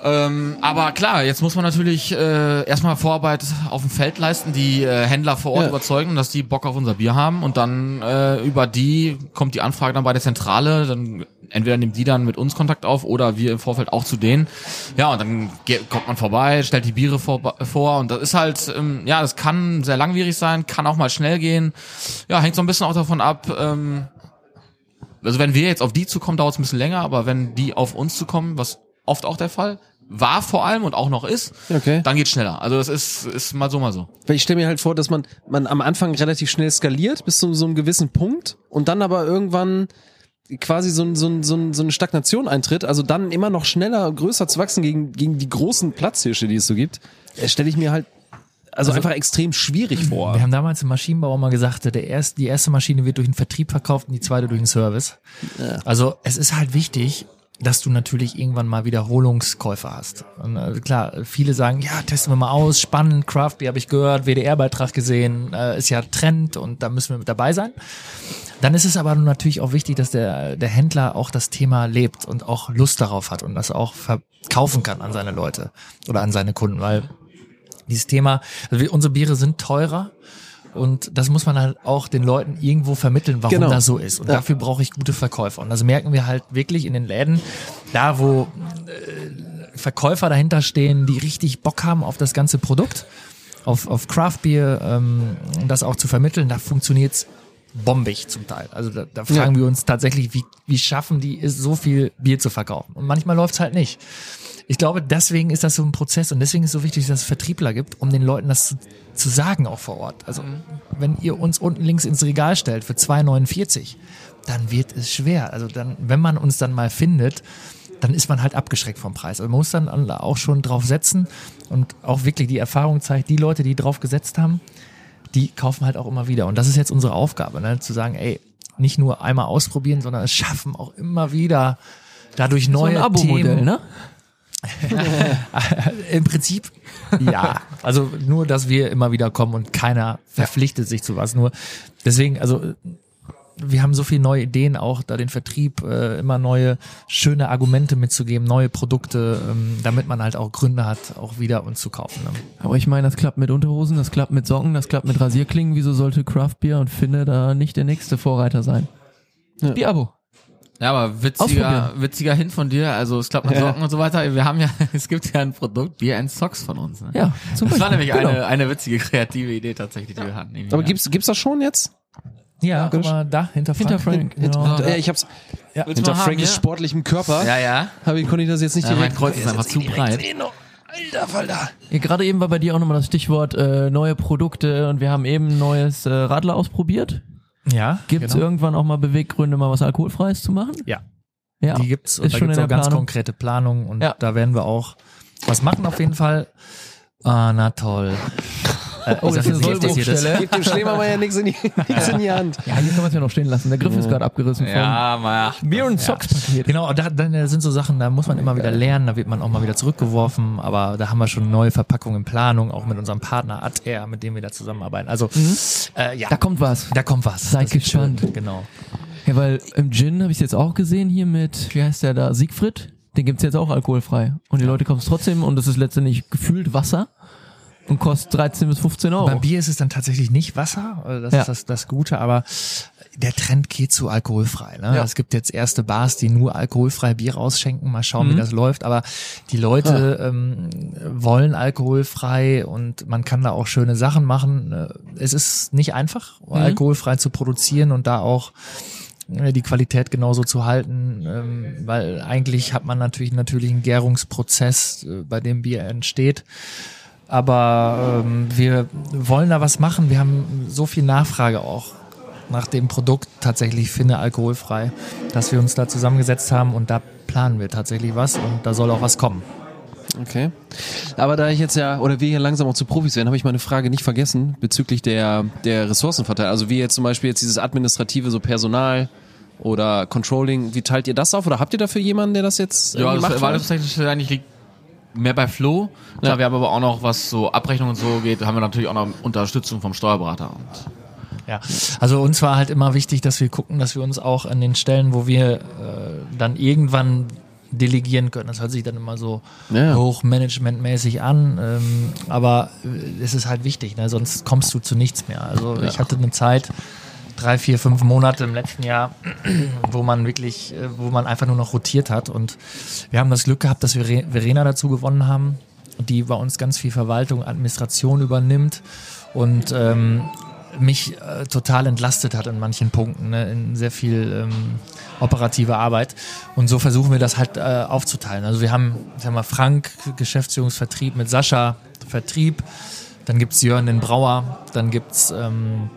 [SPEAKER 5] Ähm, aber klar, jetzt muss man natürlich äh, erstmal Vorarbeit auf dem Feld leisten, die äh, Händler vor Ort
[SPEAKER 1] Ja.
[SPEAKER 5] überzeugen, dass die Bock auf unser Bier haben und dann äh, über die kommt die Anfrage dann bei der Zentrale, dann entweder nehmen die dann mit uns Kontakt auf oder wir im Vorfeld auch zu denen. Ja, und dann ge- kommt man vorbei, stellt die Biere vor, vor und das ist halt, ähm, ja, das kann sehr langwierig sein, kann auch mal schnell gehen. Ja, hängt so ein bisschen auch davon ab, ähm, also wenn wir jetzt auf die zukommen, dauert es ein bisschen länger, aber wenn die auf uns zukommen, was oft auch der Fall war vor allem und auch noch ist,
[SPEAKER 1] Okay.
[SPEAKER 5] dann geht's schneller. Also das ist, ist mal so, mal so.
[SPEAKER 1] Weil ich stelle mir halt vor, dass man, man am Anfang relativ schnell skaliert bis zu so einem gewissen Punkt und dann aber irgendwann quasi so, ein, so, ein, so, ein, so eine Stagnation eintritt, also dann immer noch schneller, größer zu wachsen gegen, gegen die großen Platzhirsche, die es so gibt, stelle ich mir halt also, einfach extrem schwierig vor.
[SPEAKER 6] Wir haben damals im Maschinenbau immer gesagt, der erst, die erste Maschine wird durch den Vertrieb verkauft und die zweite durch den Service. Also es ist halt wichtig, dass du natürlich irgendwann mal Wiederholungskäufer hast. Und, äh, klar, viele sagen, ja, testen wir mal aus, spannend, Craft Beer habe ich gehört, WDR-Beitrag gesehen, äh, ist ja Trend und da müssen wir mit dabei sein. Dann ist es aber natürlich auch wichtig, dass der, der Händler auch das Thema lebt und auch Lust darauf hat und das auch verkaufen kann an seine Leute oder an seine Kunden, weil dieses Thema, also wir, unsere Biere sind teurer und das muss man halt auch den Leuten irgendwo vermitteln, warum
[SPEAKER 1] Genau.
[SPEAKER 6] das so ist. Und
[SPEAKER 1] Ja.
[SPEAKER 6] dafür brauche ich gute Verkäufer. Und das merken wir halt wirklich in den Läden, da wo äh, Verkäufer dahinter stehen, die richtig Bock haben auf das ganze Produkt, auf, auf Craft Beer, ähm, das auch zu vermitteln, da funktioniert's bombig zum Teil. Also da, da fragen wir uns tatsächlich, wie, wie schaffen die es, so viel Bier zu verkaufen? Und manchmal läuft's halt nicht. Ich glaube, deswegen ist das so ein Prozess und deswegen ist es so wichtig, dass es Vertriebler gibt, um den Leuten das zu, zu sagen, auch vor Ort. Also, wenn ihr uns unten links ins Regal stellt für 2,49, dann wird es schwer. Also, dann, wenn man uns dann mal findet, dann ist man halt abgeschreckt vom Preis. Also, man muss dann auch schon drauf setzen und auch wirklich die Erfahrung zeigt, die Leute, die drauf gesetzt haben, die kaufen halt auch immer wieder. Und das ist jetzt unsere Aufgabe, ne? zu sagen, ey, nicht nur einmal ausprobieren, sondern es schaffen auch immer wieder dadurch neue
[SPEAKER 2] so ein
[SPEAKER 6] Themen. Äh,
[SPEAKER 2] Abo-Modell, ne?
[SPEAKER 6] Im Prinzip ja. Also nur, dass wir immer wieder kommen und keiner verpflichtet sich zu was. Nur deswegen, also wir haben so viele neue Ideen auch, da den Vertrieb äh, immer neue schöne Argumente mitzugeben, neue Produkte, ähm, damit man halt auch Gründe hat, auch wieder uns zu kaufen. Ne?
[SPEAKER 2] Aber ich meine, das klappt mit Unterhosen, das klappt mit Socken, das klappt mit Rasierklingen. Wieso sollte Craft Beer und Finne da nicht der nächste Vorreiter sein? Die Abo.
[SPEAKER 5] Ja, aber witziger,
[SPEAKER 2] Ausprobieren.
[SPEAKER 5] witziger Hin von dir, also es klappt mit Socken und so weiter. Wir haben ja, <laughs> es gibt ja ein Produkt, Bier and Socks von uns. Ne?
[SPEAKER 2] Ja, zum
[SPEAKER 5] Das war
[SPEAKER 2] Beispiel. Genau.
[SPEAKER 5] nämlich eine, eine witzige, kreative Idee tatsächlich, die wir hatten. irgendwie, ne?
[SPEAKER 1] Aber
[SPEAKER 5] ja.
[SPEAKER 1] gibt's, gibt's das schon jetzt?
[SPEAKER 6] Ja, guck mal, da, hinter Frank.
[SPEAKER 2] Hinter Frank,
[SPEAKER 6] Genau.
[SPEAKER 1] Hinter, ja, äh, ich hab's
[SPEAKER 5] Willst du
[SPEAKER 1] hinter
[SPEAKER 5] mal haben,
[SPEAKER 1] Frankies
[SPEAKER 5] ja?
[SPEAKER 1] sportlichem Körper.
[SPEAKER 5] Ja, ja.
[SPEAKER 1] Habe ich, konnte ich das jetzt nicht
[SPEAKER 5] ja mein
[SPEAKER 1] <laughs> direkt.
[SPEAKER 5] Kreuz ist einfach zu breit.
[SPEAKER 2] Ja, gerade eben war bei dir auch nochmal das Stichwort äh, neue Produkte und wir haben eben ein neues äh, Radler ausprobiert.
[SPEAKER 6] Ja,
[SPEAKER 2] Gibt es
[SPEAKER 6] genau.
[SPEAKER 2] irgendwann auch mal Beweggründe, mal was Alkoholfreies zu machen?
[SPEAKER 6] Ja.
[SPEAKER 2] Ja.
[SPEAKER 6] Die gibt's und
[SPEAKER 2] Ist
[SPEAKER 6] da
[SPEAKER 2] schon
[SPEAKER 6] gibt's
[SPEAKER 2] in
[SPEAKER 6] auch
[SPEAKER 2] der
[SPEAKER 6] ganz
[SPEAKER 2] Planung.
[SPEAKER 6] konkrete Planungen und
[SPEAKER 2] Ja.
[SPEAKER 6] da werden wir auch was machen auf jeden Fall. Ah,
[SPEAKER 2] <laughs>
[SPEAKER 6] na toll. Äh,
[SPEAKER 2] Oh,
[SPEAKER 6] ich
[SPEAKER 2] das ist
[SPEAKER 6] sag jetzt
[SPEAKER 2] eine
[SPEAKER 6] nicht, dass ihr das-
[SPEAKER 2] Sollbruchstelle.
[SPEAKER 1] Gib dem Schlemer mal ja nichts in
[SPEAKER 5] <laughs>
[SPEAKER 1] die, nichts in die Hand.
[SPEAKER 2] Ja, hier kann man es ja noch stehen lassen. Der Griff ist gerade abgerissen
[SPEAKER 5] mal.
[SPEAKER 2] vom Beer and Socks Paket.
[SPEAKER 6] Genau, da, da da sind so Sachen, da muss man immer wieder lernen, da wird man auch mal wieder zurückgeworfen, aber da haben wir schon neue Verpackungen in Planung, auch mit unserem Partner AdR, mit dem wir da zusammenarbeiten. Also äh, ja,
[SPEAKER 2] Mhm. Da kommt was.
[SPEAKER 6] da kommt was.
[SPEAKER 2] Seid
[SPEAKER 6] Das wird
[SPEAKER 2] gespannt.
[SPEAKER 6] schön. Genau.
[SPEAKER 2] Ja, weil im Gin habe ich es jetzt auch gesehen hier mit, wie heißt der da, Siegfried. Den gibt's jetzt auch alkoholfrei. Und die Leute kommen es trotzdem und das ist letztendlich gefühlt Wasser und kostet 13 bis 15 Euro.
[SPEAKER 6] Beim Bier ist es dann tatsächlich nicht Wasser, äh, das
[SPEAKER 2] Ja.
[SPEAKER 6] ist das, das Gute, aber der Trend geht zu alkoholfrei. Ne?
[SPEAKER 2] Ja.
[SPEAKER 6] Es gibt jetzt erste Bars, die nur alkoholfrei Bier rausschenken, mal
[SPEAKER 2] Mhm.
[SPEAKER 6] schauen, wie das läuft, aber die Leute ähm, wollen alkoholfrei und man kann da auch schöne Sachen machen. Äh, Es ist nicht einfach,
[SPEAKER 2] Mhm.
[SPEAKER 6] alkoholfrei zu produzieren und da auch äh, die Qualität genauso zu halten, ähm, weil eigentlich hat man natürlich natürlich einen Gärungsprozess, äh, bei dem Bier entsteht. Aber ähm, wir wollen da was machen. Wir haben so viel Nachfrage auch nach dem Produkt tatsächlich finde alkoholfrei, dass wir uns da zusammengesetzt haben und da planen wir tatsächlich was und da soll auch was kommen.
[SPEAKER 1] Okay. Aber da ich jetzt ja, oder wir hier langsam auch zu Profis werden, habe ich meine Frage nicht vergessen bezüglich der, der Ressourcenverteilung. Also wie jetzt zum Beispiel jetzt dieses administrative, so Personal oder Controlling, wie teilt ihr das auf? Oder habt ihr dafür jemanden, der das jetzt
[SPEAKER 5] Ja,
[SPEAKER 1] irgendwie
[SPEAKER 5] das
[SPEAKER 1] macht?
[SPEAKER 5] Verwaltungstechnische eigentlich liegt mehr bei Flo. Klar,
[SPEAKER 1] Ja.
[SPEAKER 5] wir haben aber auch noch, was so Abrechnung und so geht, haben wir natürlich auch noch Unterstützung vom Steuerberater. Und
[SPEAKER 6] Ja, also uns war halt immer wichtig, dass wir gucken, dass wir uns auch an den Stellen, wo wir äh, dann irgendwann delegieren können. Das hört sich dann immer so
[SPEAKER 1] Ja.
[SPEAKER 6] hochmanagementmäßig an, ähm, aber äh, es ist halt wichtig, ne? sonst kommst du zu nichts mehr. Also ich hatte eine Zeit, drei, vier, fünf Monate im letzten Jahr, <clears throat> wo man wirklich, äh, wo man einfach nur noch rotiert hat. Und wir haben das Glück gehabt, dass wir Re- Verena dazu gewonnen haben, die bei uns ganz viel Verwaltung, Administration übernimmt und ähm, mich äh, total entlastet hat in manchen Punkten, ne? in sehr viel ähm, operative Arbeit. Und so versuchen wir das halt äh, aufzuteilen. Also wir haben, ich sag mal, Frank, Geschäftsführungsvertrieb mit Sascha, Vertrieb. Dann gibt's Jörn den Brauer, dann gibt's ähm,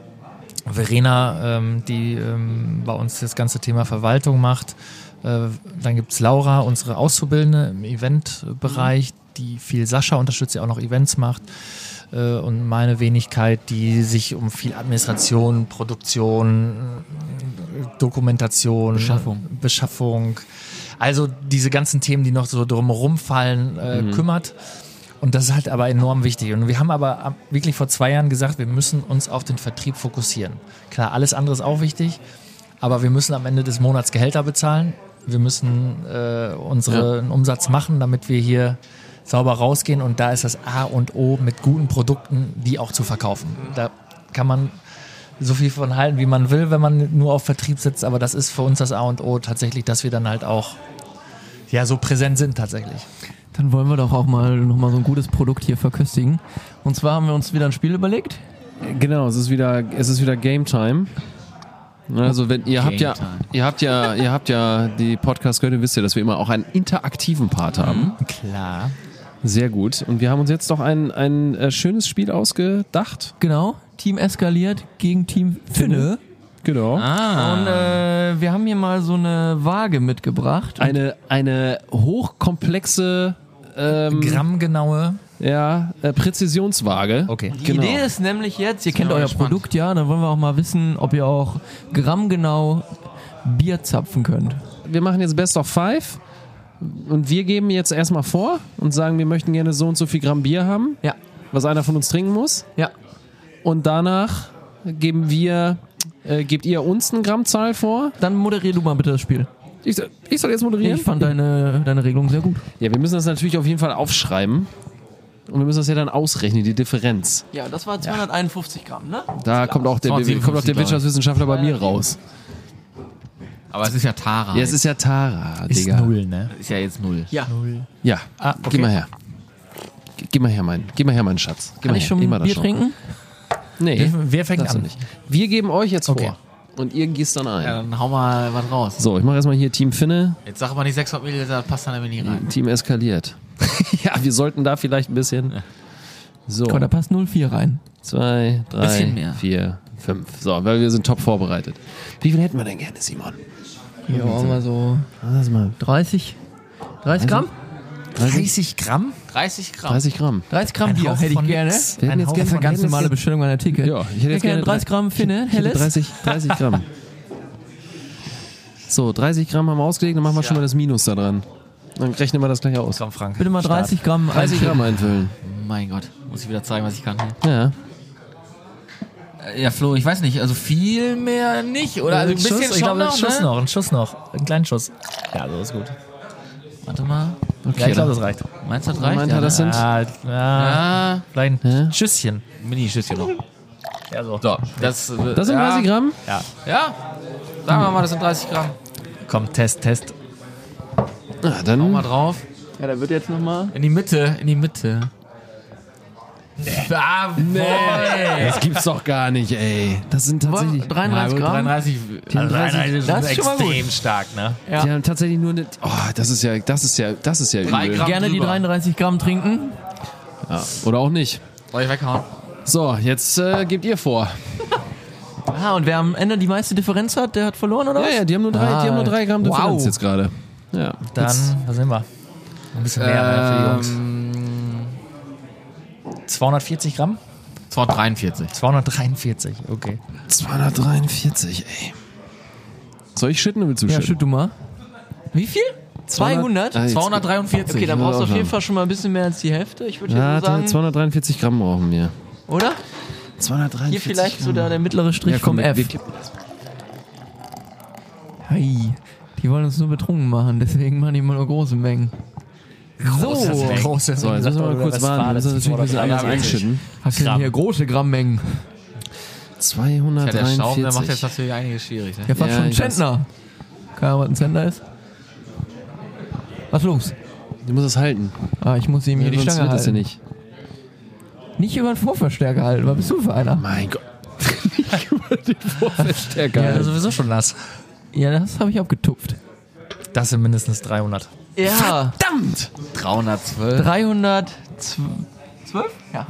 [SPEAKER 6] Verena, ähm, die ähm, bei uns das ganze Thema Verwaltung macht. Äh, dann gibt's Laura, unsere Auszubildende im Eventbereich, die viel Sascha unterstützt, die auch noch Events macht. Äh, und meine Wenigkeit, die sich um viel Administration, Produktion, äh, Dokumentation,
[SPEAKER 2] Beschaffung.
[SPEAKER 6] Beschaffung, also diese ganzen Themen, die noch so drumherum fallen, äh, kümmert. Und das ist halt aber enorm wichtig. Und wir haben aber ab- wirklich vor zwei Jahren gesagt, wir müssen uns auf den Vertrieb fokussieren. Klar, alles andere ist auch wichtig, aber wir müssen am Ende des Monats Gehälter bezahlen. Wir müssen äh, unseren Umsatz machen, damit wir hier sauber rausgehen. Und da ist das A und O mit guten Produkten, die auch zu verkaufen. Da kann man so viel von halten, wie man will, wenn man nur auf Vertrieb sitzt. Aber das ist für uns das A und O tatsächlich, dass wir dann halt auch ja so präsent sind tatsächlich.
[SPEAKER 2] Dann wollen wir doch auch mal nochmal so ein gutes Produkt hier verköstigen. Und zwar haben wir uns wieder ein Spiel überlegt.
[SPEAKER 1] Genau, es ist wieder, es ist wieder Game Time. Also wenn ihr habt ja, ihr habt ja, ihr habt ja die Podcast gehört, ihr wisst ja, dass wir immer auch einen interaktiven Part haben.
[SPEAKER 6] Klar.
[SPEAKER 1] Sehr gut. Und wir haben uns jetzt doch ein, ein äh, schönes Spiel ausgedacht.
[SPEAKER 2] Genau. Team eskaliert gegen Team Finne.
[SPEAKER 1] Genau.
[SPEAKER 2] Und äh, wir haben hier mal so eine Waage mitgebracht.
[SPEAKER 1] Eine, eine hochkomplexe ähm,
[SPEAKER 6] Grammgenaue.
[SPEAKER 1] ja, äh, Präzisionswaage.
[SPEAKER 6] Okay.
[SPEAKER 2] Die Idee ist nämlich jetzt, ihr kennt
[SPEAKER 5] wir
[SPEAKER 2] euer
[SPEAKER 5] gespannt.
[SPEAKER 2] Produkt ja, dann wollen wir auch mal wissen, ob ihr auch grammgenau Bier zapfen könnt.
[SPEAKER 1] Wir machen jetzt Best of Five. Und wir geben jetzt erstmal vor und sagen, wir möchten gerne so und so viel Gramm Bier haben,
[SPEAKER 2] Ja,
[SPEAKER 1] was einer von uns trinken muss.
[SPEAKER 2] ja,
[SPEAKER 1] Und danach geben wir, äh, gebt ihr uns eine Grammzahl vor.
[SPEAKER 2] dann moderier du mal bitte das Spiel.
[SPEAKER 1] Ich, soll- ich soll jetzt moderieren.
[SPEAKER 2] Ich fand deine, deine Regelung sehr gut.
[SPEAKER 1] ja, wir müssen das natürlich auf jeden Fall aufschreiben. Und wir müssen das ja dann ausrechnen, die Differenz.
[SPEAKER 2] Ja, das war 251 Gramm, ne?
[SPEAKER 1] Da kommt auch der,
[SPEAKER 5] 257,
[SPEAKER 1] kommt auch der
[SPEAKER 5] glaub ich.
[SPEAKER 1] Wirtschaftswissenschaftler bei mir raus.
[SPEAKER 5] aber es ist ja Tara.
[SPEAKER 1] Ja, es ist ja Tara,
[SPEAKER 6] Ist
[SPEAKER 1] Digga.
[SPEAKER 6] null, ne?
[SPEAKER 5] Ist ja jetzt null.
[SPEAKER 2] Ja.
[SPEAKER 1] Ja,
[SPEAKER 6] Ah, okay.
[SPEAKER 1] geh mal her. Ge- Geh mal her, mein, geh mal her, mein Schatz. Geh
[SPEAKER 2] Kann
[SPEAKER 1] mal
[SPEAKER 2] ich
[SPEAKER 1] her.
[SPEAKER 2] Genau. schon
[SPEAKER 1] Geh mal da
[SPEAKER 2] Bier trinken?
[SPEAKER 1] Nee,
[SPEAKER 6] Wer, wer fängt
[SPEAKER 1] darfst du
[SPEAKER 6] an?
[SPEAKER 1] nicht. Wir geben euch jetzt
[SPEAKER 6] Okay.
[SPEAKER 1] vor. Und ihr gießt dann ein.
[SPEAKER 5] Ja, dann hau mal was raus.
[SPEAKER 1] So, ich mache erstmal hier Team Finne,
[SPEAKER 5] Jetzt sag aber nicht 600 Milliliter, das passt dann nämlich nie rein.
[SPEAKER 1] Team Eskaliert. ja, wir sollten da vielleicht ein bisschen. So,
[SPEAKER 2] Komm, da passt 04 rein.
[SPEAKER 1] zwei, drei,
[SPEAKER 5] mehr.
[SPEAKER 1] vier, Fünf. So, weil wir sind top vorbereitet. Wie viel hätten wir denn gerne, Simon?
[SPEAKER 2] Ja, mal so
[SPEAKER 1] Lass mal.
[SPEAKER 2] 30. 30 Gramm?
[SPEAKER 6] 30 Gramm?
[SPEAKER 5] 30 Gramm.
[SPEAKER 1] 30 Gramm.
[SPEAKER 2] 30 Gramm Bier hätte ich gerne. Das
[SPEAKER 1] Wir hätten jetzt gerne
[SPEAKER 2] ist eine ganz
[SPEAKER 1] wir hätten
[SPEAKER 2] normale
[SPEAKER 1] jetzt-
[SPEAKER 2] Bestellung meiner Ticket.
[SPEAKER 1] Ja, ich hätte jetzt gerne
[SPEAKER 2] 30
[SPEAKER 1] drei-
[SPEAKER 2] Gramm Finne,
[SPEAKER 1] ich hätte
[SPEAKER 2] helles.
[SPEAKER 1] 30, 30 Gramm. <laughs> So, 30 Gramm haben wir ausgelegt, dann machen wir schon mal das Minus da dran. Dann rechnen wir das gleich aus.
[SPEAKER 6] Komm, Frank.
[SPEAKER 2] Bitte mal 30 Gramm.
[SPEAKER 1] 30
[SPEAKER 2] einfüllen.
[SPEAKER 1] Gramm einfüllen.
[SPEAKER 5] Mein Gott, muss ich wieder zeigen, was ich kann.
[SPEAKER 1] Ja.
[SPEAKER 5] Äh, Ja, Flo, ich weiß nicht, also viel mehr nicht, oder? Also ein bisschen
[SPEAKER 6] Schuss,
[SPEAKER 5] schon
[SPEAKER 6] ich glaube,
[SPEAKER 5] noch,
[SPEAKER 6] ein Schuss
[SPEAKER 5] ne?
[SPEAKER 6] noch, ein Schuss noch. Einen kleinen Schuss. Ja, so ist gut.
[SPEAKER 5] Warte mal.
[SPEAKER 6] ja, ich glaube, das reicht.
[SPEAKER 5] Meinst du, das reicht?
[SPEAKER 1] Meint er,
[SPEAKER 5] Ja,
[SPEAKER 1] das sind?
[SPEAKER 6] Ah, ah,
[SPEAKER 5] Ah,
[SPEAKER 6] Klein
[SPEAKER 1] Hä?
[SPEAKER 6] Schüsschen.
[SPEAKER 5] Mini-Schüsschen noch.
[SPEAKER 6] Ja, so.
[SPEAKER 5] So, das, äh,
[SPEAKER 1] Das sind
[SPEAKER 5] ja,
[SPEAKER 1] 30 Gramm?
[SPEAKER 5] Ja, sagen wir mal, das sind 30 Gramm.
[SPEAKER 6] Komm, Test, Test.
[SPEAKER 1] Na,
[SPEAKER 5] Mal
[SPEAKER 1] Ah, dann
[SPEAKER 5] drauf.
[SPEAKER 12] Ja, da wird jetzt nochmal.
[SPEAKER 5] In die Mitte, in die Mitte. Nee. Ah, nee.
[SPEAKER 1] das gibt's doch gar nicht, ey. Das sind tatsächlich.
[SPEAKER 2] 33 Gramm.
[SPEAKER 5] 33.
[SPEAKER 6] Also, nein, nein, das,
[SPEAKER 2] Das
[SPEAKER 6] ist
[SPEAKER 2] ist schon mal gut.
[SPEAKER 6] extrem stark, ne?
[SPEAKER 1] Die haben tatsächlich nur eine. Oh, das ist ja, das ist ja, das ist ja
[SPEAKER 5] Drei
[SPEAKER 1] übel.
[SPEAKER 5] Gramm.
[SPEAKER 2] Gerne die
[SPEAKER 5] drüber.
[SPEAKER 2] 33 Gramm trinken.
[SPEAKER 1] Ja. Oder auch nicht.
[SPEAKER 5] Soll ich weghauen?
[SPEAKER 1] So, jetzt äh, gebt ihr vor.
[SPEAKER 2] Ah, und wer am Ende die meiste Differenz hat, der hat verloren, oder?
[SPEAKER 1] Ja,
[SPEAKER 2] was?
[SPEAKER 1] ja, die haben nur drei, die haben nur drei Gramm
[SPEAKER 2] Wow.
[SPEAKER 1] Differenz jetzt gerade. Ja. Jetzt-
[SPEAKER 6] Dann, da sind wir. Ein bisschen mehr ne, für die
[SPEAKER 5] Ähm,
[SPEAKER 6] Jungs. 240 Gramm?
[SPEAKER 5] 243.
[SPEAKER 6] 243, okay.
[SPEAKER 1] 243, ey. Soll ich schütten oder willst du
[SPEAKER 2] Ja,
[SPEAKER 1] schütten?
[SPEAKER 2] schütt du mal. Wie viel? 200?
[SPEAKER 5] 243.
[SPEAKER 2] Ah, Okay, dann brauchst du auf jeden
[SPEAKER 1] Fall.
[SPEAKER 2] Fall schon mal ein bisschen mehr als die Hälfte. Ich würde
[SPEAKER 1] Ja,
[SPEAKER 2] jetzt nur sagen,
[SPEAKER 1] 243 Gramm brauchen wir.
[SPEAKER 2] oder?
[SPEAKER 1] 243
[SPEAKER 2] Hier vielleicht so der, der mittlere Strich
[SPEAKER 1] ja, komm, äh,
[SPEAKER 2] vom
[SPEAKER 1] wir-
[SPEAKER 2] F.
[SPEAKER 1] wir kippen das.
[SPEAKER 2] Hi. Die wollen uns nur betrunken machen, deswegen machen die immer nur große Mengen.
[SPEAKER 6] Großes Ding. Großes
[SPEAKER 1] So, jetzt müssen wir mal kurz warten. Wir müssen das natürlich ein bisschen anders einschütten.
[SPEAKER 2] Hast du denn hier große Grammmengen?
[SPEAKER 5] Ja, der Schrauben, der macht jetzt
[SPEAKER 1] 243.
[SPEAKER 5] natürlich einiges schwierig. Ne?
[SPEAKER 2] Ja, fast
[SPEAKER 1] Ja,
[SPEAKER 2] schon ein
[SPEAKER 1] ich weiß.
[SPEAKER 2] Zentner. Keine Ahnung, was ein Zentner ist. Was los?
[SPEAKER 1] Du musst es halten.
[SPEAKER 2] Ah, ich muss ihm hier die
[SPEAKER 1] sonst
[SPEAKER 2] Stange
[SPEAKER 1] wird das ja
[SPEAKER 2] halten.
[SPEAKER 1] nicht.
[SPEAKER 2] Nicht über den Vorverstärker halten. Was bist du für einer?
[SPEAKER 1] Mein Gott. Nicht über den Vorverstärker.
[SPEAKER 6] Ja, sowieso schon nass.
[SPEAKER 2] Ja, das habe ich abgetupft.
[SPEAKER 6] Das sind mindestens 300.
[SPEAKER 2] Ja,
[SPEAKER 5] 312.
[SPEAKER 2] 312. Ja,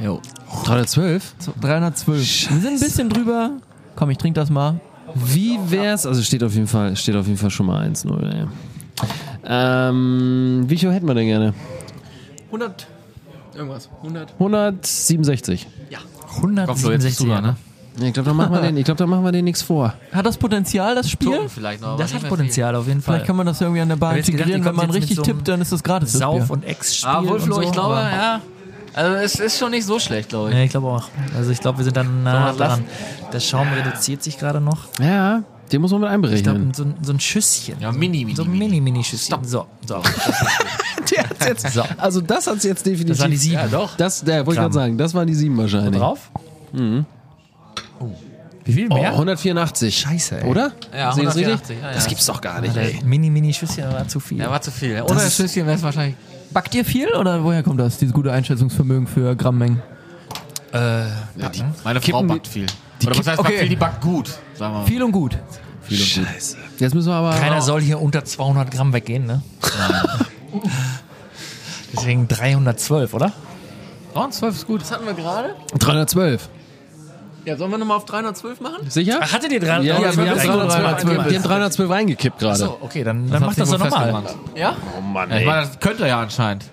[SPEAKER 1] 312?
[SPEAKER 2] 312. Wir sind ein bisschen drüber. Komm, ich trinke das mal.
[SPEAKER 1] Wie wär's? Also steht auf jeden Fall, steht auf jeden Fall schon mal 1-0, ey. Ähm, wie viel hätten wir denn gerne?
[SPEAKER 12] 100. Irgendwas. 100.
[SPEAKER 1] 167.
[SPEAKER 6] 167
[SPEAKER 5] drüber,
[SPEAKER 6] ne?
[SPEAKER 1] Ja, Ich glaube, da <laughs> machen wir den, ich glaube, da machen wir den nichts vor.
[SPEAKER 2] Hat das Potenzial, das Spiel?
[SPEAKER 5] Tuppen vielleicht noch. aber
[SPEAKER 6] Das
[SPEAKER 5] nicht mehr
[SPEAKER 6] hat Potenzial auf jeden Fall.
[SPEAKER 2] Vielleicht kann man das irgendwie an der Bar
[SPEAKER 6] Ich hab jetzt gedacht,
[SPEAKER 2] integrieren.
[SPEAKER 6] ihr
[SPEAKER 2] Wenn man
[SPEAKER 6] kommt jetzt
[SPEAKER 2] richtig
[SPEAKER 6] mit so einem
[SPEAKER 2] tippt, dann ist das gratis. das
[SPEAKER 6] Sauf-
[SPEAKER 2] Bier.
[SPEAKER 6] und Ex-Spiel.
[SPEAKER 5] viel. Ah, wohl,
[SPEAKER 6] und
[SPEAKER 5] Flo,
[SPEAKER 6] so,
[SPEAKER 5] ich glaube,
[SPEAKER 6] aber-
[SPEAKER 5] ja. Also es ist schon nicht so schlecht, glaube ich.
[SPEAKER 6] Ja, ich glaube auch. Also ich glaube, wir sind dann nah
[SPEAKER 5] Sollen wir das
[SPEAKER 6] dran. Der Schaum reduziert sich gerade noch.
[SPEAKER 1] Ja, den muss man mit
[SPEAKER 6] Ich glaube,
[SPEAKER 1] einberechnen.
[SPEAKER 6] so, ein- so ein Schüsschen.
[SPEAKER 5] Ja, mini, mini,
[SPEAKER 6] So ein
[SPEAKER 5] mini.
[SPEAKER 6] Mini-Mini-Schüsschen. So, <laughs> so. <laughs>
[SPEAKER 1] Der hat's jetzt,
[SPEAKER 6] So.
[SPEAKER 1] also das hat's jetzt definitiv.
[SPEAKER 6] Das waren die sieben.
[SPEAKER 1] Ja, doch. Das, ja, wollte ich gerade
[SPEAKER 6] Gramm.
[SPEAKER 1] sagen, das waren die sieben wahrscheinlich.
[SPEAKER 6] Drauf? Oh. Wie viel
[SPEAKER 1] Oh,
[SPEAKER 6] mehr?
[SPEAKER 1] 184.
[SPEAKER 6] Scheiße, ey.
[SPEAKER 1] Oder?
[SPEAKER 5] Ja,
[SPEAKER 1] Sehe ich das richtig?
[SPEAKER 5] 184, ja, ja.
[SPEAKER 1] Das gibt's doch gar nicht, ey.
[SPEAKER 6] Der Mini-Mini-Schüsschen war zu viel.
[SPEAKER 5] Ja, war zu viel. Ohne das Schüsschen wäre es wahrscheinlich.
[SPEAKER 2] Backt ihr viel oder woher kommt das, dieses gute Einschätzungsvermögen für Grammmengen?
[SPEAKER 5] Meine Frau
[SPEAKER 1] Kippen die-
[SPEAKER 5] backt viel. Oder was heißt
[SPEAKER 2] okay.
[SPEAKER 5] backt viel? Die backt gut, sagen wir mal.
[SPEAKER 2] Viel und gut.
[SPEAKER 1] Scheiße. Jetzt müssen wir aber.
[SPEAKER 6] Keiner soll hier unter 200 Gramm weggehen, ne? <laughs> Deswegen 312, oder?
[SPEAKER 5] 312 ist gut.
[SPEAKER 12] Das hatten wir gerade.
[SPEAKER 1] 312.
[SPEAKER 12] Ja, sollen wir nochmal auf 312 machen?
[SPEAKER 1] Sicher?
[SPEAKER 6] Ach, hattet ihr 312?
[SPEAKER 1] Ja, ja, wir haben 312
[SPEAKER 6] eingegeben.
[SPEAKER 1] Die haben 312 reingekippt gerade.
[SPEAKER 6] So, okay, dann, dann macht das doch nochmal.
[SPEAKER 12] Ja?
[SPEAKER 5] Ja, ich meine, das könnt ihr ja anscheinend.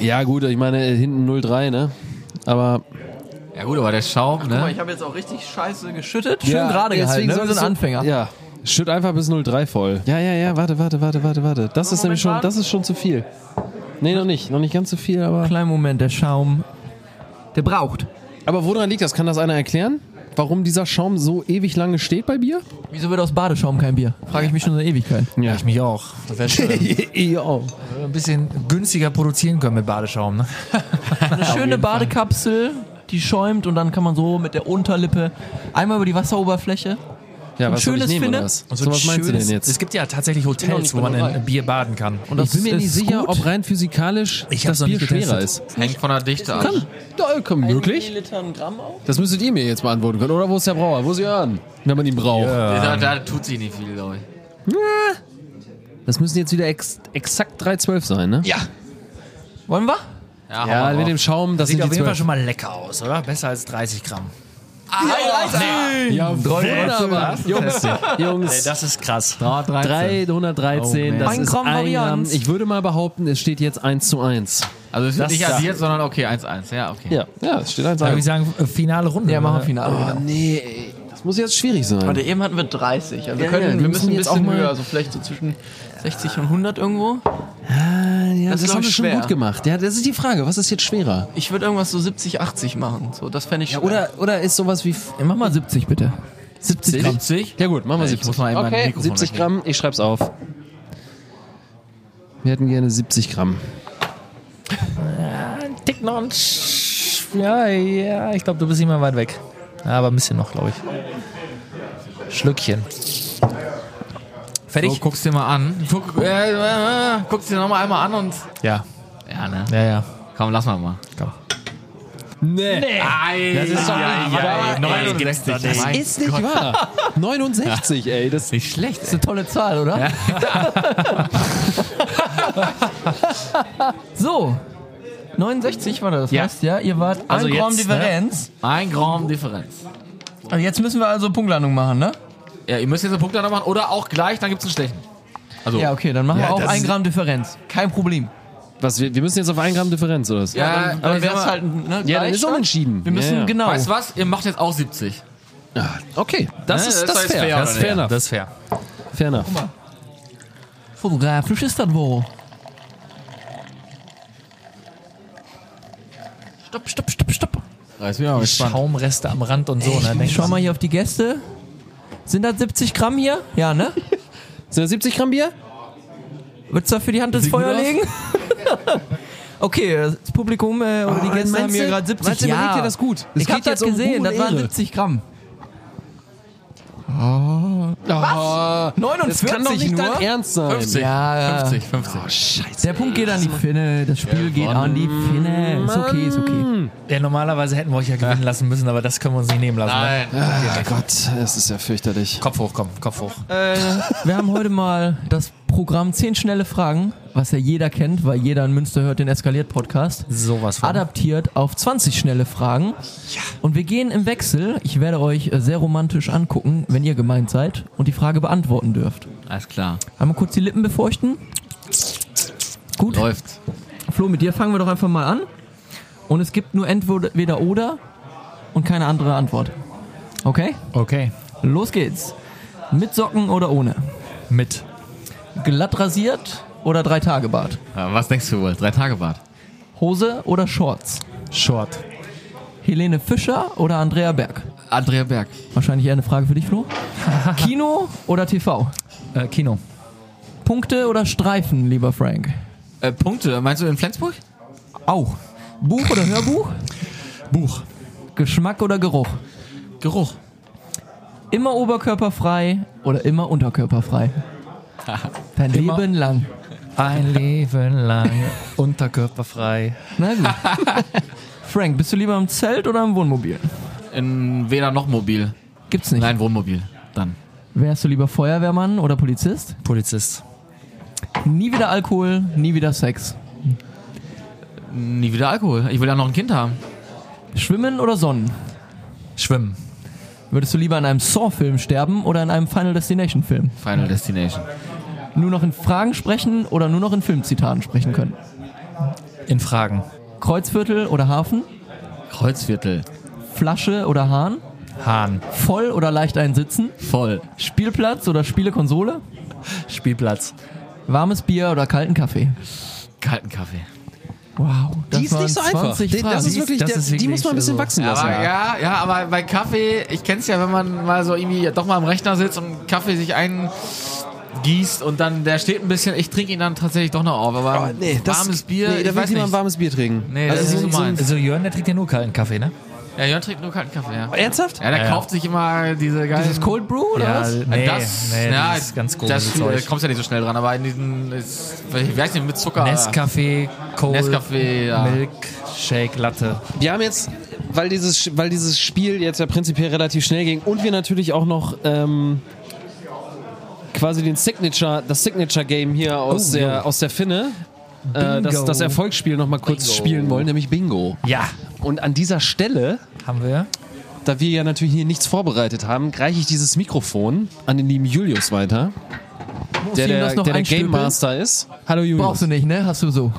[SPEAKER 1] Ja, gut, ich meine, hinten 03, ne? Aber
[SPEAKER 5] Ja gut, aber der Schaum,
[SPEAKER 12] Guck mal,
[SPEAKER 5] ne?
[SPEAKER 12] ich habe jetzt auch richtig scheiße geschüttet.
[SPEAKER 2] Schüttet, schön
[SPEAKER 1] Ja,
[SPEAKER 2] gerade
[SPEAKER 1] deswegen
[SPEAKER 2] gehalten. Ne? Wir
[SPEAKER 1] solltest
[SPEAKER 2] sind
[SPEAKER 1] du-
[SPEAKER 2] Anfänger.
[SPEAKER 1] Ja. Schütt einfach bis 03 voll. Ja, ja, ja, warte, warte, warte, warte, warte. Das ist nämlich schon,
[SPEAKER 12] warten?
[SPEAKER 1] das ist schon zu viel. Nee, noch nicht. Noch nicht ganz so viel, aber.
[SPEAKER 2] Kleinen Moment, der Schaum. Der braucht.
[SPEAKER 1] Aber woran liegt das? Kann das einer erklären? Warum dieser Schaum so ewig lange steht bei Bier?
[SPEAKER 2] Wieso wird aus Badeschaum kein Bier? Frage ich mich schon seit Ewigkeit.
[SPEAKER 1] Ja,
[SPEAKER 6] Ich mich auch. Das wäre schön.
[SPEAKER 1] <laughs> ja auch.
[SPEAKER 6] Wenn wir ein bisschen günstiger produzieren können mit Badeschaum, ne? <laughs>
[SPEAKER 2] Eine schöne Badekapsel, die schäumt und dann kann man so mit der Unterlippe einmal über die Wasseroberfläche.
[SPEAKER 1] Ja, was soll ich
[SPEAKER 2] schönes
[SPEAKER 1] nehmen
[SPEAKER 2] Finne?
[SPEAKER 1] oder was?
[SPEAKER 6] Und
[SPEAKER 1] So was
[SPEAKER 6] Also ein
[SPEAKER 1] meinst du denn
[SPEAKER 6] schönes- Es
[SPEAKER 1] jetzt?
[SPEAKER 6] gibt ja tatsächlich Hotels, wo man in Bier baden kann. Und
[SPEAKER 1] Ich bin mir
[SPEAKER 2] ist
[SPEAKER 1] nicht sicher,
[SPEAKER 2] gut.
[SPEAKER 1] ob rein physikalisch
[SPEAKER 6] Ich
[SPEAKER 1] das
[SPEAKER 6] hab's noch
[SPEAKER 1] Bier
[SPEAKER 6] nicht getestet.
[SPEAKER 1] schwerer ist.
[SPEAKER 5] Hängt von der Dichte ab.
[SPEAKER 1] Kann, ja, kann möglich.
[SPEAKER 12] Millilitern Gramm auf?
[SPEAKER 1] Das müsstet ihr mir jetzt beantworten können. Oder wo ist der Brauer? Wo ist Jörn? Wenn man ihn braucht.
[SPEAKER 5] Da, da tut sich nicht viel, glaube ich.
[SPEAKER 1] Das müssen jetzt wieder ex exakt 3,12 sein, ne?
[SPEAKER 2] Wollen wir?
[SPEAKER 5] Ja,
[SPEAKER 1] Ja,
[SPEAKER 5] hau mal
[SPEAKER 1] mit dem
[SPEAKER 5] drauf.
[SPEAKER 1] Schaum, das
[SPEAKER 6] Sieht
[SPEAKER 1] sind
[SPEAKER 6] auf
[SPEAKER 1] die
[SPEAKER 6] jeden Fall
[SPEAKER 1] 12.
[SPEAKER 6] schon mal lecker aus, oder? Besser als 30 Gramm.
[SPEAKER 1] Ja, wunderbar.
[SPEAKER 6] Wunderbar.
[SPEAKER 1] Jungs,
[SPEAKER 6] Ey,
[SPEAKER 1] Jungs.
[SPEAKER 6] das ist krass.
[SPEAKER 1] 313,
[SPEAKER 5] 313. Oh,
[SPEAKER 1] das
[SPEAKER 5] man.
[SPEAKER 1] ist
[SPEAKER 2] Einkommen
[SPEAKER 1] ein,
[SPEAKER 2] Varianz.
[SPEAKER 1] Ich würde mal behaupten, es steht jetzt 1 zu 1.
[SPEAKER 5] Also es wird
[SPEAKER 6] Das-
[SPEAKER 5] nicht addiert, sondern okay, 1-1. Ja, okay.
[SPEAKER 1] Ja, ja, es steht 1
[SPEAKER 6] Da
[SPEAKER 1] zu
[SPEAKER 6] würde
[SPEAKER 1] 1.
[SPEAKER 6] ich sagen, äh, finale Runde.
[SPEAKER 2] Ja, machen wir
[SPEAKER 6] finale.
[SPEAKER 2] Finale.
[SPEAKER 1] Oh nee, ey. das muss jetzt schwierig sein.
[SPEAKER 2] Warte,
[SPEAKER 13] Eben hatten wir 30. Also wir,
[SPEAKER 2] Ja,
[SPEAKER 13] können,
[SPEAKER 2] ja, die
[SPEAKER 13] wir
[SPEAKER 2] müssen
[SPEAKER 13] müssen ein
[SPEAKER 2] jetzt auch
[SPEAKER 13] bisschen
[SPEAKER 2] mal-
[SPEAKER 13] höher, also vielleicht so zwischen 60 und 100 irgendwo.
[SPEAKER 1] Ja,
[SPEAKER 13] das ist, glaub
[SPEAKER 1] das, haben
[SPEAKER 13] ich,
[SPEAKER 1] wir schon
[SPEAKER 13] schwer.
[SPEAKER 1] gut gemacht. Ja, das ist die Frage, was ist jetzt schwerer?
[SPEAKER 13] Ich würde irgendwas so 70, 80 machen. So, das fände ich schwer.
[SPEAKER 1] Oder, oder ist sowas wie
[SPEAKER 2] Ja, mach mal 70 bitte. 70 Gramm.
[SPEAKER 5] 70?
[SPEAKER 1] Ja gut, machen wir
[SPEAKER 5] Ich
[SPEAKER 1] 70.
[SPEAKER 5] muss mal eben mein
[SPEAKER 1] okay,
[SPEAKER 5] Mikrofon
[SPEAKER 1] 70
[SPEAKER 5] weglegen.
[SPEAKER 1] Gramm, ich schreib's auf. Wir hätten gerne 70 Gramm.
[SPEAKER 6] Tick noch ein Sch- Ja, ja, ich glaube, du bist nicht mehr weit weg. Ja, aber ein bisschen noch, glaube ich. Schlückchen.
[SPEAKER 5] So, guck's dir mal an. Guck, äh, äh, guck's dir nochmal einmal an und.
[SPEAKER 6] Ja.
[SPEAKER 5] Ja, ne?
[SPEAKER 6] Ja, ja.
[SPEAKER 5] Komm, lass mal mal.
[SPEAKER 6] Komm.
[SPEAKER 5] Nee. Ei, das ist doch
[SPEAKER 6] ei, ei,
[SPEAKER 5] 69.
[SPEAKER 6] ey.
[SPEAKER 5] Mein
[SPEAKER 1] Ist nicht wahr. 69, ey. Das
[SPEAKER 5] Nicht schlecht.
[SPEAKER 2] Das ist eine tolle Zahl, oder? <laughs> so. 69 war das,
[SPEAKER 5] Ja.
[SPEAKER 2] heißt, ja? Ihr wart
[SPEAKER 5] Also
[SPEAKER 2] ein Gramm
[SPEAKER 5] jetzt, ne?
[SPEAKER 2] Differenz.
[SPEAKER 5] Ein Gramm Differenz.
[SPEAKER 2] Und Jetzt müssen wir also Punktlandung machen, ne?
[SPEAKER 5] Ja, ihr müsst jetzt einen Punkt da machen oder auch gleich, dann gibt's einen schlechten. Also,
[SPEAKER 2] Ja, okay, dann machen
[SPEAKER 6] Ja,
[SPEAKER 2] wir auch
[SPEAKER 6] das
[SPEAKER 2] ein
[SPEAKER 6] ist-
[SPEAKER 2] Gramm Differenz. Kein Problem.
[SPEAKER 1] Was, wir, wir müssen jetzt auf 1 Gramm Differenz, oder? was?
[SPEAKER 5] ja,
[SPEAKER 2] dann,
[SPEAKER 5] aber
[SPEAKER 2] dann
[SPEAKER 5] wir
[SPEAKER 2] wär's
[SPEAKER 5] haben,
[SPEAKER 2] halt ein, ne,
[SPEAKER 1] ja dann ist
[SPEAKER 2] Gleichstand.
[SPEAKER 1] unentschieden.
[SPEAKER 2] Wir müssen,
[SPEAKER 1] ja, ja.
[SPEAKER 2] genau.
[SPEAKER 5] Weißt du was? Ihr macht jetzt auch 70.
[SPEAKER 1] Ah, Okay, das
[SPEAKER 5] Ne,
[SPEAKER 1] ist
[SPEAKER 5] das
[SPEAKER 1] das
[SPEAKER 5] war
[SPEAKER 1] ist
[SPEAKER 5] jetzt
[SPEAKER 1] fair.
[SPEAKER 5] fair,
[SPEAKER 1] das ist
[SPEAKER 5] oder
[SPEAKER 1] fair
[SPEAKER 5] nicht?
[SPEAKER 1] enough.
[SPEAKER 6] Das ist fair.
[SPEAKER 1] fair enough.
[SPEAKER 2] Fotografisch ist das wohl. Stopp, stopp, stopp, stopp.
[SPEAKER 5] Reiß mich mal
[SPEAKER 6] Schaumreste am Rand und so. Ne?
[SPEAKER 2] Schau mal hier auf die Gäste. Sind das 70 Gramm hier? Ja, ne?
[SPEAKER 1] Sind das 70 Gramm Bier?
[SPEAKER 2] Würdest du dafür die Hand ins
[SPEAKER 5] gut
[SPEAKER 2] Feuer
[SPEAKER 5] aus?
[SPEAKER 2] legen? <laughs> okay, das Publikum äh, oder die
[SPEAKER 1] Oh,
[SPEAKER 2] Gäste haben
[SPEAKER 1] meinst
[SPEAKER 2] hier
[SPEAKER 1] du-
[SPEAKER 2] gerade 70
[SPEAKER 1] meinst du, überleg dir das gut? Es
[SPEAKER 2] ich hab
[SPEAKER 1] geht
[SPEAKER 2] das
[SPEAKER 1] jetzt um
[SPEAKER 2] gesehen,
[SPEAKER 1] Ruhe und
[SPEAKER 2] das waren
[SPEAKER 1] Ehre.
[SPEAKER 2] 70 Gramm.
[SPEAKER 1] Was?
[SPEAKER 2] 49
[SPEAKER 1] Das kann doch nicht
[SPEAKER 2] nur.
[SPEAKER 1] dein Ernst sein.
[SPEAKER 5] 50.
[SPEAKER 2] Ja, ja. Oh,
[SPEAKER 5] 50, 50.
[SPEAKER 2] Der Punkt geht an die Finne, das Spiel geht an die Finne. Ist okay, ist okay.
[SPEAKER 6] Ja, normalerweise hätten wir euch ja gewinnen lassen müssen, aber das können wir uns nicht nehmen lassen. Ne?
[SPEAKER 5] Nein.
[SPEAKER 1] Ah, Gott, es ist ja fürchterlich.
[SPEAKER 6] Kopf hoch, komm, Kopf hoch.
[SPEAKER 2] Wir haben heute mal das Programm 10 schnelle Fragen, was ja jeder kennt, weil jeder in Münster hört den Eskaliert-Podcast.
[SPEAKER 6] Sowas von.
[SPEAKER 2] adaptiert auf 20 schnelle Fragen. Und wir gehen im Wechsel. Ich werde euch äh, sehr romantisch angucken, wenn ihr gemeint seid und die Frage beantworten dürft.
[SPEAKER 5] Alles klar.
[SPEAKER 2] Einmal kurz die Lippen befeuchten. Gut.
[SPEAKER 5] <laughs> Läuft.
[SPEAKER 2] Flo, mit dir fangen wir doch einfach mal an. Und es gibt nur entweder oder und keine andere Antwort. Okay?
[SPEAKER 6] Okay.
[SPEAKER 2] Los geht's. Mit Socken oder ohne?
[SPEAKER 6] Mit.
[SPEAKER 2] Glatt rasiert oder drei Tage Bart?
[SPEAKER 5] Ja, Was denkst du wohl? Drei Tage Bart.
[SPEAKER 2] Hose oder Shorts?
[SPEAKER 6] Short.
[SPEAKER 2] Helene Fischer oder Andrea Berg?
[SPEAKER 5] Andrea Berg.
[SPEAKER 2] Wahrscheinlich eher eine Frage für dich, Flo. Kino oder TV?
[SPEAKER 6] Äh, Kino.
[SPEAKER 2] Punkte oder Streifen, lieber Frank?
[SPEAKER 5] Äh, Punkte. Meinst du in Flensburg?
[SPEAKER 2] Auch. Buch oder Hörbuch?
[SPEAKER 6] Buch.
[SPEAKER 2] Geschmack oder Geruch?
[SPEAKER 5] Geruch.
[SPEAKER 2] Immer oberkörperfrei oder immer unterkörperfrei? Dein
[SPEAKER 6] Immer-
[SPEAKER 2] Leben lang.
[SPEAKER 5] <laughs>
[SPEAKER 6] Ein Leben lang unterkörperfrei.
[SPEAKER 2] Na gut. Frank, bist du lieber im Zelt oder im Wohnmobil?
[SPEAKER 5] In weder noch mobil.
[SPEAKER 2] Gibt's nicht.
[SPEAKER 5] Nein, Wohnmobil. Dann.
[SPEAKER 2] Wärst du lieber Feuerwehrmann oder Polizist?
[SPEAKER 6] Polizist.
[SPEAKER 2] Nie wieder Alkohol, nie wieder Sex.
[SPEAKER 5] Nie wieder Alkohol. Ich will ja noch ein Kind haben.
[SPEAKER 2] Schwimmen oder Sonnen?
[SPEAKER 6] Schwimmen.
[SPEAKER 2] Würdest du lieber in einem Saw-Film sterben oder in einem Final Destination-Film?
[SPEAKER 5] Final Destination.
[SPEAKER 2] Nur noch in Fragen sprechen oder nur noch in Filmzitaten sprechen können?
[SPEAKER 6] In Fragen.
[SPEAKER 2] Kreuzviertel oder Hafen?
[SPEAKER 5] Kreuzviertel.
[SPEAKER 2] Flasche oder Hahn?
[SPEAKER 6] Hahn.
[SPEAKER 2] Voll oder leicht einsitzen?
[SPEAKER 5] Voll.
[SPEAKER 2] Spielplatz oder Spielekonsole?
[SPEAKER 6] Spielplatz.
[SPEAKER 2] Warmes Bier oder kalten Kaffee?
[SPEAKER 5] Kalten Kaffee.
[SPEAKER 2] Wow, das
[SPEAKER 1] Die ist nicht so
[SPEAKER 2] waren
[SPEAKER 1] einfach.
[SPEAKER 2] 20
[SPEAKER 1] Die-
[SPEAKER 2] Fragen.
[SPEAKER 1] Das ist wirklich,
[SPEAKER 6] Das
[SPEAKER 1] der,
[SPEAKER 6] ist
[SPEAKER 1] die
[SPEAKER 6] wirklich
[SPEAKER 1] muss man ein bisschen
[SPEAKER 6] so.
[SPEAKER 1] wachsen lassen.
[SPEAKER 5] Aber ja, ja, aber bei Kaffee, ich kenn's ja, wenn man mal so irgendwie doch mal am Rechner sitzt und Kaffee sich eingießt und dann der steht ein bisschen, ich trinke ihn dann tatsächlich doch noch auf, aber
[SPEAKER 1] Oh, nee, das,
[SPEAKER 5] warmes Bier,
[SPEAKER 1] Nee, da
[SPEAKER 5] ich
[SPEAKER 1] will
[SPEAKER 5] weiß
[SPEAKER 1] jemand
[SPEAKER 5] nicht.
[SPEAKER 1] warmes Bier trinken.
[SPEAKER 5] Nee, das ist nicht so meins.
[SPEAKER 6] Also Jörn, der trinkt ja nur kalten Kaffee, ne?
[SPEAKER 5] Ja, Jörn trinkt nur kalten Kaffee, ja.
[SPEAKER 1] Ernsthaft?
[SPEAKER 5] Ja, der
[SPEAKER 6] Ja, ja.
[SPEAKER 5] kauft sich immer diese geilen...
[SPEAKER 2] Dieses Cold Brew oder
[SPEAKER 6] ja,
[SPEAKER 2] was?
[SPEAKER 6] nee,
[SPEAKER 5] das,
[SPEAKER 6] nee,
[SPEAKER 5] ja,
[SPEAKER 6] das ist ganz
[SPEAKER 5] das,
[SPEAKER 6] komisches
[SPEAKER 5] Zeug.
[SPEAKER 6] Zeug.
[SPEAKER 5] kommst ja nicht so schnell dran, aber in diesen, ist, ich weiß nicht, mit Zucker.
[SPEAKER 6] Nescafé, Cold,
[SPEAKER 5] Nescafé, ja.
[SPEAKER 6] Milk, Shake, Latte.
[SPEAKER 1] Wir haben jetzt, weil dieses, weil dieses Spiel jetzt ja prinzipiell relativ schnell ging und wir natürlich auch noch ähm, Oh, quasi den Signature, das Signature Game hier aus der aus der Finne äh, das, das Erfolgsspiel nochmal kurz spielen wollen, nämlich Bingo.
[SPEAKER 6] Ja,
[SPEAKER 1] Und an dieser Stelle,
[SPEAKER 6] haben
[SPEAKER 5] Äh,
[SPEAKER 6] wir.
[SPEAKER 1] da wir ja natürlich hier nichts vorbereitet haben, reiche ich dieses Mikrofon an den lieben Julius weiter. Der
[SPEAKER 14] ihm
[SPEAKER 1] der,
[SPEAKER 14] das noch
[SPEAKER 1] der, der
[SPEAKER 14] einstülpen?
[SPEAKER 1] Game Master ist. Hallo Julius.
[SPEAKER 14] Brauchst du nicht, ne? Hast du so.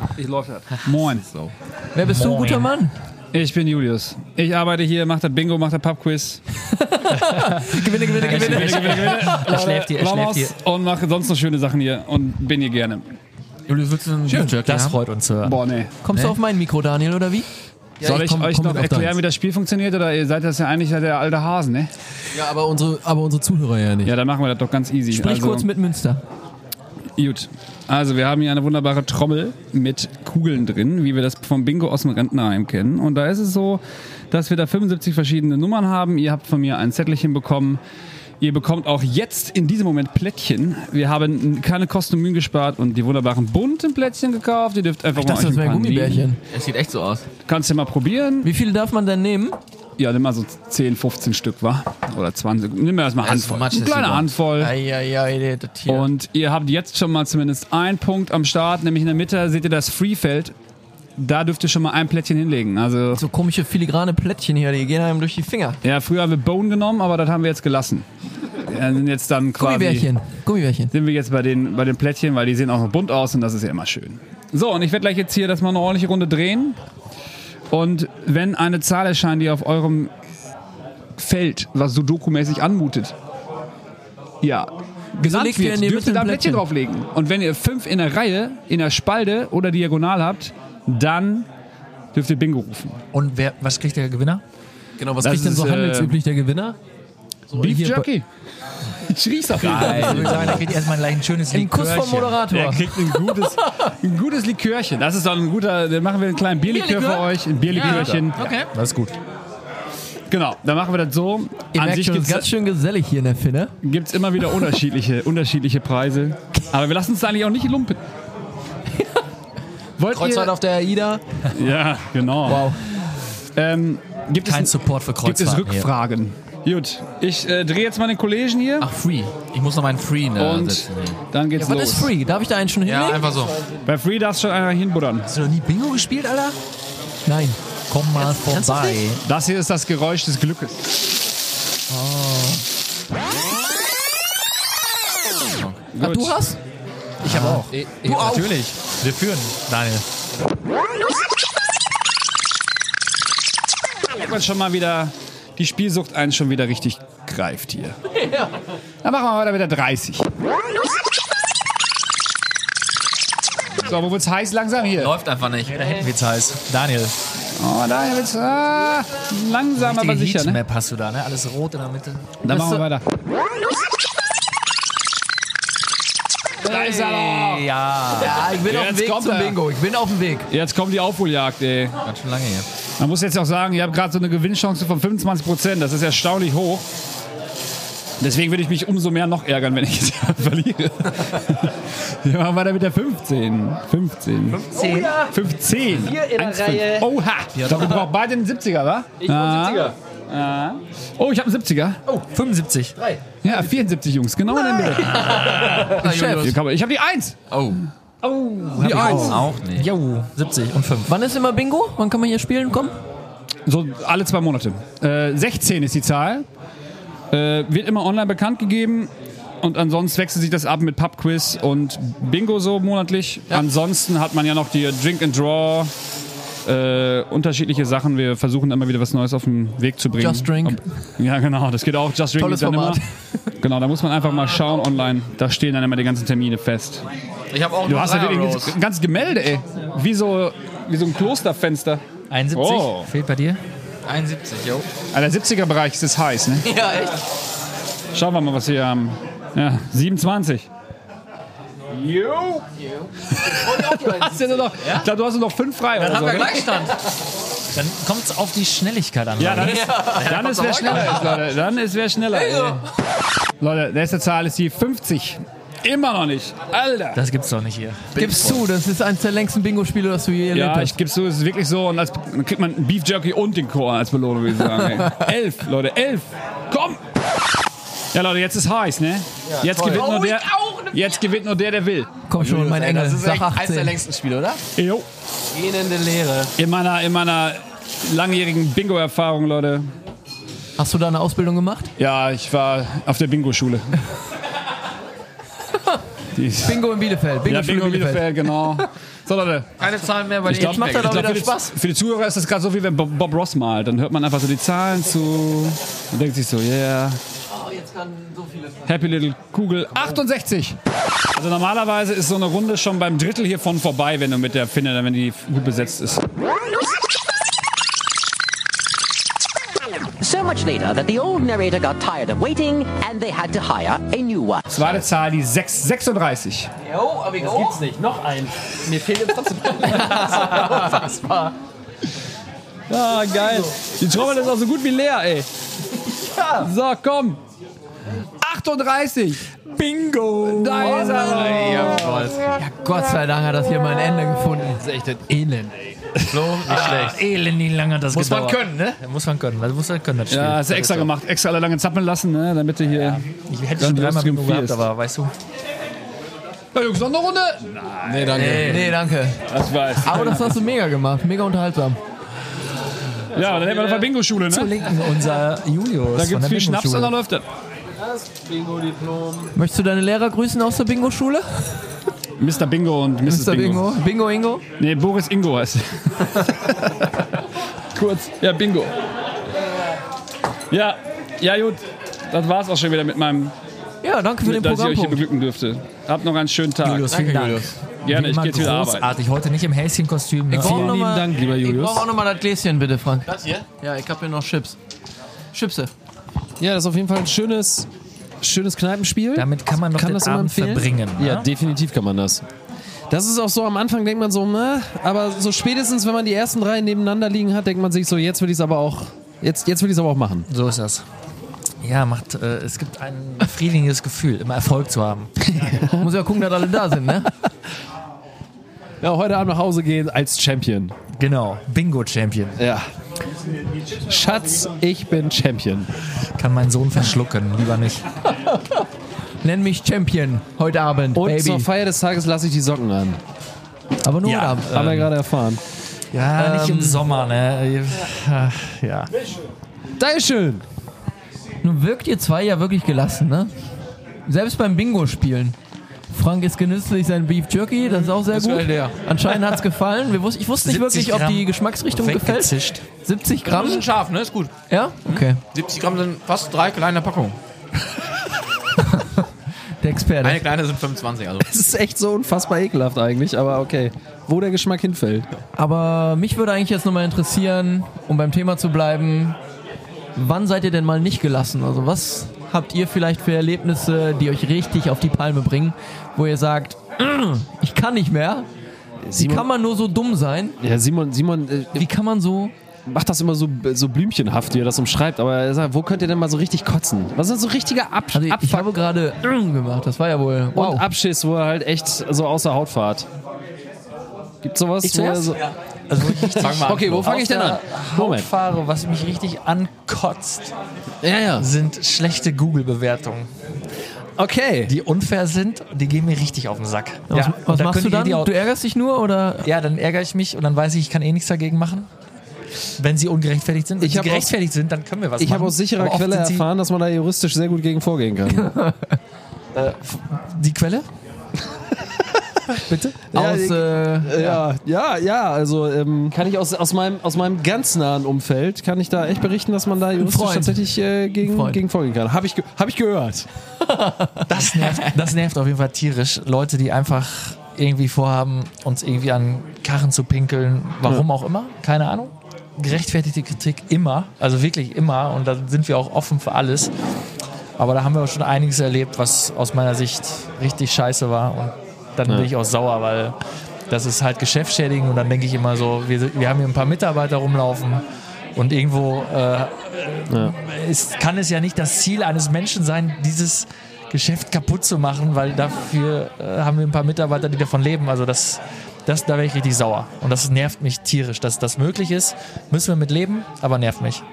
[SPEAKER 15] Moin.
[SPEAKER 14] Wer bist du, guter Mann?
[SPEAKER 15] Ich bin Julius. Ich arbeite hier, mach das Bingo, mach das Pubquiz.
[SPEAKER 14] Gewinne, gewinne, gewinne.
[SPEAKER 6] Er schläft hier, er schläft hier.
[SPEAKER 15] Blamaus und mache sonst noch schöne Sachen hier und bin hier gerne.
[SPEAKER 16] Julius, willst du einen Beef Jerky
[SPEAKER 6] Das
[SPEAKER 16] haben?
[SPEAKER 6] freut uns zu hören.
[SPEAKER 15] Boah, nee.
[SPEAKER 14] Kommst du auf mein Mikro, Daniel, oder wie?
[SPEAKER 15] Soll ich,
[SPEAKER 14] komm-
[SPEAKER 15] euch
[SPEAKER 14] komm
[SPEAKER 15] noch
[SPEAKER 14] mit auf
[SPEAKER 15] erklären,
[SPEAKER 14] deins.
[SPEAKER 15] wie das Spiel funktioniert? Oder ihr seid das ja eigentlich seid ihr alte Hasen, ne?
[SPEAKER 14] Ja, aber unsere, aber unsere Zuhörer ja nicht.
[SPEAKER 15] Ja, dann machen wir das doch ganz easy.
[SPEAKER 14] Sprich
[SPEAKER 15] also,
[SPEAKER 14] kurz mit Münster.
[SPEAKER 15] Gut. Also, wir haben hier eine wunderbare Trommel mit Kugeln drin, wie wir das vom Bingo aus dem Rentenheim kennen. Und da ist es so, dass wir da 75 verschiedene Nummern haben. Ihr habt von mir ein Zettelchen bekommen. Ihr bekommt auch jetzt in diesem Moment Plättchen. Wir haben keine Kosten und Mühen gespart und die wunderbaren bunten Plättchen gekauft. Ihr dürft einfach
[SPEAKER 14] Ich dachte,
[SPEAKER 15] mal euch
[SPEAKER 14] das
[SPEAKER 15] ein
[SPEAKER 14] wäre
[SPEAKER 15] paar nehmen.
[SPEAKER 14] Gummibärchen.
[SPEAKER 5] Es sieht echt so aus.
[SPEAKER 15] Kannst du mal probieren.
[SPEAKER 14] Wie viele darf man denn nehmen?
[SPEAKER 15] Ja, nimm mal so 10, 15 Stück, war Oder 20. Nimm mir erstmal Handvoll. Eine kleine Handvoll.
[SPEAKER 14] Eieiei, das hier.
[SPEAKER 15] Und ihr habt jetzt schon mal zumindest einen Punkt am Start, nämlich in der Mitte seht ihr das Freefeld. Da dürft ihr schon mal ein Plättchen hinlegen. Also,
[SPEAKER 14] so komische filigrane Plättchen hier, die gehen einem durch die Finger.
[SPEAKER 15] ja, früher haben wir Bone genommen, aber das haben wir jetzt gelassen. Ja, sind jetzt dann quasi.
[SPEAKER 14] Gummibärchen, Gummibärchen.
[SPEAKER 15] Sind wir jetzt bei den, bei den Plättchen, weil die sehen auch noch bunt aus und das ist ja immer schön. So, und ich werde gleich jetzt hier das mal eine ordentliche Runde drehen. Und wenn eine Zahl erscheint, die auf eurem Feld, was so dokumäßig anmutet, ja, genannt
[SPEAKER 14] legt ihr
[SPEAKER 15] wird,
[SPEAKER 14] in die
[SPEAKER 15] dürft
[SPEAKER 14] Mitte
[SPEAKER 15] ihr da
[SPEAKER 14] ein
[SPEAKER 15] ein Plättchen
[SPEAKER 14] Plättchen?
[SPEAKER 15] drauflegen. Und wenn ihr fünf in der Reihe, in der Spalte oder diagonal habt, dann dürft ihr Bingo rufen.
[SPEAKER 6] Und wer, was kriegt der Gewinner?
[SPEAKER 14] Genau, was
[SPEAKER 15] Das kriegt denn so ist, äh, handelsüblich
[SPEAKER 14] der Gewinner?
[SPEAKER 15] Beef
[SPEAKER 14] hier bei- <laughs>
[SPEAKER 15] Jerky. Ich riech's auf jeden Fall.
[SPEAKER 6] Also, ich würde sagen, der kriegt erstmal gleich ein schönes
[SPEAKER 14] Ein Kuss vom
[SPEAKER 6] Likörchen.
[SPEAKER 14] Moderator.
[SPEAKER 15] Der kriegt ein gutes, ein gutes Likörchen. Das ist doch ein guter, dann machen wir einen kleinen Bierlikör
[SPEAKER 14] Bierlikör?
[SPEAKER 15] für euch. Ein Bierlikörchen.
[SPEAKER 14] Okay.
[SPEAKER 6] Das ist gut.
[SPEAKER 15] Genau, dann machen wir das so.
[SPEAKER 14] Ihr
[SPEAKER 15] An
[SPEAKER 14] merkt
[SPEAKER 15] sich
[SPEAKER 14] schon, es ist ganz
[SPEAKER 15] gibt's
[SPEAKER 14] schön gesellig hier in der Finne.
[SPEAKER 15] gibt's immer wieder
[SPEAKER 14] <laughs>
[SPEAKER 15] unterschiedliche, unterschiedliche Preise. Aber wir lassen uns da eigentlich auch nicht lumpen. Wollt
[SPEAKER 14] Kreuzfahrt
[SPEAKER 15] ihr?
[SPEAKER 14] auf der AIDA.
[SPEAKER 15] Ja, genau.
[SPEAKER 14] Wow.
[SPEAKER 15] Ähm, gibt
[SPEAKER 6] Kein
[SPEAKER 15] es,
[SPEAKER 6] Support für
[SPEAKER 15] gibt es
[SPEAKER 6] Kreuzfahrten.
[SPEAKER 15] Rückfragen? Gut, ich äh, drehe jetzt mal den Kollegen hier
[SPEAKER 5] Ach, Free. Ich muss noch meinen Free ne,
[SPEAKER 15] und
[SPEAKER 5] setzen. hier.
[SPEAKER 15] dann geht's
[SPEAKER 14] Was
[SPEAKER 15] los.
[SPEAKER 14] ist free? Darf ich da einen schon
[SPEAKER 5] Ja,
[SPEAKER 14] hinlegen?
[SPEAKER 5] einfach so.
[SPEAKER 15] Bei Free darfst schon einer hinbuddern.
[SPEAKER 5] Hast du noch nie Bingo gespielt, Alter?
[SPEAKER 14] Nein.
[SPEAKER 6] Komm mal vorbei.
[SPEAKER 15] Das hier ist das Geräusch des Glückes. Ah.
[SPEAKER 14] Ach, du hast?
[SPEAKER 6] Ich habe auch.
[SPEAKER 5] Du auch.
[SPEAKER 6] Natürlich. Wir führen, Daniel.
[SPEAKER 15] merkt man schon mal wieder, die Spielsucht einen schon wieder richtig greift hier.
[SPEAKER 14] <laughs>
[SPEAKER 15] Dann machen wir weiter mit der 30. So, wo wird's heiß langsam hier?
[SPEAKER 5] Läuft einfach nicht.
[SPEAKER 6] Witz heiß. Daniel.
[SPEAKER 15] Oh, da wird's ah, langsam, aber
[SPEAKER 6] richtige
[SPEAKER 15] sicher. Ne?
[SPEAKER 6] Heatmap hast du da, ne? Alles rot in der Mitte.
[SPEAKER 15] Dann machen wir weiter. Da ist er
[SPEAKER 6] Ja.
[SPEAKER 15] doch.
[SPEAKER 14] Ja, Ah, ich bin
[SPEAKER 15] Jetzt
[SPEAKER 14] auf dem Weg
[SPEAKER 15] kommt
[SPEAKER 14] zum
[SPEAKER 15] er.
[SPEAKER 14] Bingo. Ich bin auf dem Weg.
[SPEAKER 15] Jetzt kommt die Aufholjagd, ey.
[SPEAKER 5] Ganz schön lange hier.
[SPEAKER 15] Man muss jetzt auch sagen, ihr habt gerade so eine Gewinnchance von 25 Prozent. Das ist erstaunlich hoch. Deswegen würde ich mich umso mehr noch ärgern, wenn ich jetzt <laughs> verliere. Wir machen weiter mit der 15. 15.
[SPEAKER 8] 10.
[SPEAKER 15] 15.
[SPEAKER 8] Hier in der Reihe.
[SPEAKER 15] Oha. Ich glaube, wir brauchen beide einen 70er, wa? Ah.
[SPEAKER 8] Ich bin 70er.
[SPEAKER 15] Oh, ich habe einen 70er.
[SPEAKER 6] 75.
[SPEAKER 15] Ja, 74 Jungs. Genau in der Mitte. Hier
[SPEAKER 5] Julius.
[SPEAKER 15] kann man- Ich habe die 1.
[SPEAKER 5] Oh.
[SPEAKER 15] Die 1.
[SPEAKER 5] Auch nicht.
[SPEAKER 6] Jo. 70 und 5.
[SPEAKER 14] Wann ist immer Bingo? Wann kann man hier spielen? Komm.
[SPEAKER 15] So alle zwei Monate. Äh, 16 ist die Zahl. Äh, wird immer online bekannt gegeben. Und ansonsten wechselt sich das ab mit Pubquiz und Bingo so monatlich. Ansonsten hat man ja noch die Drink and Draw. Äh, unterschiedliche Sachen. Wir versuchen immer wieder was Neues auf den Weg zu bringen.
[SPEAKER 14] Just Drink.
[SPEAKER 15] Ob- ja, genau. Das geht auch. Just Drink
[SPEAKER 14] Tolles
[SPEAKER 15] geht dann
[SPEAKER 14] Format.
[SPEAKER 15] immer. Genau, da muss man einfach mal schauen online. Da stehen dann immer die ganzen Termine fest.
[SPEAKER 5] Ich habe auch
[SPEAKER 15] Du hast
[SPEAKER 5] Dreier
[SPEAKER 15] natürlich ein
[SPEAKER 5] Rose.
[SPEAKER 15] ganz- ganz Gemälde, ey. Wie so, wie so ein Klosterfenster.
[SPEAKER 6] 71.
[SPEAKER 15] Oh.
[SPEAKER 6] Fehlt bei dir?
[SPEAKER 5] 71, jo.
[SPEAKER 15] Alter, 70er-Bereich ist es heiß, ne?
[SPEAKER 14] Ja, echt.
[SPEAKER 15] Schauen wir mal, was wir haben. Ja, 27. Hast du nur noch, Ich glaube, du hast nur noch fünf frei. Dann oder so, gell?
[SPEAKER 5] Gleichstand.
[SPEAKER 6] Dann kommt es auf die Schnelligkeit an.
[SPEAKER 15] ja,
[SPEAKER 6] Daniel.
[SPEAKER 15] dann ist, dann ist wer schneller ist, Leute. Dann ist wer schneller. Ey. Leute, nächste Zahl ist die 50. Immer noch nicht. Alter.
[SPEAKER 6] Das gibt's doch nicht hier.
[SPEAKER 14] Gibst du, das ist eines der längsten Bingo-Spiele, das du je erlebt
[SPEAKER 15] Ja,
[SPEAKER 14] hast.
[SPEAKER 15] ich gebe so, es ist wirklich so. Und als, dann kriegt man einen Beef Jerky und den Chor als Belohnung, würde ich sagen. Ey. elf, Leute, elf. Komm! Ja, Leute, jetzt ist heiß, ne? jetzt gewinnt nur der, jetzt gewinnt nur der, der will.
[SPEAKER 2] Komm schon, mein Engel.
[SPEAKER 5] Das ist
[SPEAKER 2] Sag
[SPEAKER 5] echt eins der
[SPEAKER 2] 18.
[SPEAKER 5] längsten Spiele, oder?
[SPEAKER 15] Jo.
[SPEAKER 5] Gähnende Leere.
[SPEAKER 15] In meiner, in meiner langjährigen Bingo-Erfahrung, Leute.
[SPEAKER 2] Hast du da eine Ausbildung gemacht?
[SPEAKER 15] Ja, ich war auf der Bingo-Schule. Die-
[SPEAKER 2] Bingo in Bielefeld. Bingo,
[SPEAKER 15] ja, Bingo Bielefeld, genau. So, Leute.
[SPEAKER 5] Keine Zahlen mehr, weil
[SPEAKER 15] Ich glaube,
[SPEAKER 5] macht
[SPEAKER 15] ich glaub, für, die- für die Zuhörer ist das gerade so, wie wenn Bob Bob Ross malt. Dann hört man einfach so die Zahlen zu und denkt sich so, yeah, happy little Kugel 68. Also normalerweise ist so eine Runde schon beim Drittel hiervon vorbei, wenn du mit der Finne, wenn die gut besetzt ist.
[SPEAKER 17] So much later that the old narrator got tired of waiting and they had to hire a new one.
[SPEAKER 15] Zweite Zahl, die 6, 36.
[SPEAKER 5] Jo, aber das gibt's nicht. Noch ein. Mir fehlt jetzt trotzdem.
[SPEAKER 14] <laughs>
[SPEAKER 5] Unfassbar.
[SPEAKER 15] Ja, Ah, geil. Die Trommel ist auch so gut wie leer, ey. So, komm. 38. Bingo. Da ist er.
[SPEAKER 2] Ja, Gott sei Dank hat das hier mein Ende gefunden.
[SPEAKER 6] Das ist echt ein Elend. Flo, nicht schlecht. Elend, wie Ah, lange hat das
[SPEAKER 5] Muss man
[SPEAKER 6] gedauert.
[SPEAKER 5] können, ne?
[SPEAKER 6] Muss man können. Also muss man können, das Spiel.
[SPEAKER 15] Ja, hast du extra gemacht. Extra alle lange zappeln lassen, ne, damit du hier...
[SPEAKER 6] Ich hätte schon
[SPEAKER 15] Dann
[SPEAKER 6] dreimal genug gehabt,
[SPEAKER 15] triumphierst.
[SPEAKER 6] aber weißt du.
[SPEAKER 15] Na, Jungs, noch eine Runde?
[SPEAKER 18] Nee, danke.
[SPEAKER 2] Nee, danke.
[SPEAKER 15] Das weiß.
[SPEAKER 2] Aber das hast du mega gemacht. Mega unterhaltsam.
[SPEAKER 15] Ja, dann hätten wir noch eine Bingo-Schule,
[SPEAKER 6] Zu
[SPEAKER 15] ne?
[SPEAKER 6] linken
[SPEAKER 2] Äh,
[SPEAKER 6] unser Julius.
[SPEAKER 15] Da gibt's
[SPEAKER 6] von der
[SPEAKER 15] viel Schnaps und
[SPEAKER 6] Bingo-Schule.
[SPEAKER 15] dann läuft das.
[SPEAKER 2] Möchtest du deine Lehrer grüßen aus der Bingo-Schule?
[SPEAKER 15] Mr. Bingo und Mrs.
[SPEAKER 2] Mr.
[SPEAKER 15] Bingo.
[SPEAKER 2] Bingo. Bingo Ingo?
[SPEAKER 15] Nee, Boris Ingo heißt Kurz. Ja, Bingo. Ja, ja gut. Das war's auch schon wieder mit meinem,
[SPEAKER 2] Ja, danke für den
[SPEAKER 15] mit, dass ich euch hier
[SPEAKER 2] Programmpunkt.
[SPEAKER 15] beglücken dürfte. Habt noch einen schönen Tag.
[SPEAKER 6] Julius, vielen Dank.
[SPEAKER 15] Gerne,
[SPEAKER 6] Wie
[SPEAKER 15] ich
[SPEAKER 6] immer
[SPEAKER 15] gehe jetzt wieder arbeiten.
[SPEAKER 6] großartig. Heute nicht im Häschenkostüm. Ne?
[SPEAKER 2] brauch
[SPEAKER 1] Vielen
[SPEAKER 2] noch
[SPEAKER 1] lieben
[SPEAKER 2] mal-
[SPEAKER 1] Dank, lieber
[SPEAKER 2] Ich
[SPEAKER 1] Julius.
[SPEAKER 2] brauche auch nochmal das Gläschen, bitte, Frank.
[SPEAKER 5] Das hier?
[SPEAKER 2] Ja, ich habe hier noch Chips. Chipse.
[SPEAKER 1] Ja, das ist auf jeden Fall ein schönes, schönes Kneipenspiel.
[SPEAKER 6] Damit kann man noch den
[SPEAKER 1] das immer
[SPEAKER 6] Abend
[SPEAKER 1] empfehlen?
[SPEAKER 6] verbringen.
[SPEAKER 1] Ja,
[SPEAKER 6] ne?
[SPEAKER 1] definitiv kann man das. Das ist auch so, am Anfang denkt man so, ne? Aber so spätestens, wenn man die ersten drei nebeneinander liegen hat, denkt man sich so, jetzt will ich es aber auch, jetzt, jetzt will ich es aber auch machen.
[SPEAKER 6] So ist das. Ja, macht, äh, es gibt ein befriedigendes Gefühl, immer Erfolg zu haben.
[SPEAKER 2] Muss ja gucken, dass alle da sind, ne?
[SPEAKER 1] Ja, heute Abend nach Hause gehen als Champion.
[SPEAKER 6] Genau, Bingo-Champion.
[SPEAKER 1] Ja. Schatz, ich bin Champion.
[SPEAKER 6] Kann mein Sohn verschlucken, lieber nicht.
[SPEAKER 2] Nenn mich Champion heute Abend,
[SPEAKER 1] Und zur
[SPEAKER 2] Baby.
[SPEAKER 1] Feier des Tages lasse ich die Socken an.
[SPEAKER 2] Aber nur heute
[SPEAKER 6] Ja.
[SPEAKER 2] Abend.
[SPEAKER 1] Haben wir gerade erfahren.
[SPEAKER 6] Ja, nicht im
[SPEAKER 2] Ähm.
[SPEAKER 6] Sommer, ne? Ja. ja.
[SPEAKER 1] Dankeschön!
[SPEAKER 2] Nun wirkt ihr zwei ja wirklich gelassen, ne? Selbst beim Bingo spielen. Frank ist genüsslich sein Beef Jerky, das ist auch sehr gut. Anscheinend hat's gefallen. Wir wus ich wusste nicht
[SPEAKER 6] 70
[SPEAKER 2] wirklich, ob die
[SPEAKER 6] Gramm
[SPEAKER 2] Geschmacksrichtung gefällt.
[SPEAKER 6] Weggezischt.
[SPEAKER 2] 70
[SPEAKER 5] Das ist
[SPEAKER 2] Gramm?
[SPEAKER 5] ein Schaf, ne? Ist gut.
[SPEAKER 2] Ja? Okay.
[SPEAKER 5] 70 Gramm sind fast drei kleine Packungen.
[SPEAKER 2] Der Experte.
[SPEAKER 5] Eine kleine sind 25, also.
[SPEAKER 1] Das ist echt so unfassbar ekelhaft eigentlich, aber okay. Wo der Geschmack hinfällt.
[SPEAKER 2] Aber mich würde eigentlich jetzt nochmal interessieren, um beim Thema zu bleiben, wann seid ihr denn mal nicht gelassen? Also was habt ihr vielleicht für Erlebnisse, die euch richtig auf die Palme bringen, wo ihr sagt, "Mm, ich kann nicht mehr? Wie
[SPEAKER 1] Simon,
[SPEAKER 2] kann man nur so dumm sein?
[SPEAKER 1] ja, Simon, Simon äh,
[SPEAKER 2] Wie kann man so...
[SPEAKER 1] macht das immer so, so blümchenhaft, wie er das umschreibt, aber er sagt, wo könnt ihr denn mal so richtig kotzen? Was sind so richtige Ab
[SPEAKER 2] Also ich, ich
[SPEAKER 1] Abfuck
[SPEAKER 2] habe gerade "Mm" gemacht, das war ja wohl... Wow.
[SPEAKER 1] und Abschiss, wo er halt echt so außer Haut fahrt? Gibt sowas?
[SPEAKER 6] Ich
[SPEAKER 1] wo er
[SPEAKER 6] zuerst?
[SPEAKER 1] so
[SPEAKER 6] Also, wo ich richtig
[SPEAKER 5] Fang mal an.
[SPEAKER 1] okay, wo fange
[SPEAKER 6] auf
[SPEAKER 1] ich denn an?
[SPEAKER 6] der Haut fahre, was mich richtig ankotzt,
[SPEAKER 1] Ja, ja.
[SPEAKER 6] sind schlechte Google-Bewertungen.
[SPEAKER 1] Okay.
[SPEAKER 6] Die unfair sind, die gehen mir richtig auf den Sack.
[SPEAKER 2] was was
[SPEAKER 6] da
[SPEAKER 2] machst
[SPEAKER 6] könnte
[SPEAKER 2] du
[SPEAKER 6] ich
[SPEAKER 2] dann?
[SPEAKER 6] die auch-
[SPEAKER 2] Du ärgerst dich nur oder...
[SPEAKER 6] Ja, dann ärgere ich mich und dann weiß ich, ich kann eh nichts dagegen machen. Wenn sie ungerechtfertigt sind. Wenn
[SPEAKER 1] Ich
[SPEAKER 6] sie
[SPEAKER 1] hab aus-
[SPEAKER 6] gerechtfertigt sind, dann können wir was
[SPEAKER 1] Ich
[SPEAKER 6] machen.
[SPEAKER 1] habe aus sicherer
[SPEAKER 6] Aber oft
[SPEAKER 1] Quelle
[SPEAKER 6] sind sie-
[SPEAKER 1] erfahren, dass man da juristisch sehr gut gegen vorgehen
[SPEAKER 2] <laughs>
[SPEAKER 1] kann.
[SPEAKER 6] Die Quelle? Bitte?
[SPEAKER 2] aus,
[SPEAKER 1] ich-
[SPEAKER 2] äh,
[SPEAKER 1] ja, ja, ja. Also ähm, kann ich aus, aus, meinem, aus meinem ganz nahen Umfeld, kann ich da echt berichten, dass man da juristisch
[SPEAKER 2] Freund.
[SPEAKER 1] tatsächlich äh, gegen,
[SPEAKER 2] Freund.
[SPEAKER 1] gegen vorgehen kann. Habe ich, ge hab ich gehört.
[SPEAKER 6] Das nervt, das nervt auf jeden Fall tierisch. Leute, die einfach irgendwie vorhaben, uns irgendwie an Karren zu pinkeln, warum auch immer, keine Ahnung. Gerechtfertigte Kritik immer, also wirklich immer und da sind wir auch offen für alles. Aber da haben wir auch schon einiges erlebt, was aus meiner Sicht richtig scheiße war und dann bin ich auch sauer, weil das ist halt geschäftsschädigend und dann denke ich immer so, wir, wir haben hier ein paar Mitarbeiter rumlaufen und irgendwo äh, ist, kann es ja nicht das Ziel eines Menschen sein, dieses Geschäft kaputt zu machen, weil dafür äh, haben wir ein paar Mitarbeiter, die davon leben. Also das, das da wäre ich richtig sauer. Und das nervt mich tierisch, dass das möglich ist. Müssen wir mit leben, aber nervt mich.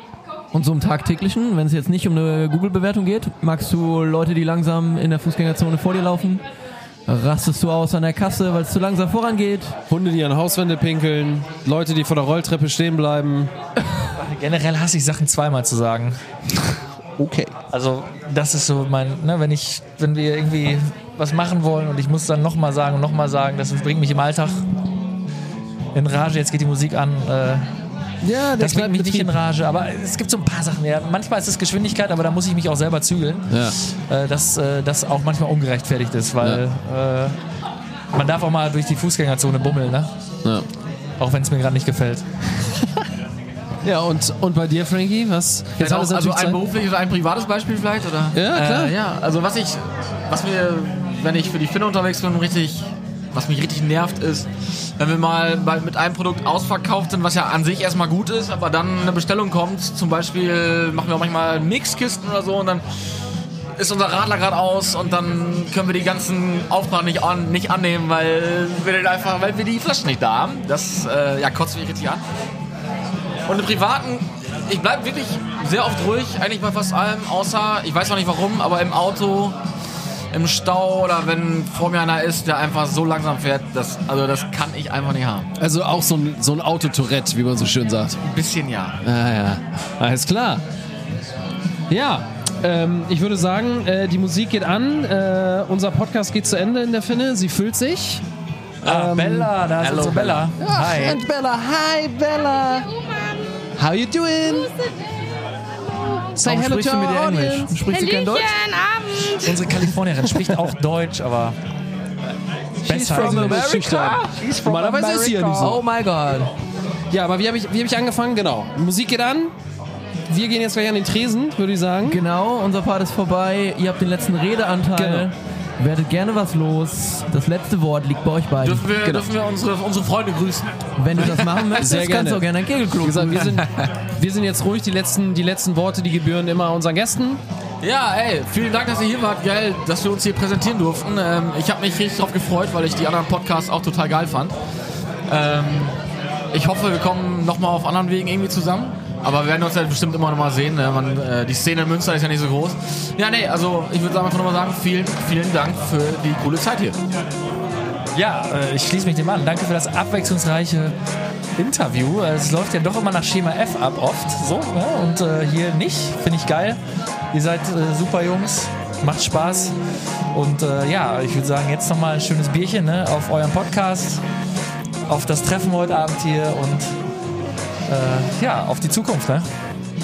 [SPEAKER 2] Und so im tagtäglichen, wenn es jetzt nicht um eine Google-Bewertung geht, magst du Leute, die langsam in der Fußgängerzone vor dir laufen? Rastest du aus an der Kasse, weil es zu langsam vorangeht?
[SPEAKER 1] Hunde, die an Hauswände pinkeln, Leute, die vor der Rolltreppe stehen bleiben.
[SPEAKER 6] Generell hasse ich Sachen zweimal zu sagen.
[SPEAKER 1] Okay.
[SPEAKER 6] Also das ist so mein, ne, wenn ich, wenn wir irgendwie was machen wollen und ich muss dann nochmal sagen und nochmal sagen, das bringt mich im Alltag in Rage, jetzt geht die Musik an. Äh,
[SPEAKER 1] ja,
[SPEAKER 6] das bringt mich nicht in Rage, aber es gibt so ein paar Sachen. Ja. Manchmal ist es Geschwindigkeit, aber da muss ich mich auch selber zügeln,
[SPEAKER 19] Ja.
[SPEAKER 6] äh, dass äh, das auch manchmal ungerechtfertigt ist, weil äh, man darf auch mal durch die Fußgängerzone bummeln, ne?
[SPEAKER 19] Ja.
[SPEAKER 6] auch wenn es mir gerade nicht gefällt.
[SPEAKER 1] Ja, und, und bei dir, Frankie, was?
[SPEAKER 5] Jetzt auch, also ein
[SPEAKER 1] Zeit-
[SPEAKER 5] berufliches oder ein privates Beispiel vielleicht? Oder?
[SPEAKER 1] Ja, klar.
[SPEAKER 5] Äh, ja, also was ich, was mir, wenn ich für die Finne unterwegs bin, richtig, was mich richtig nervt, ist, wenn wir mal bei, mit einem Produkt ausverkauft sind, was ja an sich erstmal gut ist, aber dann eine Bestellung kommt, zum Beispiel machen wir auch manchmal Mixkisten oder so und dann ist unser Radler gerade aus und dann können wir die ganzen Auftrag nicht, an, nicht annehmen, weil wir, den einfach, weil wir die Flaschen nicht da haben. Das äh, ja, kotzt mich richtig an. Und im Privaten, ich bleibe wirklich sehr oft ruhig, eigentlich bei fast allem, außer, ich weiß noch nicht warum, aber im Auto, im Stau oder wenn vor mir einer ist, der einfach so langsam fährt, das, also das kann ich einfach nicht haben.
[SPEAKER 19] Also auch so ein, so ein Autotourette, wie man so schön sagt.
[SPEAKER 5] Ein bisschen ja.
[SPEAKER 19] Ah ja, alles klar.
[SPEAKER 1] Ja, ähm, ich würde sagen, äh, die Musik geht an, äh, unser Podcast geht zu Ende in der Finne, sie füllt sich.
[SPEAKER 6] Ah, Bella, da ist
[SPEAKER 1] hello,
[SPEAKER 6] unsere Bella. Hi.
[SPEAKER 1] And Bella, hi Bella. How you doing? Say
[SPEAKER 6] Warum
[SPEAKER 1] hello to
[SPEAKER 6] sprichst du mit
[SPEAKER 1] our
[SPEAKER 6] ihr Englisch?
[SPEAKER 1] audience.
[SPEAKER 6] Sprichst du kein Deutsch?
[SPEAKER 20] Abend.
[SPEAKER 6] Unsere Kalifornierin spricht auch Deutsch, aber besser als wir.
[SPEAKER 1] She's from Normalerweise ist sie ja nicht so.
[SPEAKER 2] Oh my God.
[SPEAKER 1] Ja, aber wie habe ich, wie hab ich angefangen? Genau. Musik geht an. Wir gehen jetzt gleich an den Tresen, würde ich sagen.
[SPEAKER 2] Genau, unser Part ist vorbei. Ihr habt den letzten Redeanteil.
[SPEAKER 1] Genau.
[SPEAKER 2] Werdet gerne was los. Das letzte Wort liegt bei euch beiden.
[SPEAKER 5] Dürfen wir, dürfen wir unsere, unsere Freunde grüßen?
[SPEAKER 2] Wenn du das machen möchtest,
[SPEAKER 1] Sehr gerne.
[SPEAKER 2] kannst du auch gerne ein Kegelklo
[SPEAKER 1] Wie gesagt, wir sind, wir sind jetzt ruhig. Die letzten, die letzten Worte, die gebühren immer unseren Gästen.
[SPEAKER 5] Ja, ey, vielen Dank, dass ihr hier wart. Geil, dass wir uns hier präsentieren durften. Ähm, ich habe mich richtig drauf gefreut, weil ich die anderen Podcasts auch total geil fand. Ähm, ich hoffe, wir kommen nochmal auf anderen Wegen irgendwie zusammen. Aber wir werden uns ja bestimmt immer nochmal sehen. Ne? Man, äh, die Szene in Münster ist ja nicht so groß. Ja, nee, also ich würde einfach nochmal sagen, vielen, vielen Dank für die coole Zeit hier.
[SPEAKER 6] Ja, äh, ich schließe mich dem an. Danke für das abwechslungsreiche Interview. Äh, Es läuft ja doch immer nach Schema F ab, oft so. Ne? Und äh, hier nicht. Finde ich geil. Ihr seid äh, super Jungs. Macht Spaß. Und äh, ja, ich würde sagen, jetzt nochmal ein schönes Bierchen ne? auf euren Podcast, auf das Treffen heute Abend hier und äh, ja, auf die Zukunft. Ne?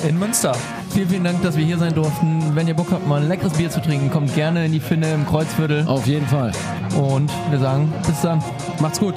[SPEAKER 6] In Münster.
[SPEAKER 2] Vielen, vielen Dank, dass wir hier sein durften. Wenn ihr Bock habt, mal ein leckeres Bier zu trinken, kommt gerne in die Finne im Kreuzviertel.
[SPEAKER 19] Auf jeden Fall.
[SPEAKER 2] Und wir sagen, bis dann.
[SPEAKER 1] Macht's gut.